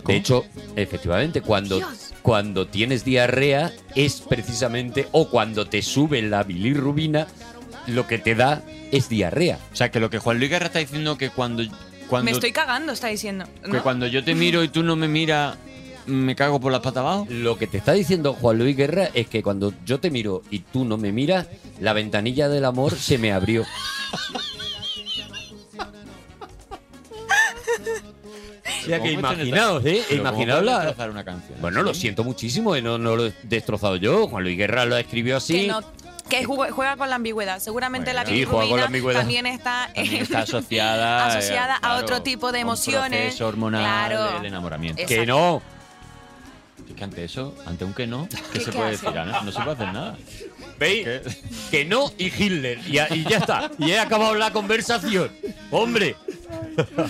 De hecho, efectivamente, cuando, Dios. cuando tienes diarrea es precisamente, o cuando te sube la bilirrubina, lo que te da es diarrea. O sea, que lo que Juan Luis Guerra está diciendo que cuando cuando Me estoy cagando, está diciendo. que ¿no? cuando yo te miro y tú no me miras me cago por las patas abajo. Lo que te está diciendo Juan Luis Guerra es que cuando yo te miro y tú no me miras, la ventanilla del amor se me abrió. O sea que imaginaos, ¿eh? Imaginaos la... una canción. Bueno, lo siento muchísimo, eh, no, no lo he destrozado yo. Juan Luis Guerra lo escribió así. Que, no- que juega, juega con la ambigüedad. Seguramente la Bueno. Sí, juega con la ambigüedad. también está, También en- está asociada, asociada eh, a claro, otro tipo de a un emociones. proceso hormonal Claro. Eh. del enamoramiento. Exacto. Que no. Es que ante eso, ante un que no, ¿qué, ¿Qué- se qué puede hace? decir? Ana? No se puede hacer nada. ¿Veis? Que no y Hitler. Y, ya- y ya está. Y he acabado la conversación. Hombre.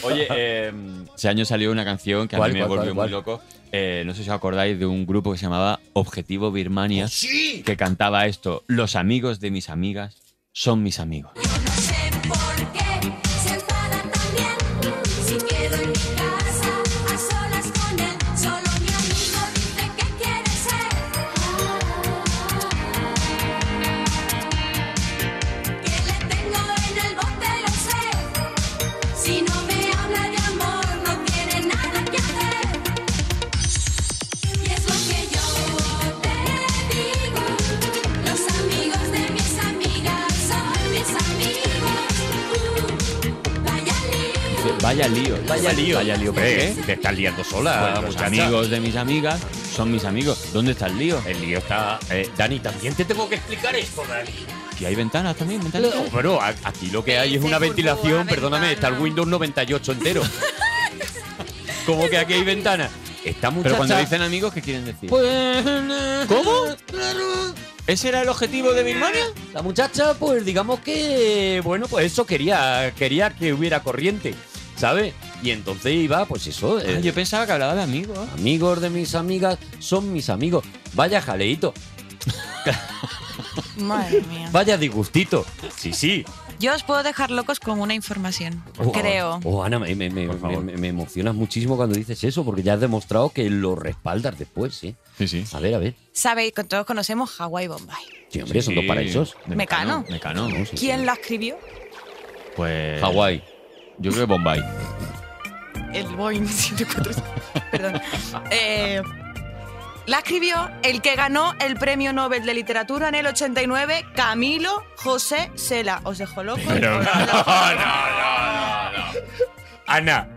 Oye, eh, ese año salió una canción que a em, ¿Cuál, mí me cuál, volvió cuál, cuál? muy loco. Eh, no sé si os acordáis de un grupo que se llamaba Objetivo Birmania, Oh, ¡Sí! que cantaba esto: Los amigos de mis amigas son mis amigos. sé por qué se enfada también si quedo en mi casa a solas con él solo mi amigo dice que quiere ser que le tengo en el bote lo sé si no me habla de amor no tiene nada que hacer y es lo que yo te digo los amigos de mis amigas son mis amigos Uh, vaya lío Eh, Vaya lío. Vaya lío. Vaya lío. Eh, Te estás liando sola, los muchacha. amigos de mis amigas Son mis amigos. ¿Dónde está el lío? El lío está. eh, Dani, también te tengo que explicar esto, Dani. Aquí hay ventanas también, ventanas. No, pero a- aquí lo que hay es una ventilación, perdóname, está el Windows 98 entero. Como que aquí hay ventanas. Está muchacha. Pero cuando dicen amigos, ¿qué quieren decir? Pues, ¿Cómo? ¿Ese era el objetivo de Birmania? La muchacha, pues digamos que, bueno, pues eso quería, quería que hubiera corriente, ¿sabes? Y entonces iba, pues eso. Ah, yo pensaba que hablaba de amigos. Amigos de mis amigas son mis amigos. Vaya jaleito, Madre mía. vaya disgustito. Sí, sí. Yo os puedo dejar locos con una información, Oh, creo. Oh, Ana, me, me- me- me- me emocionas muchísimo cuando dices eso, porque ya has demostrado que lo respaldas después, ¿eh? Sí, sí. A ver, a ver. Sabéis, que todos conocemos Hawái y Bombay. Sí, hombre, son Sí. dos paraísos. De Mecano. Mecano. Sí, sí. ¿Quién la escribió? Pues. Hawái. Yo creo que Bombay. El Boeing 747. Perdón. Eh, la escribió el que ganó el Premio Nobel de Literatura en el 89, Camilo José Sela. Os dejo loco. Pero no, no, no, no. Ana.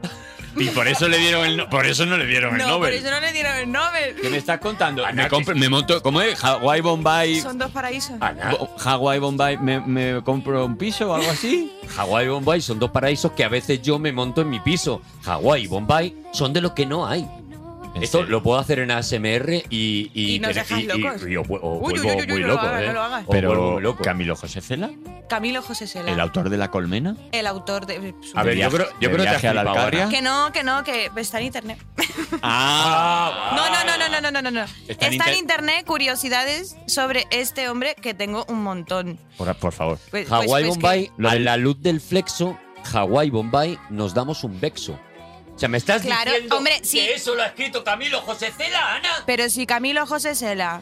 Y por eso le dieron el no- por eso no le dieron el No, por Nobel. eso no le dieron el ¿Qué me Nobel. estás contando? me, compro- me monto. ¿Cómo es? Hawái, Bombay. Son dos paraísos. Bo- Hawái, Bombay. Me, me compro un piso o algo así? Hawái y Bombay son dos paraísos que a veces yo me monto en mi piso. Hawái y Bombay son de los que no hay. Esto Este- lo puedo hacer en ASMR y... Y nos dejas locos. y yo vu- o Uy, uy, uy, vuelvo uy, muy no lo loco, hagas, ¿eh? no lo hagas. O vuelvo Pero muy loco. Camilo José Cela, Camilo José Sela. el Ah. autor de La Colmena. el autor de. eh, A ver, yo creo, yo creo que te has viaje a la flipado, Alcarria. Ana. Que no, que no, que está en internet. Ah, No, no, no, no, no, no, no, no, no. Está, Está en en inter- internet curiosidades sobre este hombre que tengo un montón. Por, por favor. Pues- Hawái, pues- pues Bombay, que- a la luz del flexo, Hawái, Bombay, nos damos un vexo. O sea, me estás Claro, diciendo hombre, sí. que eso lo ha escrito Camilo José Cela, Ana. Pero si Camilo José Sela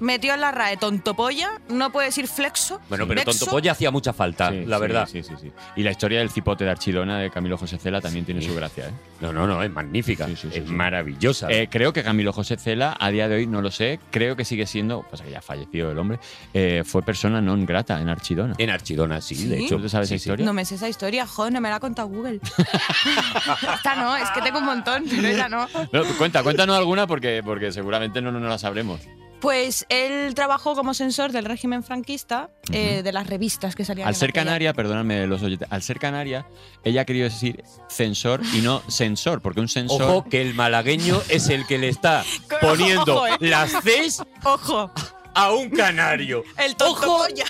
metió en la RAE tonto polla, no puede decir flexo. Bueno, pero vexo. tonto polla hacía mucha falta, Sí, la sí, verdad. Sí, sí, sí. Y la historia del cipote de Archilona de Camilo José Cela también tiene su gracia, ¿eh? No, no, no, es magnífica. es maravillosa. Eh, creo que Camilo José Cela, a día de hoy, no lo sé, creo que sigue siendo, pasa que ya falleció el hombre, eh, fue persona non grata en Archidona. En Archidona, sí, de ¿Sí? hecho. ¿Tú sabes esa historia? No me sé esa historia, joder, no me la ha contado Google. esta no, es que tengo un montón, pero esta no. No, tú cuenta, cuéntanos alguna porque, porque seguramente no, no, no la sabremos. Pues él trabajó como censor del régimen franquista, eh, de las revistas que salían. Al en ser aquella- canaria, perdóname los oyentes, al ser canaria, ella quería decir censor y no censor, porque un censor. Ojo que el malagueño es el que le está poniendo Ojo, eh. las Cs Ojo, a un canario. el tonto polla.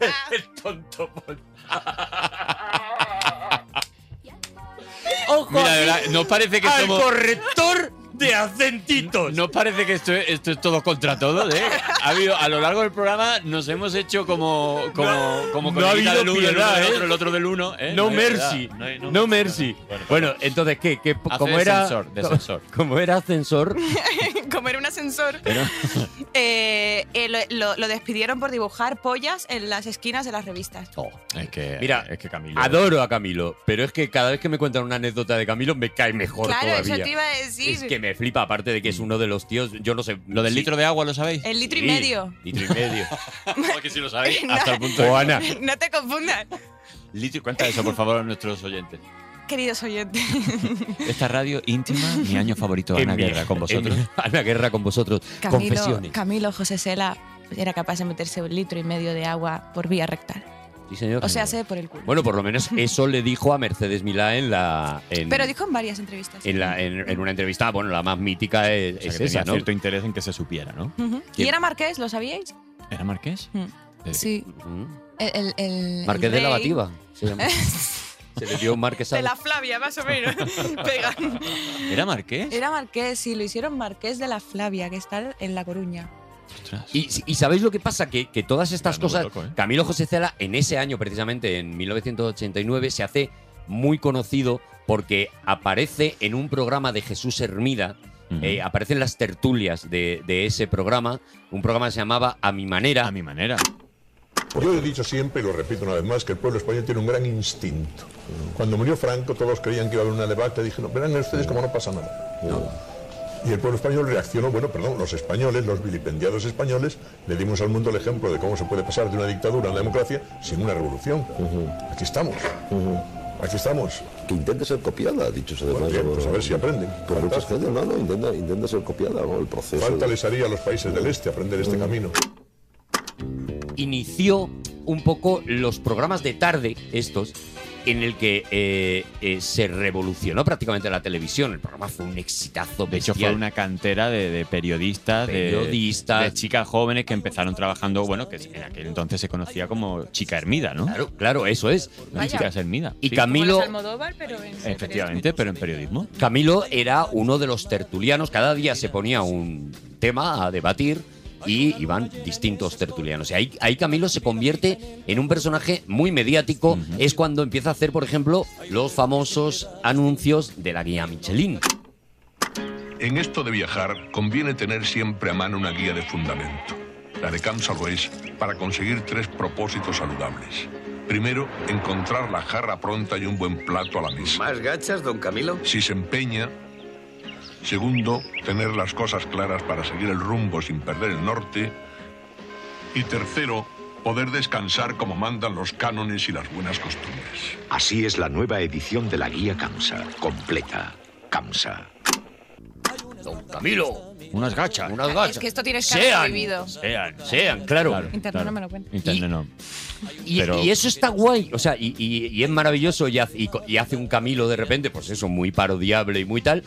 El tonto polla. Ojo Mira, de aquí verdad, nos parece que al somos- corrector de acentitos. ¿No os parece que esto es, esto es todo contra todo? ¿eh? Ha habido, a lo largo del programa nos hemos hecho como, como, como no ha conejita habido del uno, piedad, el uno del ¿eh? otro, el otro del uno. ¿eh? No hay mercy, piedad, no, hay- mercy. Bueno, entonces, ¿qué? ¿Qué- Hace como de era, censor, de co- censor. Como era ascensor, como era un ascensor, eh, eh, lo, lo- lo despidieron por dibujar pollas en las esquinas de las revistas. Es que, Mira, Eh, es que Camilo. adoro a Camilo, pero es que cada vez que me cuentan una anécdota de Camilo me cae mejor claro, todavía. eso te iba a decir. Es que me flipa, aparte de que Mm. es uno de los tíos, yo no sé. Lo del sí, litro de agua, ¿lo sabéis? El litro sí, y medio. Litro y medio. Porque si lo sabéis, Eh, No. hasta el punto de. O Ana. No te confundas, Litro, cuenta eso, por favor, a nuestros oyentes. queridos oyentes. Esta radio íntima, mi año favorito, Ana En mi- Guerra, con vosotros. en mi- Ana Guerra con vosotros. Camilo, Confesiones. Camilo José Sela era capaz de meterse un litro y medio de agua por vía rectal. Sí, señor. O sea, se por el culo. Bueno, por lo menos eso le dijo a Mercedes Milá en la. en- Pero dijo en varias entrevistas. en, la- en- en una entrevista, bueno, la más mítica es, O sea, es que tenía esa, ¿no? cierto interés en que se supiera, ¿no? Ujú. ¿Quién? ¿Y era marqués? ¿Lo sabíais? ¿Era marqués? Mm. Eh, Sí. Mm. El, el- el- Marqués el de la rey- Bativa. Se, llama. Se le dio un marqués De la Flavia, más o menos. Pega. ¿Era marqués? Era marqués, sí, lo hicieron marqués de la Flavia, que está en La Coruña. Y, y ¿sabéis lo que pasa? Que, que todas estas Ando muy cosas. loco, ¿eh? Camilo José Cela, en ese año precisamente, en 1989, se hace muy conocido porque aparece en un programa de Jesús Hermida. Ujú. eh, aparecen las tertulias de, de ese programa. Un programa que se llamaba A mi manera. A mi manera. Yo he dicho siempre, y lo repito una vez más, que el pueblo español tiene un gran instinto. Cuando murió Franco, todos creían que iba a haber una debacle, dijeron, verán ustedes cómo no pasa nada. Y el pueblo español reaccionó, bueno, perdón, los españoles, los vilipendiados españoles, le dimos al mundo el ejemplo de cómo se puede pasar de una dictadura a una democracia sin una revolución. Aquí estamos. Aquí estamos. Que intente ser copiada, dicho sea de Bueno, paso. bien, pues a ver si aprenden. Por muchas veces, no, no, intenta, intenta ser copiada, ¿no? El proceso. Falta de- les haría a los países del este aprender este camino. inició un poco los programas de tarde, estos, en el que eh, eh, se revolucionó prácticamente la televisión. El programa fue un exitazo. De hecho, fue bestial. una cantera de, de periodistas, de- Periodistas. de, chicas jóvenes que empezaron trabajando, bueno, que en aquel entonces se conocía como chica hermida, ¿no? Claro, claro, eso es. Las Vaya. chicas hermida. Y Sí. Camilo, Almodóvar, pero en- Efectivamente, pero en periodismo. Camilo era uno de los tertulianos. Cada día se ponía un tema a debatir y iban distintos tertulianos. Y ahí, ahí Camilo se convierte en un personaje muy mediático. Es cuando empieza a hacer, por ejemplo, los famosos anuncios de la guía Michelin. En esto de viajar, conviene tener siempre a mano una guía de fundamento. La de Camps lo es para conseguir tres propósitos saludables. Primero, encontrar la jarra pronta y un buen plato a la mesa. ¿Más gachas, don Camilo? Si se empeña. Segundo, tener las cosas claras para seguir el rumbo sin perder el norte. Y tercero, poder descansar como mandan los cánones y las buenas costumbres. Así es la nueva edición de la guía Camsa, completa. Camsa. Don Camilo, unas gachas. Unas Es que esto tienes que haber vivido. Sean, sean, claro. Internet no me lo cuenta. Internet no. Y, Pero- y eso está guay, o sea, y, y- y es maravilloso y, hace- y co- y hace un Camilo de repente, pues eso, muy parodiable y muy tal.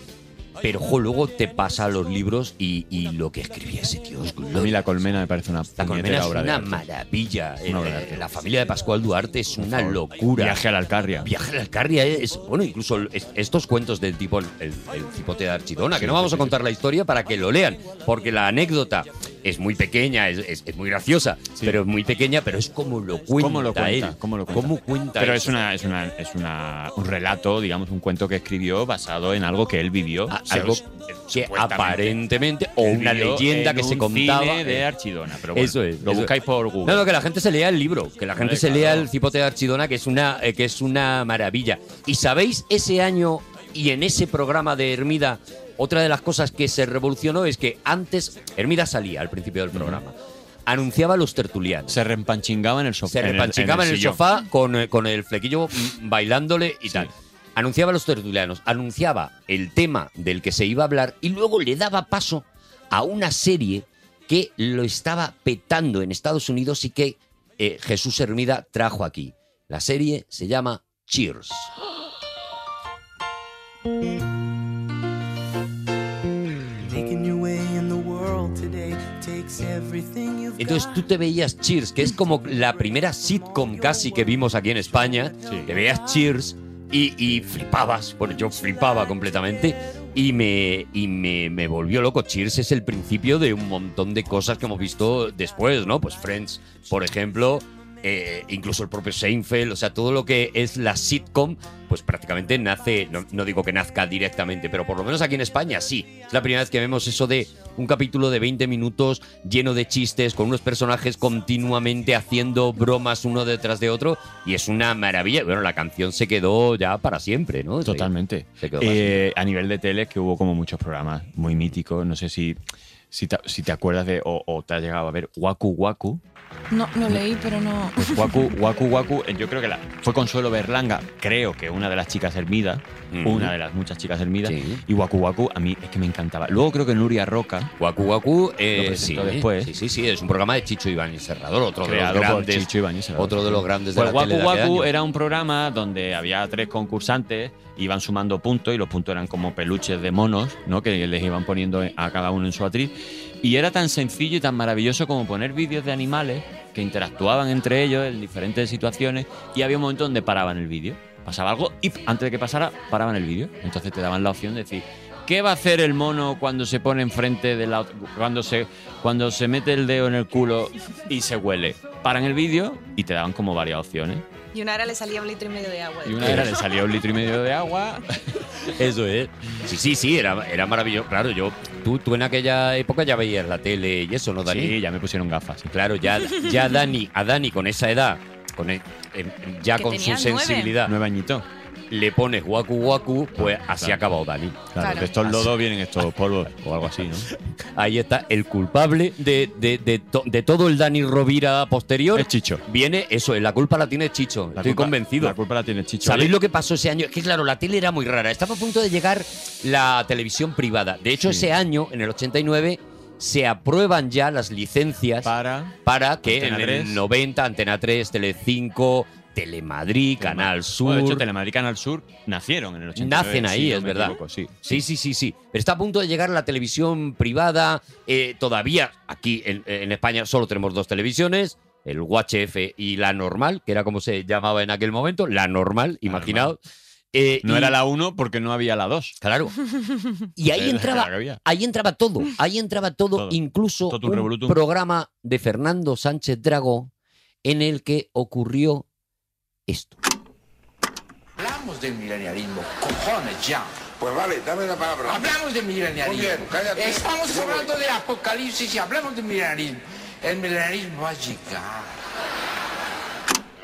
Pero jo, luego te pasa los libros y, y lo que escribía ese tío. es A mí la colmena me parece una La colmena puñetera es obra de una arte. maravilla. Una obra de Eh, arte. La familia de Pascual Duarte es una locura. Viaje a la Alcarria. Viaje a la Alcarria eh, es. Bueno, incluso es- estos cuentos del tipo El, el- el cipote de Archidona, que no vamos a contar la historia para que lo lean, porque la anécdota es muy pequeña, es, es- es muy graciosa, pero es muy pequeña, pero es como lo cuenta. ¿Cómo lo cuenta? él. ¿Cómo lo cuenta? ¿Cómo cuenta Pero él? es, una, es, una, es una, un relato, digamos, un cuento que escribió basado en algo que él vivió. A- o sea, Ah, algo su- que supuestamente. aparentemente, o Él una vivió leyenda en que se un contaba. cine de eh, Archidona, pero bueno, eso es. lo eso buscáis es. por Google. No, no, que la gente se lea el libro, que la gente Hombre, se claro. lea el cipote de Archidona, que es, una, eh, que es una maravilla. Y sabéis, ese año y en ese programa de Hermida, otra de las cosas que se revolucionó es que antes Hermida salía al principio del programa. Anunciaba a los tertulianos. Se reempanchingaba en el sofá. Se repanchingaba en el, sillón. sofá con, eh, con el flequillo mm, bailándole y tal. Anunciaba a los tertulianos, anunciaba el tema del que se iba a hablar y luego le daba paso a una serie que lo estaba petando en Estados Unidos y que eh, Jesús Hermida trajo aquí. La serie se llama Cheers. Making your way in the world today takes everything you've Entonces tú te veías Cheers, que es como la primera sitcom casi que vimos aquí en España. Te veías Cheers y, y flipabas. Bueno, yo flipaba completamente. Y, me, y me, me volvió loco. Cheers es el principio de un montón de cosas que hemos visto después, ¿no? Pues Friends, por ejemplo, eh, incluso el propio Seinfeld, o sea, todo lo que es la sitcom, pues prácticamente nace, no, no digo que nazca directamente, pero por lo menos aquí en España sí. Es la primera vez que vemos eso de un capítulo de 20 minutos lleno de chistes, con unos personajes continuamente haciendo bromas uno detrás de otro, y es una maravilla. Bueno, la canción se quedó ya para siempre, ¿no? Totalmente. Se quedó para Eh, a nivel de tele, que hubo como muchos programas muy míticos. No sé si, si, te, si te acuerdas de o, o te ha llegado a ver Waku Waku. No, no leí, pero no. Pues Waku Waku Waku, eh, yo creo que la, fue Consuelo Berlanga, creo que una de las chicas hermidas, una de las muchas chicas hermidas. Y Waku Waku a mí es que me encantaba. Luego creo que Nuria Roca. Waku Waku, lo Eh, sí, presentó después. sí, sí, sí, es un programa de Chicho Ibáñez Serrador, otro de Creado los por grandes, Chicho Ibáñez Serrador. otro de los grandes de Pues la Waku tele de aquel Waku año. era un programa donde había tres concursantes, iban sumando puntos y los puntos eran como peluches de monos, ¿no? Que les iban poniendo a cada uno en su atriz. Y era tan sencillo y tan maravilloso como poner vídeos de animales que interactuaban entre ellos en diferentes situaciones y había un momento donde paraban el vídeo. Pasaba algo y antes de que pasara, paraban el vídeo. Entonces te daban la opción de decir, ¿qué va a hacer el mono cuando se pone enfrente de la ot- cuando se cuando se mete el dedo en el culo y se huele? Paran el vídeo y te daban como varias opciones. Y una hora le salía un litro y medio de agua. Y una era le salía un litro y medio de agua. Eso es. Sí, sí, sí, era, era maravilloso. Claro, yo. Tú, tú en aquella época ya veías la tele y eso, ¿no, Dani? Sí, ya me pusieron gafas. Claro, ya, ya Dani, a Dani con esa edad, con el- em, em, ya Que con tenía su nueve. sensibilidad. Nueve añitos. le pones Waku Waku, pues así ha acabado Dani. Claro, de estos lodos vienen estos polvos o algo así, ¿no? Ahí está, el culpable de, de- de to- de todo el Dani Rovira posterior. Es Chicho. Viene eso, eh, la culpa la tiene Chicho. Estoy culpa- convencido. la culpa la tiene Chicho. ¿Sabéis Oye, lo que pasó ese año? Es que, claro, la tele era muy rara. Estaba a punto de llegar la televisión privada. De hecho, ese año, en el 89, se aprueban ya las licencias para, que Antena en 3. el 90, Antena 3, Telecinco, Telemadrid, Canal Sur. Bueno, de hecho, Telemadrid y Canal Sur nacieron en el 89. Nacen ahí, si no es me verdad. equivoco, sí. Sí, sí, sí, sí. Pero está a punto de llegar la televisión privada. eh, todavía aquí en, en España solo tenemos dos televisiones, el UHF y la normal, que era como se llamaba en aquel momento, la normal, imaginaos. Eh, No y- era la 1 porque no había la 2. Claro. Y ahí Era la entraba, que había. ahí entraba todo, ahí entraba todo, Todo. incluso Totum un revolutum. programa de Fernando Sánchez Dragó en el que ocurrió Hablamos del milenialismo, cojones ya. Pues vale, dame la palabra. Hablamos del milenialismo. Muy bien, cállate. Estamos Yo voy. hablando de apocalipsis y hablamos del milenialismo. El milenialismo va a llegar.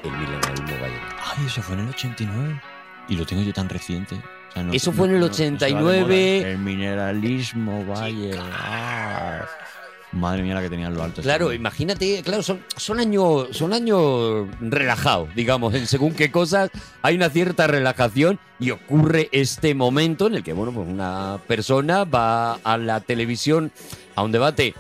el milenarismo gallego. Ay, eso fue en el 89. Y lo tengo yo tan reciente. O sea, no- Eso fue en el no- no- eso va de 89. moda. el mineralismo, vaya. Ah. Madre mía, la que tenían este los altos. Claro, imagínate, claro, son, son años son años relajados, digamos, en según qué cosas hay una cierta relajación y ocurre este momento en el que, bueno, pues una persona va a la televisión a un debate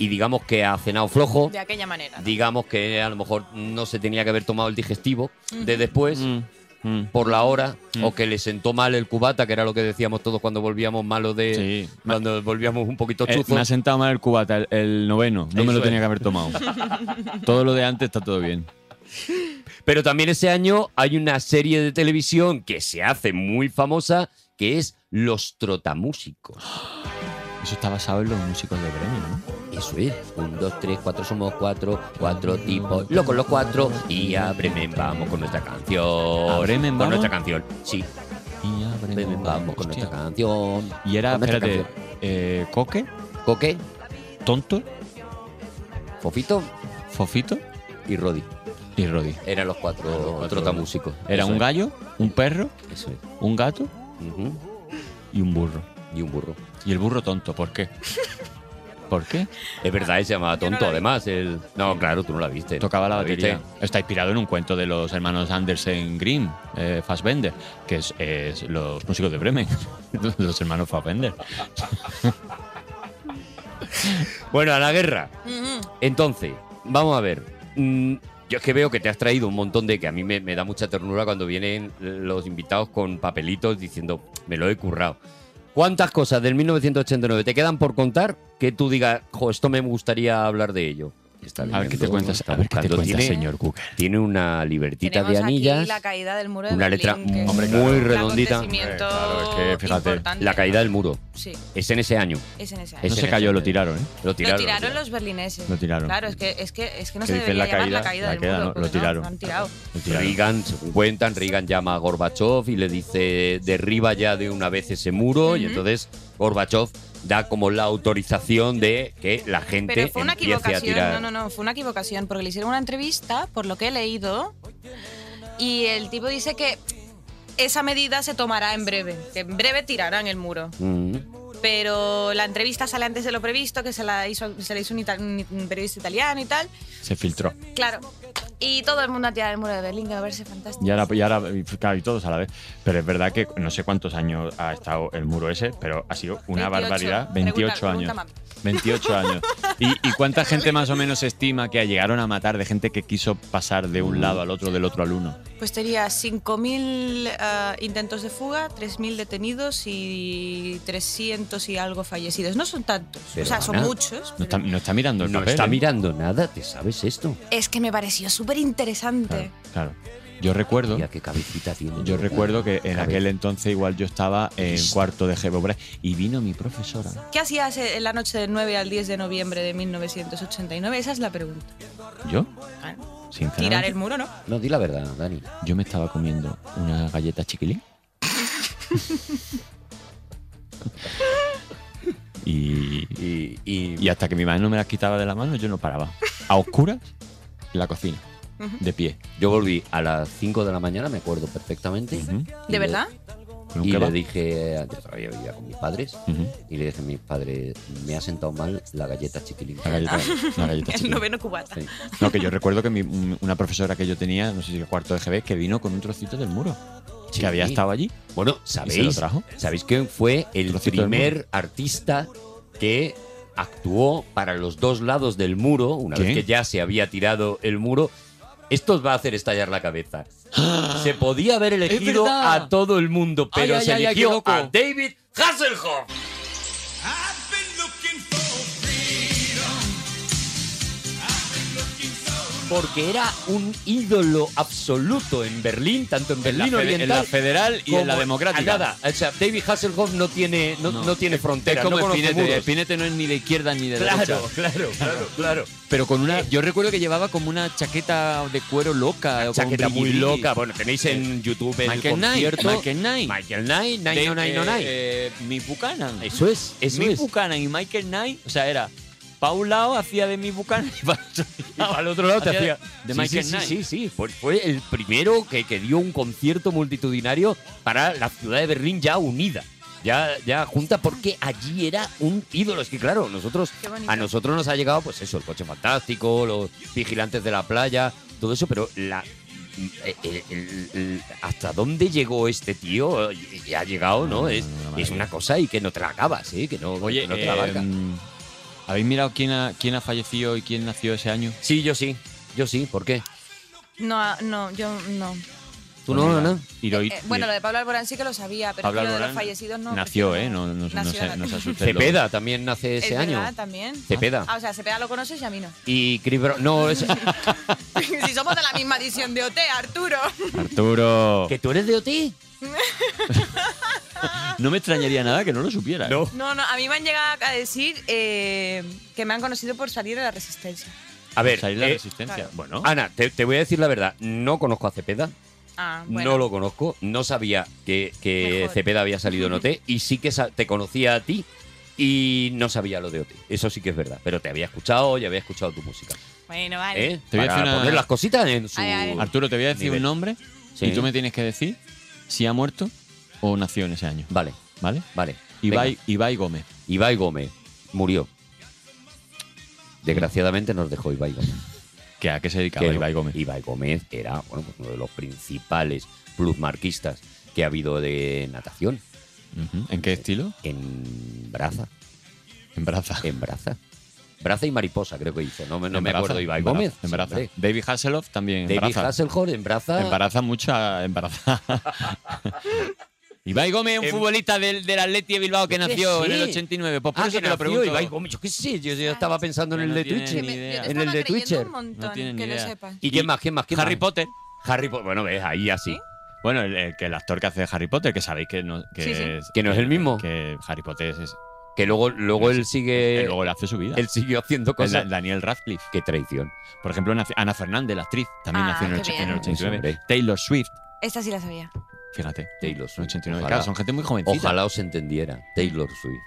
y digamos que ha cenado flojo, De aquella manera. ¿no? digamos que a lo mejor no se tenía que haber tomado el digestivo de después por la hora Mm. o que le sentó mal el cubata, que era lo que decíamos todos cuando volvíamos malos de... Cuando volvíamos un poquito Eh, chuzos. me ha sentado mal el cubata, el, el noveno. No me Eso lo es. tenía que haber tomado. todo lo de antes está todo bien. Pero también ese año hay una serie de televisión que se hace muy famosa, que es Los Trotamúsicos. Eso está basado en los músicos de gremio, ¿no? Eso es. Un, dos, tres, cuatro, somos cuatro, cuatro tipos. Locos los cuatro y a Bremen vamos con nuestra canción. ¿A Bremen Con vamos? nuestra canción, sí. Y a Bremen Bremen vamos con hostia. nuestra canción. Y era, con nuestra espérate, canción. eh, ¿Coque? ¿Coque? ¿Tonto? ¿Fofito? ¿Fofito? Y Rodi. Y Rodi. Eran los cuatro, trotamúsicos. Era Eso un es. gallo, un perro, Eso es. un gato Ujú. y un burro. Y un burro. Y el burro tonto, ¿por qué? ¿Por qué? Es verdad, él se llamaba tonto, además. él- No, claro, tú no la viste. Tocaba la batería. viste? Está inspirado en un cuento de los hermanos Andersen Grimm, eh, Fassbender, que es, es los músicos de Bremen, los hermanos Fassbender. Bueno, a la guerra. Ujú. Entonces, vamos a ver. Mm, yo es que veo que te has traído un montón de que a mí me, me da mucha ternura cuando vienen los invitados con papelitos diciendo, me lo he currado. ¿Cuántas cosas del 1989 te quedan por contar que tú digas, jo, esto me gustaría hablar de ello? A Está ver qué leyendo, te cuentas, está a ver qué te buscando. cuentas, Tiene- señor Google. Tiene una libertita Tenemos de aquí anillas. la caída del muro de Una Berlín, letra que es muy un redondita. Eh, acontecimiento importante. la caída del muro. Sí. Es en ese año. Es en ese año. Es No se en cayó, ese lo año. tiraron, ¿eh? Lo Lo tiraron. tiraron los berlineses. Lo tiraron. Claro, es que, es que, es que no Que se dicen debería la llamar caída, la caída la del queda, muro. ¿no? Lo porque tiraron. lo han tirado. Reagan, según cuentan, Reagan llama a Gorbachev y le dice derriba ya de una vez ese muro y Ujú. entonces Gorbachev da como la autorización de que la gente Pero fue una empiece a equivocación, tirar. no, no, no, fue una equivocación, porque le hicieron una entrevista, por lo que he leído, y el tipo dice que esa medida se tomará en breve, que en breve tirarán el muro. Mm. Pero la entrevista sale antes de lo previsto, que se la hizo, se la hizo un, ita- un periodista italiano y tal, Se filtró. claro. Y todo el mundo ha tirado el muro de Berlín, que va a verse fantástico. Y ahora, y ahora, y, claro, y todos a la vez. Pero es verdad que no sé cuántos años ha estado el muro ese, pero ha sido una 28. barbaridad. Pregunta- 28 pregunta, años. mami. 28 años. ¿Y, y cuánta gente más o menos se estima que llegaron a matar de gente que quiso pasar de un lado al otro, del otro al uno? Pues tenía 5.000 ah, intentos de fuga, 3.000 detenidos y 300 y algo fallecidos. No son tantos, o Pero, sea, son Ana, muchos. No está, no está mirando el No papel, está ¿eh? mirando nada, ¿te sabes esto? Es que me pareció súper interesante. Claro. Yo recuerdo. qué cabecita tiene. Yo recuerdo que en aquel entonces igual yo estaba en cuarto de GBO y vino mi profesora. ¿Qué hacías en la noche del 9 al 10 de noviembre de 1989? Esa es la pregunta. ¿Yo? Claro. Sinceramente. Tirar el muro, Ah, ¿no? No, di la verdad, Dani. Yo me estaba comiendo una galleta chiquilín. y, y hasta que mi madre no me las quitaba de la mano, yo no paraba. A oscuras, en la cocina. Ujú. de pie. Yo volví a las 5 de la mañana, me acuerdo perfectamente. Y ¿De le- verdad? ¿Con un Y le kebab? dije, yo todavía vivía con mis padres, y le dije a mis padres, me ha sentado mal la galleta chiquilín. Ah, La galleta- la galleta El chiquilín. noveno cubata. Sí. No, que yo recuerdo que mi- un- una profesora que yo tenía, no sé si el cuarto de GB, que vino con un trocito del muro. Sí. Que había estado allí. Bueno, Y se lo ¿sabéis? trajo. ¿Sabéis quién fue el Trocito del primer artista que actuó para los dos lados del muro, una vez ¿Quién? que ya se había tirado el muro? Esto os va a hacer estallar la cabeza. Se podía haber elegido verdad! a todo el mundo, Ay, pero ay, se ay, ay, qué eligió loco. a David Hasselhoff. Porque era un ídolo absoluto en Berlín, tanto en En la Berlín fede- en Oriental. la federal y en la como- democrática. a Nada, o sea, David Hasselhoff no tiene, no, no tiene frontera. Es como no conoce Spinete. muros. Spinete no es ni de izquierda ni de derecha. Claro, claro, claro, claro. Pero con una. Yo recuerdo que llevaba como una chaqueta de cuero loca. o con chaqueta muy brilli-brilli. loca. Bueno, tenéis en YouTube el Michael Knight. concierto. Michael Knight. Michael Knight, De- Nine no Nine no eh, Nine. eh, Miss Buchanan. Eso es, eso Miss es. Buchanan y Michael Knight. O sea, era. Para un lado hacía de Miss Buchanan y para otro lado, Al otro lado te hacía. De Sí, Michael sí, Knight. Sí, sí, sí. Fue, fue el primero que, que dio un concierto multitudinario para la ciudad de Berlín ya unida. Ya, ya junta porque allí era un ídolo. Es que claro, nosotros, Qué bonito. a nosotros nos ha llegado, pues eso, el coche fantástico, los vigilantes de la playa, todo eso, pero la el- el- el- hasta dónde llegó este tío Y- y ha llegado, ¿no? eh, Es, es una cosa y que no te la acabas, ¿eh? Que no, Oye, que no te la abarcas. em, ¿habéis mirado quién ha, quién ha fallecido y quién nació ese año? Sí, yo sí. Yo sí, ¿por qué? No, ah, no, yo no. ¿Tú no, no? Eh, bueno, lo de Pablo Alborán sí que lo sabía, pero es que lo de los fallecidos no. Nació, pues prefiero ¿eh? No, no, no, Nació, se, no se nació. asusten los- Cepeda también nace Es ese verdad, año. también. Cepeda. Ah, o sea, Cepeda lo conoces y a mí no. Y Chris Brown- No, es. si somos de la misma edición de OT, Arturo. Arturo. ¿Que tú eres de OT? Ah. no me extrañaría nada que no lo supiera. No. No, no, a mí me han llegado a decir eh, que me han conocido por salir de la resistencia. A ver. Salir la eh, resistencia. Claro. Bueno. Ana, te, te voy a decir la verdad. No conozco a Cepeda. Ah, bueno. No lo conozco. No sabía que, que Mejor. Cepeda había salido en OT. Y sí que sa- te conocía a ti. Y no sabía lo de OT. Eso sí que es verdad. Pero te había escuchado y había escuchado tu música. Bueno, vale. ¿eh? Te voy a Para decir una- poner las cositas en su. Ay, ay. Arturo, te voy a decir Nivel. un nombre Sí. y tú me tienes que decir si ha muerto o nació en ese año. Vale. ¿Vale? Vale. Ibai, venga. Ibai Gómez. Ibai Gómez murió. Desgraciadamente nos dejó Ibai Gómez. ¿Qué, ¿A qué se dedicaba Que no. Ibai Gómez? Ibai Gómez era bueno, pues uno de los principales plusmarquistas que ha habido de natación. Ujú. ¿En qué estilo? En braza. En braza. En braza. Braza y mariposa, creo que hizo. No, me- Eh, no En me braza, acuerdo de Ibai en braza, Gómez. En braza. siempre. David Hasselhoff también en David braza. Hasselhoff en braza. Embaraza mucha. Embaraza. Ibai Gómez, un Em- futbolista del, del Atleti de Bilbao que Yo qué nació en el sé. 89. Pues por Ah, eso que te lo nació pregunto. Ibai Gómez. Yo qué sé, yo, yo estaba pensando en Que el no de tienen Twitcher. ni idea. Yo te En el de Twitcher. No tienen ni que lo idea. sepas. ¿Y quién más? ¿Quién más? ¿Quién Harry más? Potter. Harry Potter. Bueno, ves, ahí así. Bueno, el, el que el actor que hace de Harry Potter, que sabéis que no, que Sí, sí. es, Que no es el mismo. Eh, Eh, Que Harry Potter es. es- Que luego, luego él sigue. él luego le hace su vida. Él siguió haciendo El Da- cosas. Daniel Radcliffe. Qué traición. Por ejemplo, nace- Ana Fernández, la actriz, también Ah, nació en el, qué och- bien. en el Sí, 89. hombre. Taylor Swift, Esta sí la sabía. fíjate. Taylor Swift. 89. Ojalá. Claro, son gente muy jovencita. Ojalá os entendiera. Taylor Swift.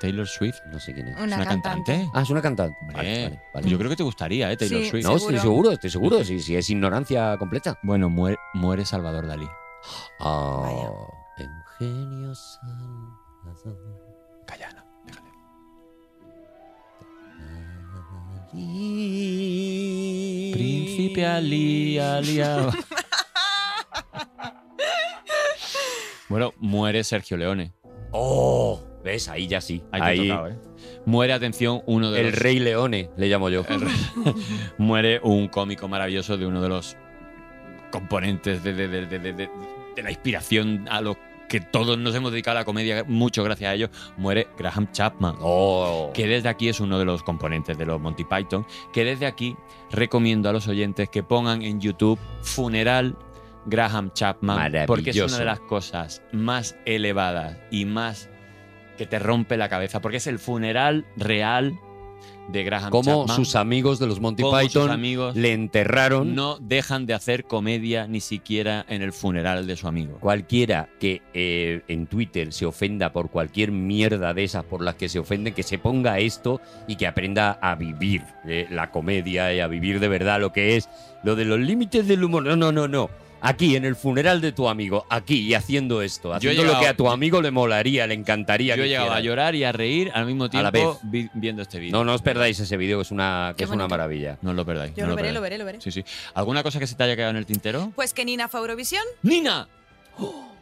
Taylor Swift. No sé quién es. Una cantante. Ah, es una cantante. Hombre, Vale, vale, vale. Yo creo que te gustaría, ¿eh? Taylor Sí, Swift. no, estoy seguro, estoy seguro. Si, si es ignorancia completa. Bueno, muere, muere Salvador Dalí. Ah, Eugenio Salvador. Callana, déjale. Príncipe Ali, Ali. Abba. bueno, muere Sergio Leone. Oh, ves, ahí ya sí. Ahí te he tocado, ¿eh? Muere, atención, uno de El los. Rey Leone, le llamo yo. Muere un cómico maravilloso de uno de los componentes de, de- de- de- de- de- de la inspiración a los que todos nos hemos dedicado a la comedia, mucho gracias a ellos. Muere Graham Chapman. Oh. que desde aquí es uno de los componentes de los Monty Python, que desde aquí recomiendo a los oyentes que pongan en YouTube Funeral Graham Chapman, Maravilloso. porque es una de las cosas más elevadas y más que te rompe la cabeza, porque es el funeral real de Graham Como Chapman. sus amigos de los Monty Como sus Python amigos le enterraron. No dejan de hacer comedia ni siquiera en el funeral de su amigo. Cualquiera que eh, en Twitter se ofenda por cualquier mierda de esas por las que se ofenden, que se ponga esto y que aprenda a vivir eh, la comedia y a vivir de verdad lo que es lo de los límites del humor. No, no, no, no. Aquí, en el funeral de tu amigo, aquí y haciendo esto, Yo he haciendo lo llegado- que a tu amigo le molaría, le encantaría. Yo he que llegado hiciera. a llorar y a reír al mismo A tiempo la vez. vi- viendo este vídeo. No, no os perdáis ese vídeo, que es una, que Qué es una bonito. maravilla. No lo perdáis. Yo no lo veré, perdáis. lo veré, lo veré. Sí, sí. ¿Alguna cosa que se te haya quedado en el tintero? Pues que Nina fue a Eurovisión. ¡Nina!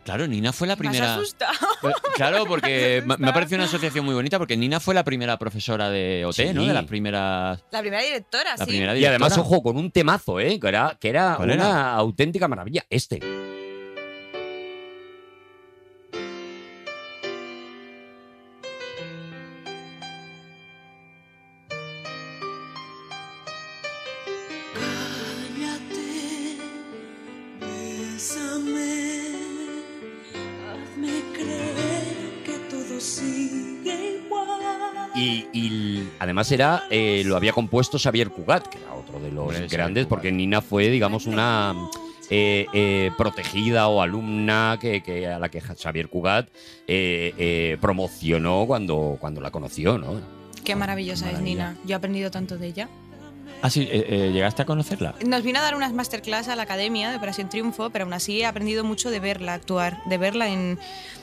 Claro, Nina fue la Me primera. has asustado. Eh, Claro, porque me me ha parecido una asociación muy bonita porque Nina fue la primera profesora de OT, ¿no? Sí. De las primeras. La primera directora, La ¿Ah, sí. primera Y además, directora. ojo, con un temazo, ¿eh? Que era, que era ¿Cuál una era? auténtica maravilla. Este. Cállate, bésame, hazme creer que todo sigue igual. Y, y además era eh, lo había compuesto Xavier Cugat, que era otro de los Hombre, grandes, porque Nina fue, digamos, una eh, eh, protegida o alumna que, que a la que Xavier Cugat eh, eh, promocionó cuando, cuando la conoció, ¿no? Qué maravillosa es Nina. Yo he aprendido tanto de ella. Ah, sí, eh, eh, ¿llegaste a conocerla? Nos vino a dar unas masterclass a la academia de Operación Triunfo, pero aún así he aprendido mucho de verla actuar, de verla en.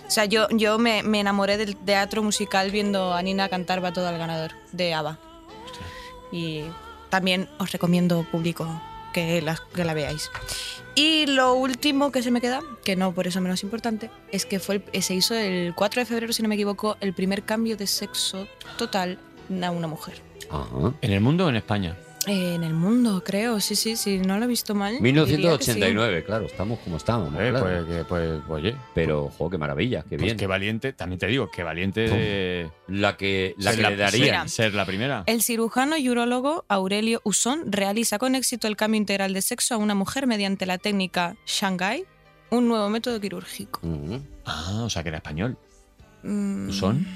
O sea, yo, yo me, me enamoré del teatro musical viendo a Nina cantar Va todo al ganador de ABBA. Y también os recomiendo, público, que la, que la veáis. Y lo último que se me queda, que no por eso menos importante, es que fue el- se hizo el 4 de febrero, si no me equivoco, el primer cambio de sexo total a una mujer. ¿En el mundo o en España? Eh, En el mundo, creo, sí, sí, sí, no lo he visto mal. diría 1989, claro, estamos como estamos. Eh, claro. pues, que- pues, oye. Pero, jo, qué maravilla, qué Pues bien. qué valiente, también te digo, qué valiente. Pum. eh, La que, la ser que le darían. Ser, ser la primera. que sí. El cirujano y urólogo Aurelio Usón realiza con éxito el cambio integral de sexo a una mujer mediante la técnica Shanghai, un nuevo método quirúrgico. Ah, o sea que era español. Mm, ¿Usón?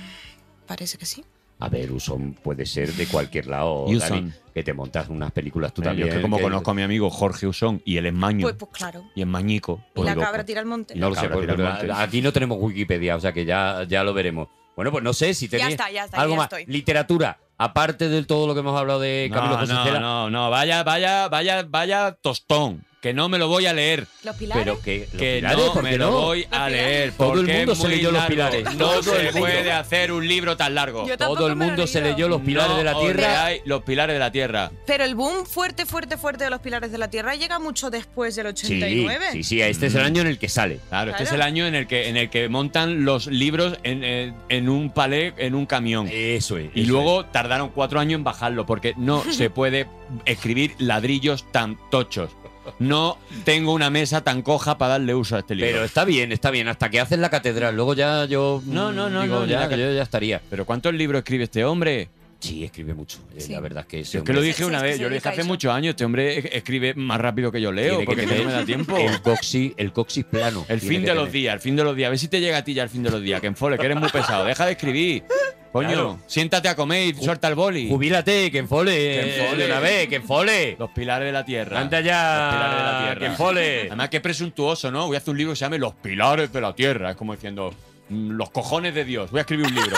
Parece que sí. A ver, Uson puede ser de cualquier lado, Uson. Dani, que te montas unas películas tú Eh, también. yo es que como que- conozco a mi amigo Jorge Usón y él es maño. Pues, pues claro. y es mañico. Y pues la digo, cabra pues, tira al monte. No lo sé, Cabra pues, tirar pero montes. aquí no tenemos Wikipedia, o sea que ya, ya lo veremos. Bueno, pues no sé si Ya tenéis está, ya está, algo ya más. estoy. Literatura, aparte de todo lo que hemos hablado de Eh, Camilo No, José no, Cela, no, no, vaya, vaya, vaya, vaya tostón. Que no me lo voy a leer. Los pilares. pero que, los Que pilares, no ¿por qué me lo no? voy a leer. Todo el porque es mundo se muy leyó Los largo. Pilares. No Todo el se mundo. puede hacer un libro tan largo. Yo tampoco Todo el me lo he mundo se leyó Los Pilares de la Tierra. los pilares de la tierra. Pero el boom fuerte, fuerte, fuerte de los pilares de la Tierra llega mucho después del Sí, 89. sí, sí, este es Mm. el año en el que sale. Claro, este es el Claro. año en el que, en el que montan los libros en, en- en un palé, en un camión. Eso es. Y luego tardaron cuatro años en bajarlo, porque no se puede escribir ladrillos tan tochos. No tengo una mesa tan coja para darle uso a este libro. Pero está bien, está bien, hasta que haces la catedral, luego ya yo No, no, no, digo, no, ya, ni la yo ya estaría. Pero ¿cuántos libros escribe este hombre? Sí, escribe mucho, eh, Sí. la verdad es que ese Yo es que lo hombre- dije una vez, yo lo dije hace muchos años, este hombre es- escribe más rápido que yo leo, Tiene que Eh, porque es que tener no me da tiempo. El coxis, el coxis plano. El tiene fin que de los tener. días, el fin de los días. A ver si te llega a ti ya el fin de los días, que enfole, que eres muy pesado. Deja de escribir. Coño, Claro. siéntate a comer y suelta el boli. Jubílate, que enfole, eh, de una vez, que enfole. Los pilares de la tierra. Anda ya, Los pilares de la tierra. que enfole. Además, que presuntuoso, ¿no? Voy a hacer un libro que se llame Los pilares de la tierra. Es como diciendo, mm, los cojones de Dios. Voy a escribir un libro.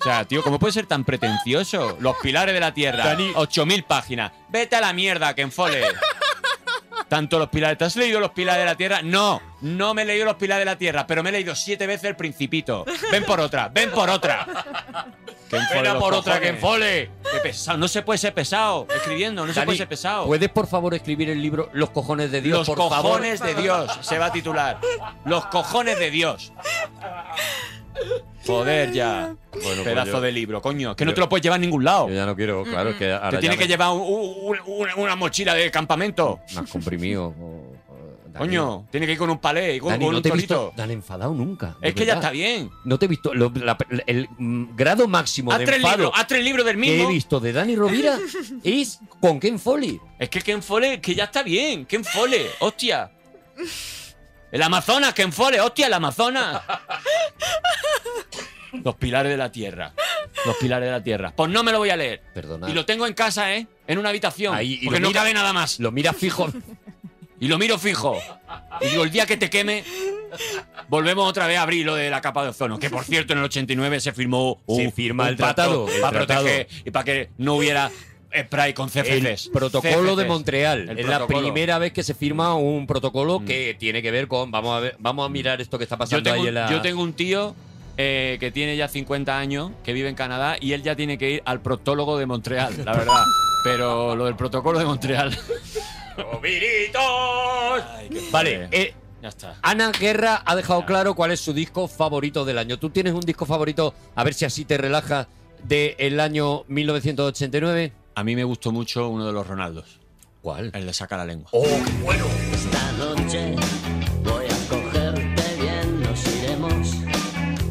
O sea, tío, ¿cómo puede ser tan pretencioso? Los pilares de la tierra. 8.000 páginas. Vete a la mierda, que enfole. Tanto los pilares. ¿Te has leído los pilares de la tierra? No, no me he leído los pilares de la tierra, pero me he leído siete veces el Principito. Ven por otra, ven por otra. Que enfole Venga los por otra, que cojones. enfole. Qué pesado. No se puede ser pesado escribiendo, no se Dani, puede ser pesado. ¿Puedes por favor escribir el libro Los cojones de Dios? Los por cojones favor? de Dios se va a titular. Los cojones de Dios. Joder, ya. Bueno, pues Pedazo yo- de libro, coño. Que no yo- te lo puedes llevar a ningún lado. Yo ya no quiero, claro, es que ahora Te ya tiene me- que llevar un- un- un- una mochila de campamento. me has comprimido. o- o- Dani. Coño, tiene que ir con un palé y con, Dani, con no un te he torito. visto tan enfadado nunca. de Es que ya verdad. está bien. No te he visto. lo- la- el mm, grado máximo Haz de tres enfado libros, haz tres libros del que he mismo. visto de Dani Rovira es con Ken Foley. Es que Ken Fole, que ya está bien. Ken Fole, hostia. El Amazonas, Ken Fole, hostia, el Amazonas. Los pilares de la tierra. Los pilares de la tierra. Pues no me lo voy a leer. Perdona. Y lo tengo en casa, ¿eh? En una habitación. Ahí, y porque lo no mira- cabe nada más. Lo mira fijo. Y lo miro fijo. Y digo, el día que te queme, volvemos otra vez a abrir lo de la capa de ozono. Que por cierto, en el 89 se firmó un, Se firma un el pacto tratado, el para tratado. proteger y para que no hubiera spray con CFCs. El protocolo de CFCs. Montreal. El es la protocolo. Mm. primera vez que se firma un protocolo que tiene que ver con. Vamos a ver, vamos a mirar esto que está Yo pasando tengo, ahí en la. yo tengo un tío eh, que tiene ya 50 años, que vive en Canadá, y él ya tiene que ir al proctólogo de Montreal, la verdad. Pero lo del protocolo de Montreal. Vale, eh, Ya está. Ana Guerra ha dejado claro cuál es su disco favorito del año. ¿Tú tienes un disco favorito? A ver si así te relajas. Del año 1989. A mí me gustó mucho uno de los Ronaldos. ¿Cuál? Oh. El de Saca la Lengua. bueno! Esta noche voy a cogerte bien, nos iremos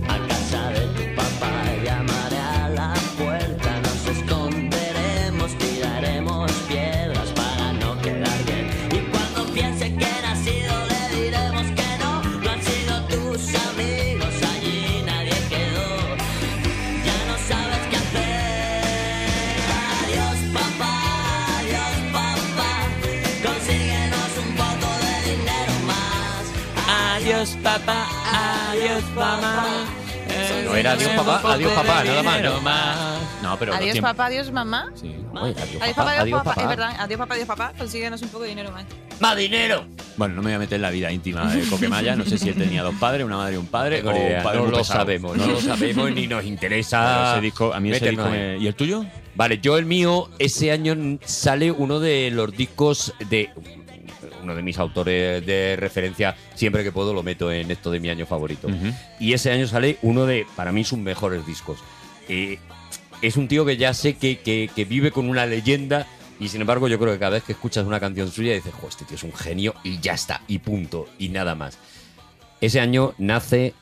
a casa de tu papá. Llamaré a la puerta, nos esconderemos, tiraremos piedras para no quedar bien. Y cuando piense que ha sido, le diremos que no, no han sido tus amigos, allí nadie quedó. Ya no sabes qué hacer. Adiós, papá, adiós, papá. Consíguenos un poco de dinero más. Adiós, papá. Adiós, mamá. No era adiós papá, adiós papá, nada más. No, No, pero adiós, papá, adiós, mamá. Oye, Adiós, papá, adiós, papá. Es verdad, adiós, papá, adiós, papá. Consíguenos un poco de dinero más. ¡Más dinero! Bueno, no me voy a meter en la vida íntima de Coquemaya. No sé si él tenía dos padres, una madre y un padre. Tengo o ni idea, un padre no muy lo pesado. sabemos, no lo sabemos Ah, ni nos interesa. Pero ese disco- a mí ese meternos disco me- en- ¿Y el tuyo? Vale, yo el mío, ese año sale uno de los discos de uno de mis autores de referencia, siempre que puedo lo meto en esto de mi año favorito. Mm. Y ese año sale uno de, para mí, sus mejores discos. Eh, es un tío que ya sé que, que- que vive con una leyenda y sin embargo yo creo que cada vez que escuchas una canción suya dices, jo, este tío es un genio y ya está, y punto, y nada más. Ese año nace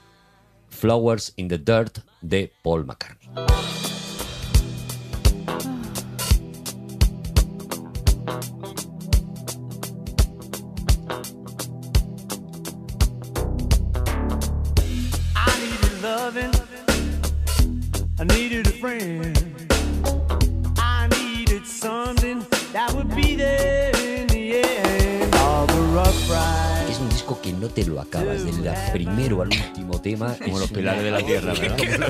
Flowers in the Dirt de Paul McCartney. I needed loving. I needed a friend. I needed something that would be there in the end. All the rough rides. Es un disco que no te lo acabas, desde el primero al último tema. Como es los un- pilares de la tierra, ¿verdad? ¿Qué lo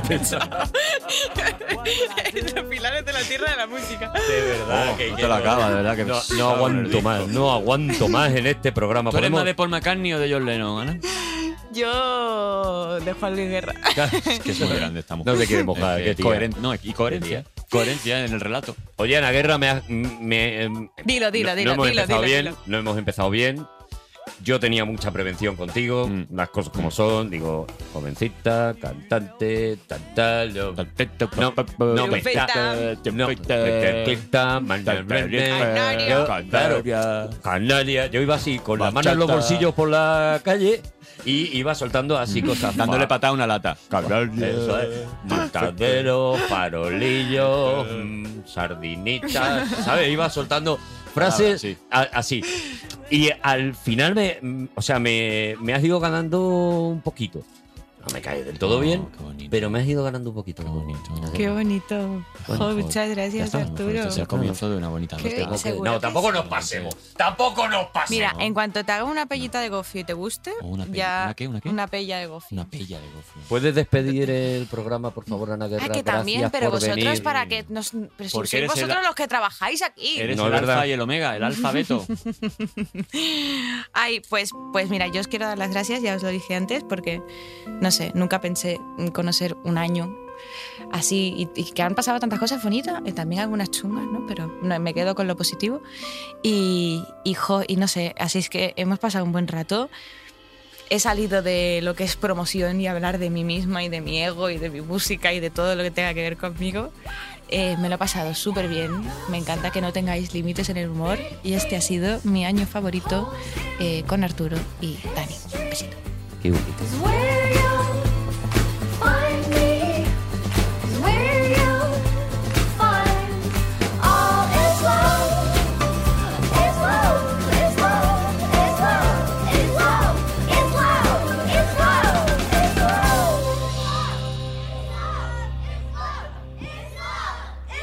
Los pilares de la tierra de la música. De verdad, Oh, no te lo acabas, de verdad que no, me- no aguanto más, no aguanto más en este programa. ¿Tú eres Podemos- más Pues de Paul McCartney o de John Lennon, Ana? Yo de Juan Luis Guerra. Es que es muy grande esta mujer. No te quiere mojar, Es, qué es tía. coherente. No, y coherencia. Qué Coherencia en el relato. Oye, Ana Guerra, me, ha- me- em, Dilo, dilo, no, dilo, no hemos dilo, empezado dilo, bien, dilo. no hemos empezado bien. Yo tenía mucha prevención contigo, las cosas como son, digo, jovencita, cantante, tal, tal, yo- no, no me Trompeta. no, trompeta, man- Canaria. yo- claro, Canaria. Yo iba así, con las manos en los Bachata. bolsillos por la calle y iba soltando así cosas. Dándole patada a una lata. Eso ¿eh? es. Mortadelo, farolillo, mm, sardinitas, ¿sabes? Iba soltando frases a- así. Y al final me, mm, o sea, me, me has ido ganando un poquito. No me cae del todo bien, pero me has ido ganando un poquito. Qué bonito. Qué bonito. Bueno, pues, Jo, jo, muchas gracias, Arturo. el comienzo de una bonita Qué noche. seguro No, que tampoco sí. nos pasemos. Tampoco nos pasemos. Mira, en cuanto te haga una pellita de gofio y te guste, una pella- ya ¿una qué, una qué? pella de gofio. Una pilla de ¿Puedes despedir el programa, por favor, Ana Guerra? Ah, que también, Gracias pero por vosotros venir. para que nos pero si Porque sois eres el- vosotros los que trabajáis aquí. Eres No, el es verdad. alfa y el omega, el alfabeto. Ay, pues, pues mira, yo os quiero dar las gracias, ya os lo dije antes, porque no sé, nunca pensé en conocer un año así y, y que han pasado tantas cosas bonitas, y también algunas chungas, ¿no? Pero no, me quedo con lo positivo y, y, jo, y no sé, así es que hemos pasado un buen rato. He salido de lo que es promoción y hablar de mí misma y de mi ego y de mi música y de todo lo que tenga que ver conmigo. Eh, me lo he pasado súper bien. Me encanta que no tengáis límites en el humor. Y este ha sido mi año favorito eh, con Arturo y Dani. Besito. Qué bonito. Is where you find me. Is where you find all is love. Is love. Is love. Is love. Is love. Is love. Is love. Is love. Is love. Is love. Is love.